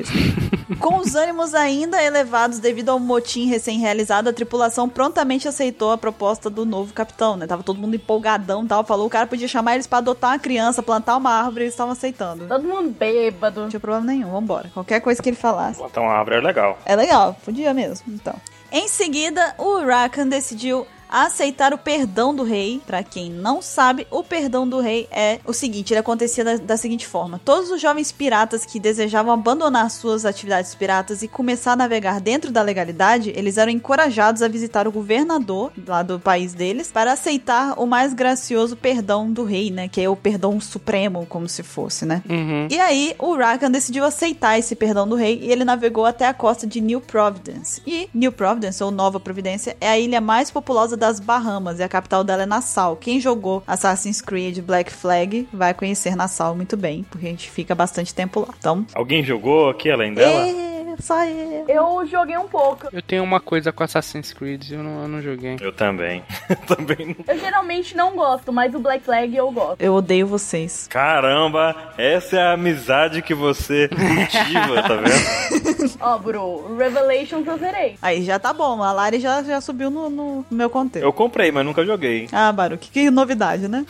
Com os ânimos ainda elevados devido ao motim recém-realizado, a tripulação prontamente aceitou a proposta do novo capitão, né? Tava todo mundo empolgadão e tal, falou o cara podia chamar eles pra adotar uma criança, plantar uma árvore, eles estavam aceitando. Não
Todo mundo bêbado.
tinha problema nenhum, vambora. Qualquer coisa que ele falasse.
Plantar uma árvore é legal.
É legal, podia mesmo, então. Em seguida, o Rakan decidiu aceitar o perdão do rei. Pra quem não sabe, o perdão do rei é o seguinte, ele acontecia da, da seguinte forma. Todos os jovens piratas que desejavam abandonar suas atividades piratas e começar a navegar dentro da legalidade, eles eram encorajados a visitar o governador lá do país deles para aceitar o mais gracioso perdão do rei, né, que é o perdão supremo, como se fosse, né?
Uhum.
E aí, o Rakan decidiu aceitar esse perdão do rei e ele navegou até a costa de New Providence. E New Providence, ou Nova Providência, é a ilha mais populosa das Bahamas e a capital dela é Nassau. Quem jogou Assassin's Creed Black Flag vai conhecer Nassau muito bem, porque a gente fica bastante tempo lá. Então,
Alguém jogou aqui além dela?
é, só eu.
Eu joguei um pouco.
Eu tenho uma coisa com Assassin's Creed, eu não, eu não joguei.
Eu também. *laughs* também não.
Eu geralmente não gosto, mas o Black Flag eu gosto.
Eu odeio vocês.
Caramba, essa é a amizade que você cultiva, tá vendo?
Ó, Bru, Revelations eu zerei.
Aí já tá bom, a Lari já, já subiu no, no meu contexto.
Eu comprei, mas nunca joguei.
Ah, Baruque, que novidade, né?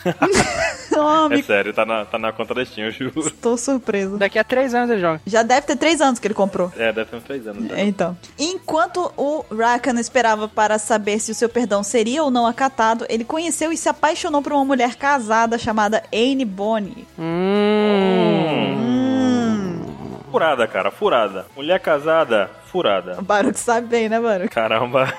*laughs* oh,
É
me...
sério, tá na, tá na conta da Steam, eu juro.
Tô surpresa.
Daqui a três anos eu jogo.
Já deve ter três anos que ele comprou.
É, deve ter uns três anos. né?
Então. Enquanto o Rakan esperava para saber se o seu perdão seria ou não acatado, ele conheceu e se apaixonou por uma mulher casada chamada Anne Bonny.
Hum.
Furada, cara, furada. Mulher casada, furada.
O Baruch sabe bem, né, Baruch?
Caramba.
*laughs*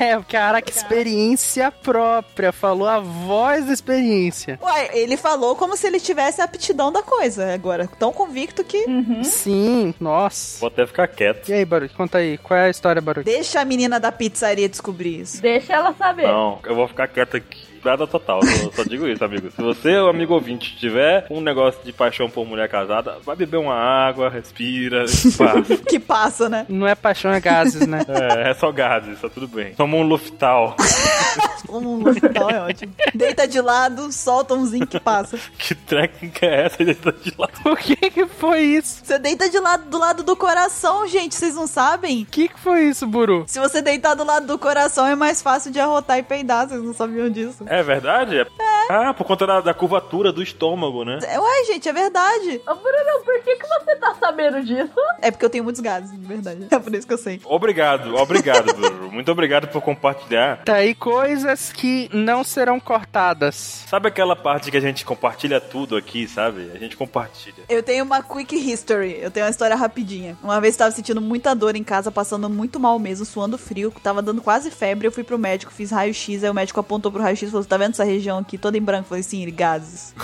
É, cara, que experiência própria. Falou a voz da experiência.
Ué, ele falou como se ele tivesse a aptidão da coisa agora. Tão convicto que.
Uhum. Sim, nossa.
Vou até ficar quieto.
E aí, Baruch, conta aí. Qual é a história, Baruch?
Deixa a menina da pizzaria descobrir isso. *laughs*
Deixa ela saber.
Não, eu vou ficar quieto aqui. Nada total, eu só digo isso, amigo. Se você, o amigo ouvinte, tiver um negócio de paixão por mulher casada, vai beber uma água, respira,
*laughs*
passa.
Que passa, né?
Não é paixão, é gases, né?
É, é só gases, tá tudo bem. Toma um Luftal, *laughs*
Um hospital é ótimo. Deita de lado, solta um zinho que passa.
que técnica é essa de tá de lado?
*laughs* o que que foi isso?
Você deita de lado do lado do coração, gente. Vocês não sabem?
O que que foi isso, Buru?
Se você deitar do lado do coração, é mais fácil de arrotar e peidar. Vocês não sabiam disso.
É verdade? É. Ah, por conta da, da curvatura do estômago, né?
É, Ué, gente, é verdade.
Ô, Bruno, por que, que você tá sabendo disso?
É porque eu tenho muitos gases, de verdade. *laughs* É por isso que eu sei.
Obrigado, obrigado, Bruno. Muito obrigado por compartilhar.
Tá aí coisas que não serão cortadas.
Sabe aquela parte que a gente compartilha tudo aqui, sabe? A gente compartilha.
Eu tenho uma quick history. Eu tenho uma história rapidinha. Uma vez tava sentindo muita dor em casa, passando muito mal mesmo, suando frio, tava dando quase febre. Eu fui pro médico, fiz raio-x, aí o médico apontou pro raio-x e falou: tá vendo essa região aqui toda em branco? Eu falei assim, gases.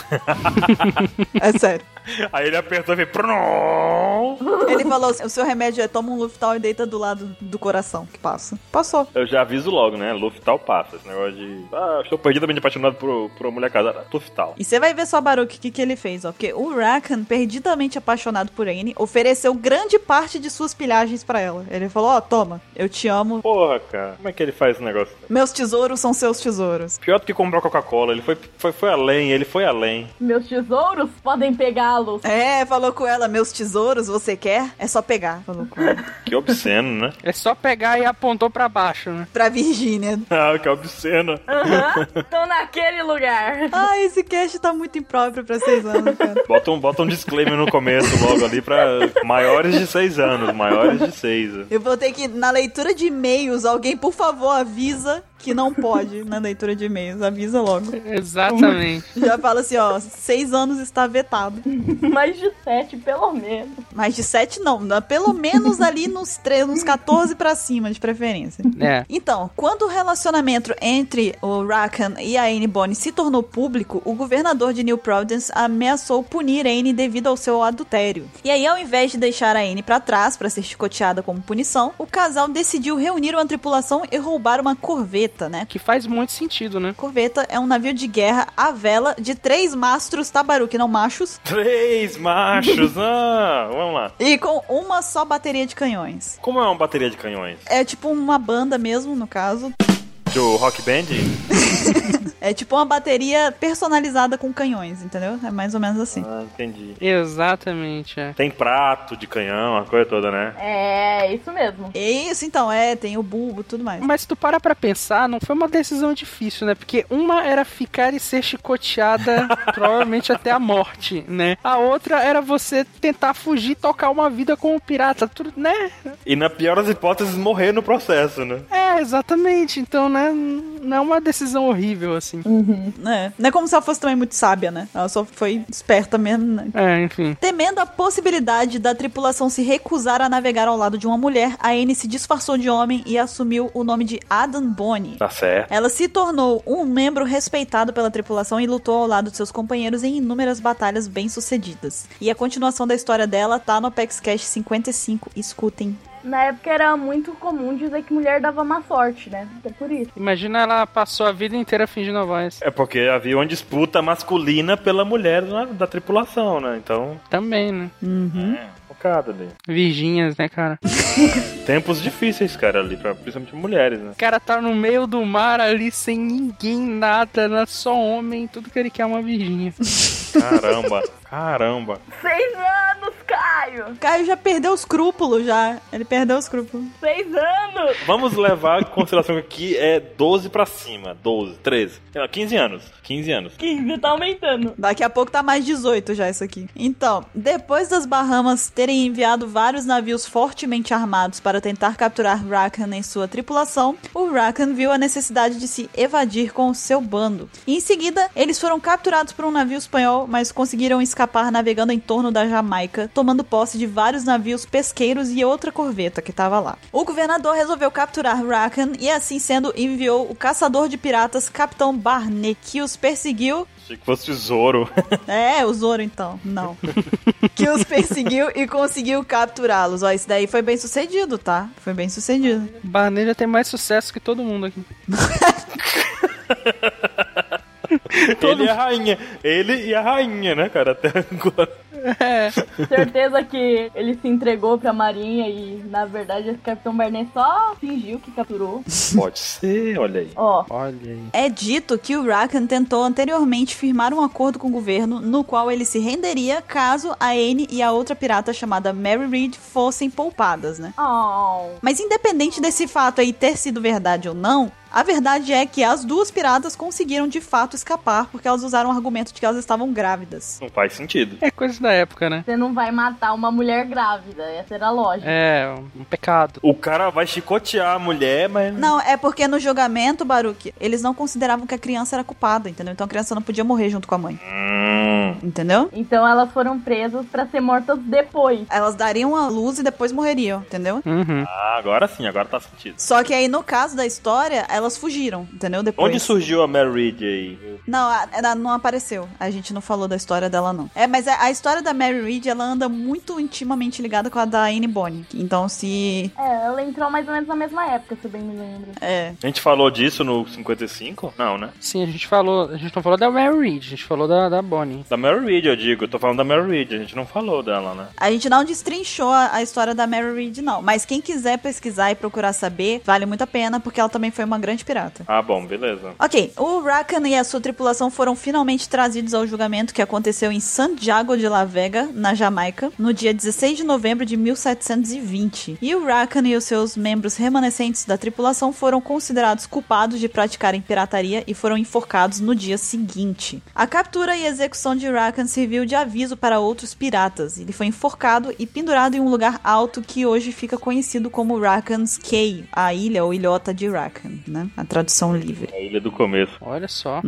é sério.
Aí ele apertou e fez. "Prum".
Ele falou assim: o seu remédio é toma um Luftal e deita do lado do coração que passa. Passou.
Eu já aviso logo, né? Luftal passa. Esse negócio de. Ah, estou perdidamente apaixonado por, por uma mulher casada. Luftal.
E você vai ver só, Baruch, o que, que ele fez, ó. Porque o Rakan, perdidamente apaixonado por Anne, ofereceu grande parte de suas pilhagens pra ela. Ele falou: ó, toma, eu te amo.
Porra, cara. Como é que ele faz esse negócio?
Meus tesouros são seus tesouros.
Pior do que comprar Coca-Cola. Ele foi, foi, foi além, ele foi além.
Meus tesouros
*laughs*
podem pegá-los.
É, falou com ela: meus tesouros, você quer? É só pegar. Falou com ela.
Que obsceno, né?
É só pegar e apontou pra baixo, né?
pra Virgínia.
*laughs* Ah, que obsceno.
Aham, tô naquele lugar.
Ah, esse cast tá muito impróprio pra seis anos, cara.
Bota um, bota um disclaimer no começo logo ali pra maiores de seis anos. Maiores de seis.
Eu vou ter que, na leitura de e-mails, alguém, por favor, avisa que não pode na leitura de e-mails. Avisa logo.
Exatamente.
Já fala assim, ó, seis anos está vetado.
Mais de sete, pelo menos.
Mais de sete, não. né? Pelo menos ali nos, tre- nos 14 pra cima, de preferência.
*laughs* É.
Então, quando o relacionamento entre o Rakan e a Anne Bonny se tornou público, o governador de New Providence ameaçou punir Anne devido ao seu adultério. E aí, ao invés de deixar a Anne pra trás pra ser chicoteada como punição, o casal decidiu reunir uma tripulação e roubar uma corveta, né?
Que faz muito sentido, né?
Corveta é um navio de guerra à vela de três mastros tabaruque, não machos,
Três machos. Ah, vamos lá.
e com uma só bateria de canhões.
Como é uma bateria de canhões?
É tipo uma banda mesmo, no caso.
Do Rock Band?
É tipo uma bateria personalizada com canhões, entendeu? É mais ou menos assim.
Ah, entendi.
Exatamente, é.
Tem prato de canhão, a coisa toda, né?
É, isso mesmo.
É isso, então, é, tem o bulbo e tudo mais.
Mas se tu parar pra pensar, não foi uma decisão difícil, né? Porque uma era ficar e ser chicoteada provavelmente até a morte, né? A outra era você tentar fugir e tocar uma vida como um pirata, tudo, né?
E na pior das hipóteses, morrer no processo, né?
É, exatamente. Então, né? Não é uma decisão horrível, assim.
É. Não é como se ela fosse também muito sábia, né? Ela só foi esperta mesmo, né?
É, enfim.
Temendo a possibilidade da tripulação se recusar a navegar ao lado de uma mulher, a Anne se disfarçou de homem e assumiu o nome de Adam Bonney.
Tá certo.
Ela se tornou um membro respeitado pela tripulação e lutou ao lado de seus companheiros em inúmeras batalhas bem-sucedidas. E a continuação da história dela tá no Apex Cash 55. Escutem.
Na época era muito comum dizer que mulher dava má sorte, né? É por isso.
Imagina ela passou a vida inteira fingindo a voz.
É porque havia uma disputa masculina pela mulher na- da tripulação, né? Então,
Também, né?
focada ali.
Virgínias, né, cara?
Tempos difíceis, cara, ali, pra, principalmente mulheres, né?
O cara tá no meio do mar ali sem ninguém, nada, né? só homem, tudo que ele quer é uma virgínia.
Caramba, caramba.
Seis anos, Caio!
O Caio já perdeu os escrúpulo, já. Ele perdeu os escrúpulo.
Seis anos!
Vamos levar em consideração que aqui é 12 pra cima. 12, 13. sei lá, 15 anos. 15 anos.
15, tá aumentando.
Daqui a pouco tá mais 18 já isso aqui. Então, depois das Bahamas terem enviado vários navios fortemente armados para tentar capturar Rakan em sua tripulação, o Rakan viu a necessidade de se evadir com o seu bando. E em seguida, eles foram capturados por um navio espanhol, mas conseguiram escapar navegando em torno da Jamaica, tomando posse de vários navios pesqueiros e outra corveta que estava lá. O governador resolveu capturar Rakan e assim sendo enviou o caçador de piratas Capitão Barney, que os perseguiu
Achei que fosse tesouro.
é, o Zoro então. Não. que os perseguiu e conseguiu capturá-los. Ó, isso daí foi bem sucedido, tá? Foi bem sucedido.
Barney já tem mais sucesso que todo mundo aqui.
Ele e a rainha. Ele e a rainha, né, cara? Até agora.
É.
Certeza que ele se entregou pra marinha e, na verdade, esse Capitão Barney só fingiu que capturou.
Pode ser, olha aí.
Ó,
Olha aí.
É dito que o Rakan tentou anteriormente firmar um acordo com o governo no qual ele se renderia caso a Anne e a outra pirata chamada Mary Reed fossem poupadas, né?
ó,
Mas independente desse fato aí ter sido verdade ou não, a verdade é que as duas piratas conseguiram de fato escapar porque elas usaram o argumento de que elas estavam grávidas.
Não faz sentido.
É coisa da época, né?
você não vai matar uma mulher grávida, essa era a lógica.
É, um pecado.
O cara vai chicotear a mulher, mas.
Não, é porque no julgamento, Baruque, eles não consideravam que a criança era culpada, entendeu? Então a criança não podia morrer junto com a mãe.
Hum,
entendeu?
Então elas foram presas pra ser mortas depois.
Elas dariam a luz e depois morreriam, entendeu?
Uhum.
Ah, agora sim, agora tá sentido.
Só que aí, no caso da história, elas fugiram, entendeu? Depois.
Onde surgiu a Mary Read aí?
Não, a- ela não apareceu. A gente não falou da história dela, não. É, mas a, a história da Mary Read, ela anda muito intimamente ligada com a da Anne Bonny. Então, se...
É, ela entrou mais ou menos na mesma época, se eu bem me lembro.
É,
A gente falou disso no 55? Não, né?
Sim, a gente falou. A gente não falou da Mary Reed, a gente falou da, da Bonnie.
Da Mary Read, eu digo. Eu tô falando da Mary Read, a gente não falou dela, né?
a gente não destrinchou a, a história da Mary Read, não. Mas quem quiser pesquisar e procurar saber, vale muito a pena, porque ela também foi uma grande pirata.
Ah, bom, beleza.
Ok, o Rakan e a sua tripulação foram finalmente trazidos ao julgamento que aconteceu em Santiago de La Vega, na Jamaica, no dia 16 de novembro de 1720. E o Rakan e os seus membros remanescentes da tripulação foram considerados culpados de praticarem pirataria e foram enforcados no dia seguinte. A captura e execução de Rakan serviu de aviso para outros piratas. Ele foi enforcado e pendurado em um lugar alto que hoje fica conhecido como Rakan's Cay, a ilha ou ilhota de Rakan, né? A tradução livre.
A ilha do começo.
Olha só.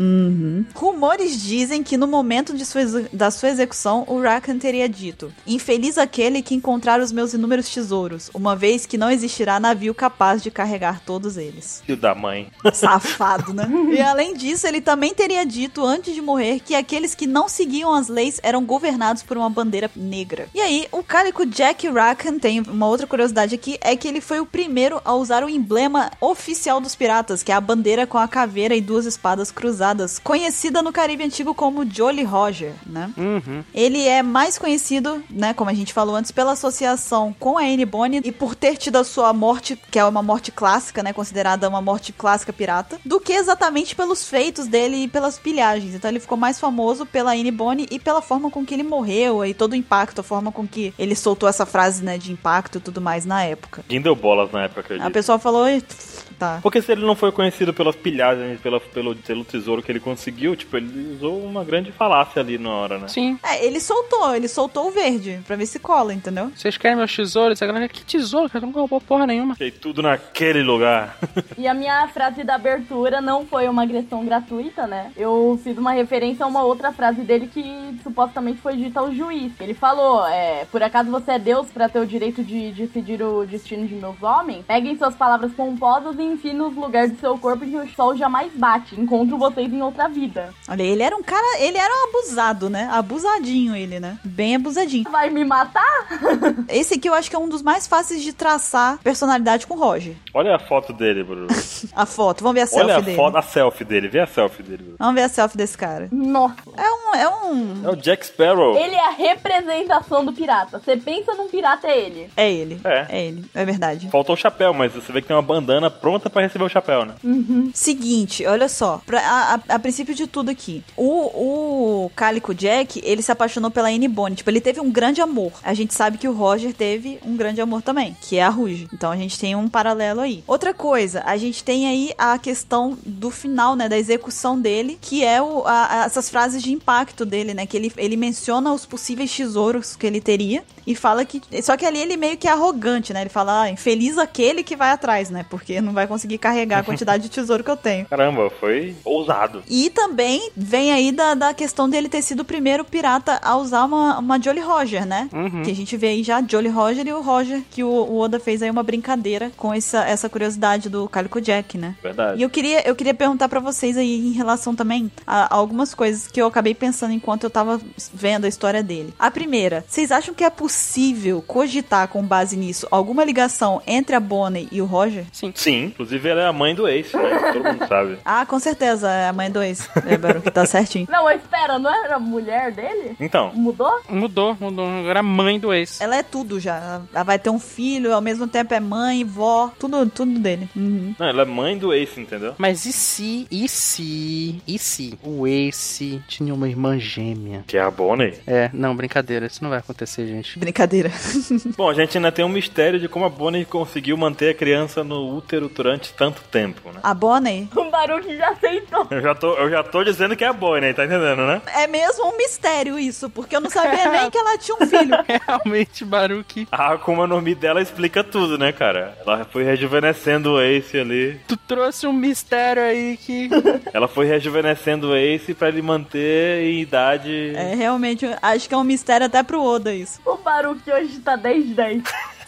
Rumores dizem que no momento de sua exe- da sua execução, o Rakan teria dito: Infeliz aquele que encontrar os meus inúmeros tesouros, uma vez que não existirá navio capaz de carregar todos eles.
Filho da mãe.
Safado, né? E além disso, ele também teria dito antes de morrer que aqueles que não seguiam as leis eram governados por uma bandeira negra. E aí, o cálico Jack Rakan tem uma outra curiosidade aqui: é que ele foi o primeiro a usar o emblema oficial dos piratas, que é a bandeira com a caveira e duas espadas cruzadas, conhecida no Caribe Antigo como Jolly Roger, né?
Uhum.
Ele é mais conhecido, né, como a gente falou antes, pela associação com a Anne Bonny e por ter tido a sua morte, que é uma morte clássica, né, considerada uma morte clássica pirata, do que exatamente pelos feitos dele e pelas pilhagens. Então ele ficou mais famoso pela Anne Bonny e pela forma com que ele morreu e todo o impacto, a forma com que ele soltou essa frase, né, de impacto e tudo mais na época.
Ninguém deu bolas na época, acredito.
A pessoa falou, "Ih, tá,
Porque se ele não foi conhecido pelas pilhagens, pela, pelo, pelo tesouro que ele conseguiu, tipo, ele usou uma grande falácia ali na hora, né?
Sim.
é, ele soltou, ele soltou o verde pra ver se cola, entendeu?
Vocês querem meus tesouros? A galera, que é tesouro? cara? Eu não roubou porra nenhuma.
Fiquei tudo naquele lugar. *laughs*
E a minha frase da abertura não foi uma agressão gratuita, né? Eu fiz uma referência a uma outra frase dele que supostamente foi dita ao juiz. Ele falou: é, Por acaso você é Deus pra ter o direito de decidir o destino de meus homens? Peguem suas palavras pomposas e enfiem nos lugares do seu corpo em que o sol jamais bate. Encontro vocês em outra vida.
Olha, ele era um cara, ele era um abusado, né? Abusadinho ele, né? Bem abusadinho.
Vai me matar?
Esse aqui eu acho que é um dos mais fáceis de traçar personalidade com o Roger.
Olha a foto
*laughs*
dele, Bruno.
A foto, vamos ver a selfie
Olha a
dele.
foto, a selfie dele. Vê a selfie dele, Bruno.
Vamos ver a selfie desse cara.
Nossa.
É um, é um,
É o Jack Sparrow.
Ele é a representação do pirata. Você pensa num pirata, é ele.
é ele.
É.
É ele, é verdade.
Faltou o chapéu, mas você vê que tem uma bandana pronta pra receber o chapéu, né?
Seguinte, olha só, pra- a, a- a princípio de tudo aqui, o, o Cálico Jack, ele se apaixonou pela Anne Bonny, tipo, ele teve um grande amor. A gente sabe que o Roger teve um grande amor também, que é a Ruge. Então a gente tem um paralelo aí. Outra coisa, a gente tem aí a questão do final, né, da execução dele, que é o- a- a- essas frases de impacto dele, né, que ele, ele menciona os possíveis tesouros que ele teria e fala que, só que ali ele meio que é arrogante, né, ele fala, ah, infeliz aquele que vai atrás, né, porque não vai conseguir carregar a quantidade de tesouro que eu tenho.
Caramba, foi ousado.
E também vem aí da, da questão dele ter sido o primeiro pirata a usar uma, uma Jolly Roger, né? Que a gente vê aí já a Jolly Roger e o Roger, que o, o Oda fez aí uma brincadeira com essa, essa curiosidade do Calico Jack, né?
Verdade.
E eu queria, eu queria perguntar pra vocês aí em relação também a, a algumas coisas que eu acabei pensando enquanto eu tava vendo a história dele. A primeira, vocês acham que é possível cogitar com base nisso alguma ligação entre a Bonnie e o Roger?
Sim, inclusive ela é a mãe do Ace, né? *laughs* Todo mundo sabe.
Ah, com certeza, é a mãe 2. É, Baruch, tá certinho.
Não, mas espera, não era a mulher dele?
Então,
Mudou?
Mudou, mudou. Agora é mãe do ex.
Ela é tudo já. Ela vai ter um filho, ao mesmo tempo é mãe, vó, tudo, tudo dele. Uhum.
não, ela é mãe do Ace, entendeu?
Mas e se, e se, e se o Ace tinha uma irmã gêmea?
Que é a Bonnie.
É, não, brincadeira, isso não vai acontecer, gente.
Brincadeira.
Bom, a gente ainda tem um mistério de como a Bonnie conseguiu manter a criança no útero durante tanto tempo, né?
A Bonnie
Um Baruch já aceitou.
Eu já tô, eu já tô dizendo que é a boy, né? Tá entendendo, né?
é mesmo um mistério isso, porque eu não sabia nem que ela tinha um filho.
Realmente, Baruque.
A Akuma no Mi dela explica tudo, né, cara? Ela foi rejuvenescendo o Ace ali.
Tu trouxe um mistério aí que. *laughs*
Ela foi rejuvenescendo o Ace pra ele manter em idade.
É, realmente, acho que é um mistério até pro Oda isso.
O Baruch hoje tá 10 de 10.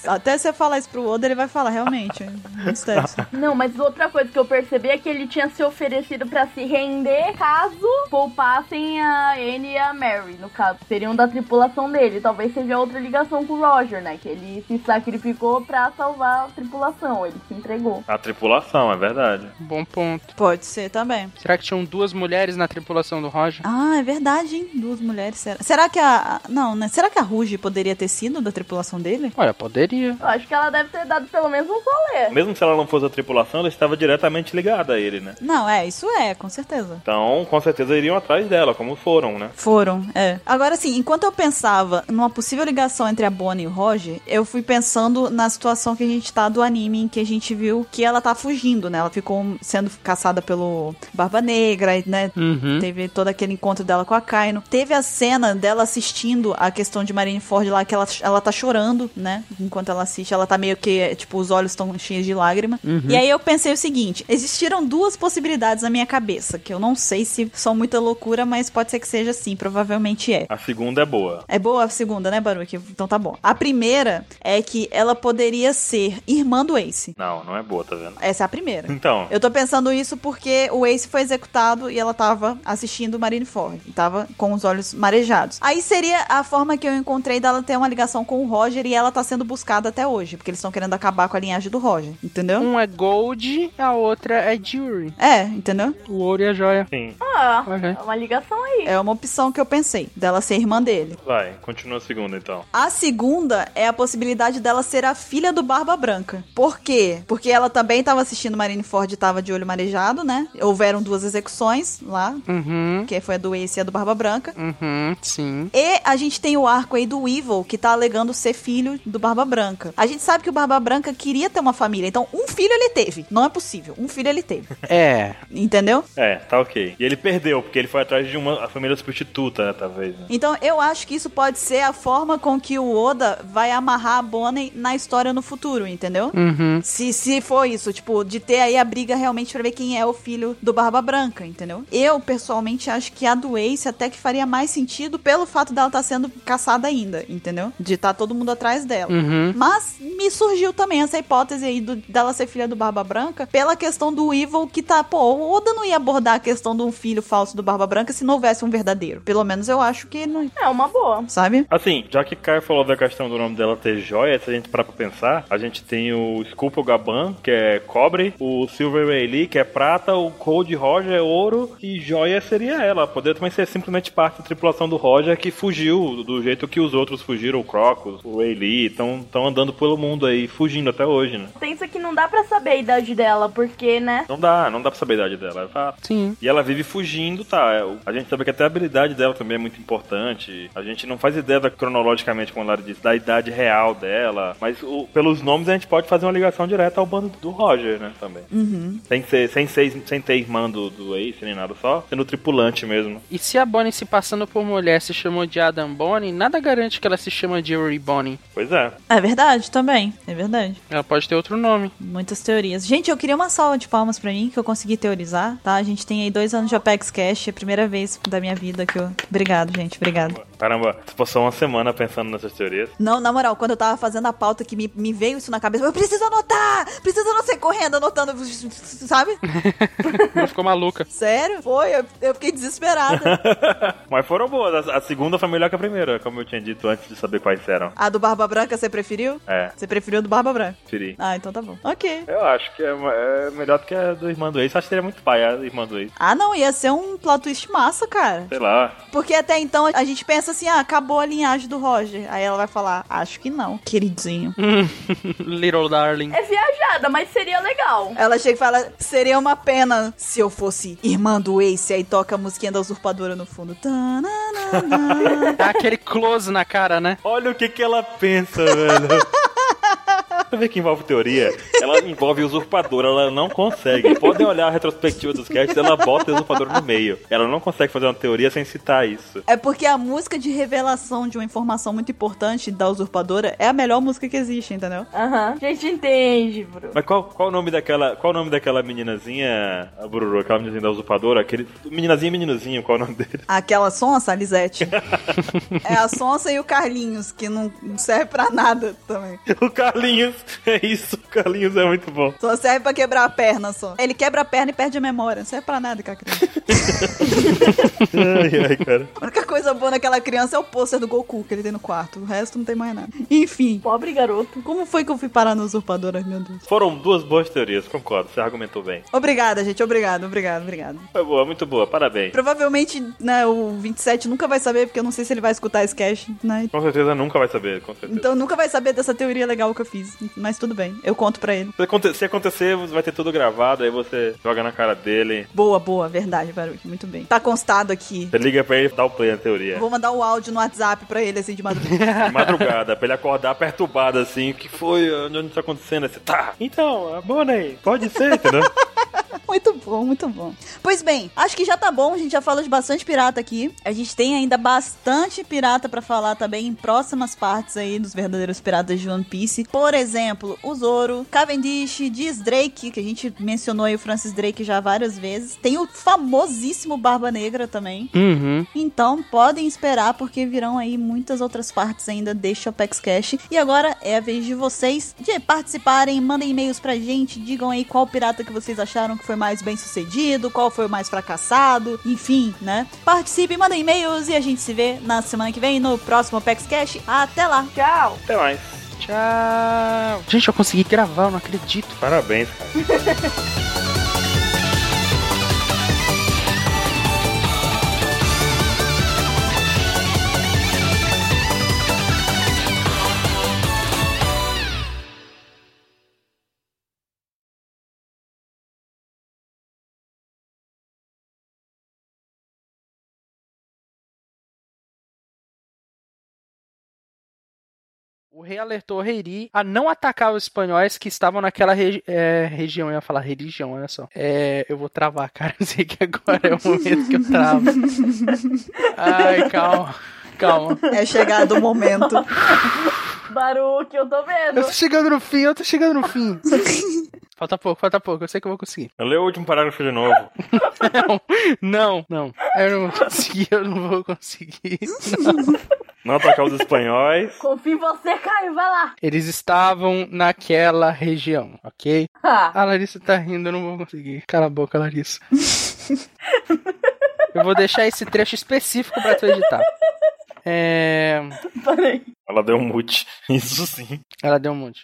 Até você falar isso pro Oda, ele vai falar, realmente, é um mistério. isso.
Não, mas outra coisa que eu percebi é que ele tinha se oferecido pra se render caso poupassem a Anne e a Mary, no caso. Seriam da tripulação dele. Talvez seja outra ligação com o Roger, né? Que ele se sacrificou pra salvar a tripulação. Ele se entregou.
A tripulação, é verdade.
Bom ponto.
Pode ser também.
Será que tinham duas mulheres na tripulação do Roger?
Ah, é verdade, hein? Duas mulheres. Será, será que a. Não, né? Será que a Ruge poderia ter sido da tripulação dele?
Olha, poderia.
Eu acho que ela deve ter dado pelo menos um rolê.
Mesmo se ela não fosse a tripulação, ela estava diretamente ligada a ele, né?
Não, é, isso é, com certeza.
Então, com certeza iriam atrás dela, como foram, né?
Foram, é. Agora sim, enquanto eu pensava numa possível ligação entre a Bonnie e o Roger, eu fui pensando na situação que a gente tá do anime em que a gente viu que ela tá fugindo, né? Ela ficou sendo caçada pelo Barba Negra, e, né?
Uhum.
Teve todo aquele encontro dela com a Kaino. Teve a cena dela assistindo a questão de Marineford lá, que ela, ela tá chorando, né? Enquanto ela assiste, ela tá meio que, é, tipo, os olhos estão cheios de lágrima. E aí eu pensei o seguinte: existiram duas possibilidades na minha cabeça, que eu não sei se são muita loucura, mas pode ser que seja assim, provavelmente é.
A segunda é boa.
É boa a segunda, né, Baruque? Então tá bom. A primeira é que ela poderia ser irmã do Ace.
Não, não é boa, tá vendo?
Essa é a primeira.
Então,
Eu tô pensando isso porque o Ace foi executado e ela tava assistindo Marineford. E tava com os olhos marejados. Aí seria a forma que eu encontrei dela ter uma ligação com o Roger e ela tá sendo buscada até hoje. Porque eles estão querendo acabar com a linhagem do Roger. Entendeu?
Um é Gold, a outra é Jewelry.
É, entendeu?
O ouro e a joia.
sim.
Ah,
Ok.
é uma ligação aí.
É uma opção que eu pensei, dela ser irmã dele.
Vai, continua a segunda então.
A segunda é a possibilidade dela ser a filha do Barba Branca. Por quê? Porque ela também tava assistindo Marineford e tava de olho marejado, né? Houveram duas execuções lá,
Uhum.
que foi a do Ace e a do Barba Branca.
Uhum, sim.
E a gente tem o arco aí do Evil, que tá alegando ser filho do Barba Branca. A gente sabe que o Barba Branca queria ter uma família, então um filho ele teve. Não é possível, um filho ele teve.
É.
Entendeu?
É, tá ok. E ele perdeu, porque ele foi atrás de uma a família prostituta, né, talvez. Né?
Então eu acho que isso pode ser a forma com que o Oda vai amarrar a Bonnie na história no futuro, entendeu?
Uhum.
Se, se for isso, tipo, de ter aí a briga realmente pra ver quem é o filho do Barba Branca, entendeu? Eu, pessoalmente, acho que a do Ace até que faria mais sentido pelo fato dela estar sendo caçada ainda, entendeu? De estar todo mundo atrás dela.
Uhum.
Mas me surgiu também essa hipótese aí do- dela ser filha do Barba Branca pela questão do Evil que tá, pô, o Oda não ia abordar a questão de um filho falso do Barba Branca se não houvesse um verdadeiro. Pelo menos eu acho que não,
É uma boa.
sabe?
Assim, já que Caio falou da questão do nome dela ter joia, se a gente parar pra pensar, a gente tem o Sculpa Gaban, que é cobre, o Silver Rayleigh, que é prata, o Cold Roger é ouro, e joia seria ela. Poderia também ser simplesmente parte da tripulação do Roger que fugiu do jeito que os outros fugiram, o Crocus, o Rayleigh, estão andando pelo mundo aí, fugindo até hoje, né?
Pensa que não dá pra saber a idade dela, porque, né?
Não dá, não dá pra saber a idade dela. Tá,
Sim.
E ela vive fugindo, tá? é, o- A gente sabe que até a habilidade dela também é muito importante. A gente não faz ideia da, cronologicamente, como a Lara disse, da idade real dela. Mas o- pelos nomes a gente pode fazer uma ligação direta ao bando do Roger, né? Também. Sem, ser, sem, ser, sem ter irmã do, do Ace nem nada, só sendo tripulante mesmo.
E se a Bonnie se passando por mulher se chamou de Adam Bonnie, nada garante que ela se chama Jewelry Bonnie.
Pois é.
É verdade também. É verdade.
Ela pode ter outro nome.
Muitas teorias. Gente, eu queria uma salva de palmas pra mim, que eu consegui teorizar, tá? A gente tem aí dois anos de Apex Cash, é a primeira vez da minha vida que eu. Obrigado, gente, obrigado.
Caramba, você passou uma semana pensando nessas teorias. *laughs*
Não, na moral, quando eu tava fazendo a pauta que me, me veio isso na cabeça, eu preciso anotar! Preciso não ser correndo, anotando, sabe?
Ela ficou maluca. *laughs*
Sério? Foi, eu, eu fiquei
*laughs*
desesperada.
Mas foram boas. A, a segunda foi melhor que a primeira, como eu tinha dito antes de saber quais eram.
A do Barba Branca você preferiu?
É,
Você preferiu a do Barba Branca?
Siri.
Ah, então tá bom. Ok.
Eu acho que é, ma- é melhor do que a do irmã do Ace. Acho que seria muito pai a irmã do Ace.
Ah, não, ia ser um plot twist massa, cara.
Sei lá.
Porque até então a gente pensa assim, ah, acabou a linhagem do Roger. Aí ela vai falar, acho que não, queridinho.
Little Darling.
É viajada, mas seria legal.
Ela chega e fala, seria uma pena se eu fosse irmã do Ace. Aí toca a musiquinha da usurpadora no fundo. Tananana. É.
*laughs* Dá aquele close na cara, né?
Olha o que que ela pensa, velho. Pra ver que envolve teoria, ela envolve usurpadora, ela não consegue. Podem olhar a retrospectiva dos casts, ela bota a usurpadora no meio. Ela não consegue fazer uma teoria sem citar isso.
É porque a música de revelação de uma informação muito importante da usurpadora é a melhor música que existe, entendeu?
Aham. A gente entende, bro.
Mas qual, qual o nome daquela. Qual o nome daquela meninazinha, a Bururu, aquela meninazinha da usurpadora? Aquele. Meninazinha e meninozinho, qual é o nome dele? *laughs*
Aquela sonsa, a Lisete. é a sonsa e o Carlinhos, que não serve pra nada também.
O Carlinhos. É isso, o Carlinhos é muito bom.
Só serve pra quebrar a perna só. Ele quebra a perna e perde a memória. Não serve pra nada com a criança.
Ai, ai, cara.
A única coisa boa naquela criança é o pôster do Goku que ele tem no quarto. O resto não tem mais nada. Enfim.
Pobre garoto.
Como foi que eu fui parar no usurpadora, meu Deus?
Foram duas boas teorias, concordo, você argumentou bem.
Obrigada, gente. Obrigado, obrigado, obrigado.
Foi boa, muito boa, parabéns.
Provavelmente, né, o 27 nunca vai saber, porque eu não sei se ele vai escutar esse cast, né?
Com certeza nunca vai saber, com certeza.
Então nunca vai saber dessa teoria legal que eu fiz. Mas tudo bem, eu conto pra ele.
Se aconte- Se acontecer, vai ter tudo gravado, aí você joga na cara dele,
Boa, boa, verdade, Baruch. Muito bem. Tá constado aqui.
você liga pra ele e dá o play na teoria.
Vou mandar o áudio no WhatsApp pra ele, assim, de madrugada.
De madrugada, pra ele acordar perturbado assim, o que foi, onde onde tá acontecendo? Aí Você, tá, então, abona aí, pode ser, entendeu?
muito bom, muito bom. Pois bem, acho que já tá bom. A gente já falou de bastante pirata aqui. A gente tem ainda bastante pirata pra falar também em próximas partes aí dos verdadeiros piratas de One Piece. Por exemplo, o Zoro, Cavendish, Diz Drake, que a gente mencionou aí o Francis Drake já várias vezes. Tem o famosíssimo Barba Negra também.
Uhum.
Então podem esperar porque virão aí muitas outras partes ainda deste Apex Cash. E agora é a vez de vocês de participarem, mandem e-mails pra gente, digam aí qual pirata que vocês acharam que foi mais bem sucedido, qual foi o mais fracassado, enfim, né? Participem, mandem e-mails e a gente se vê na semana que vem no próximo Apex Cash. Até lá!
Tchau.
Até mais.
Tchau. Gente, eu consegui gravar, eu não acredito.
Parabéns, cara.
O rei alertou o Reiri a não atacar os espanhóis que estavam naquela regi- é, região. Eu ia falar religião, olha só. É, eu vou travar, cara. Eu sei que agora é o momento que eu travo. Ai, calma. Calma.
É chegado o momento.
Baruque, eu tô vendo.
Eu tô chegando no fim, eu tô chegando no fim. Falta pouco, falta pouco. Eu sei que eu vou conseguir.
Lê o último parágrafo de novo.
Não, não. Eu não vou conseguir, eu não vou conseguir.
Não atacar os espanhóis.
Confio em você, Caio. Vai lá. *laughs*
Eles estavam naquela região, ok?
Ah,
A Larissa tá rindo, eu não vou conseguir. Cala a boca, Larissa. eu vou deixar esse trecho específico pra tu editar. É...
parei.
Ela deu um mute. *laughs* Isso sim.
Ela deu um monte.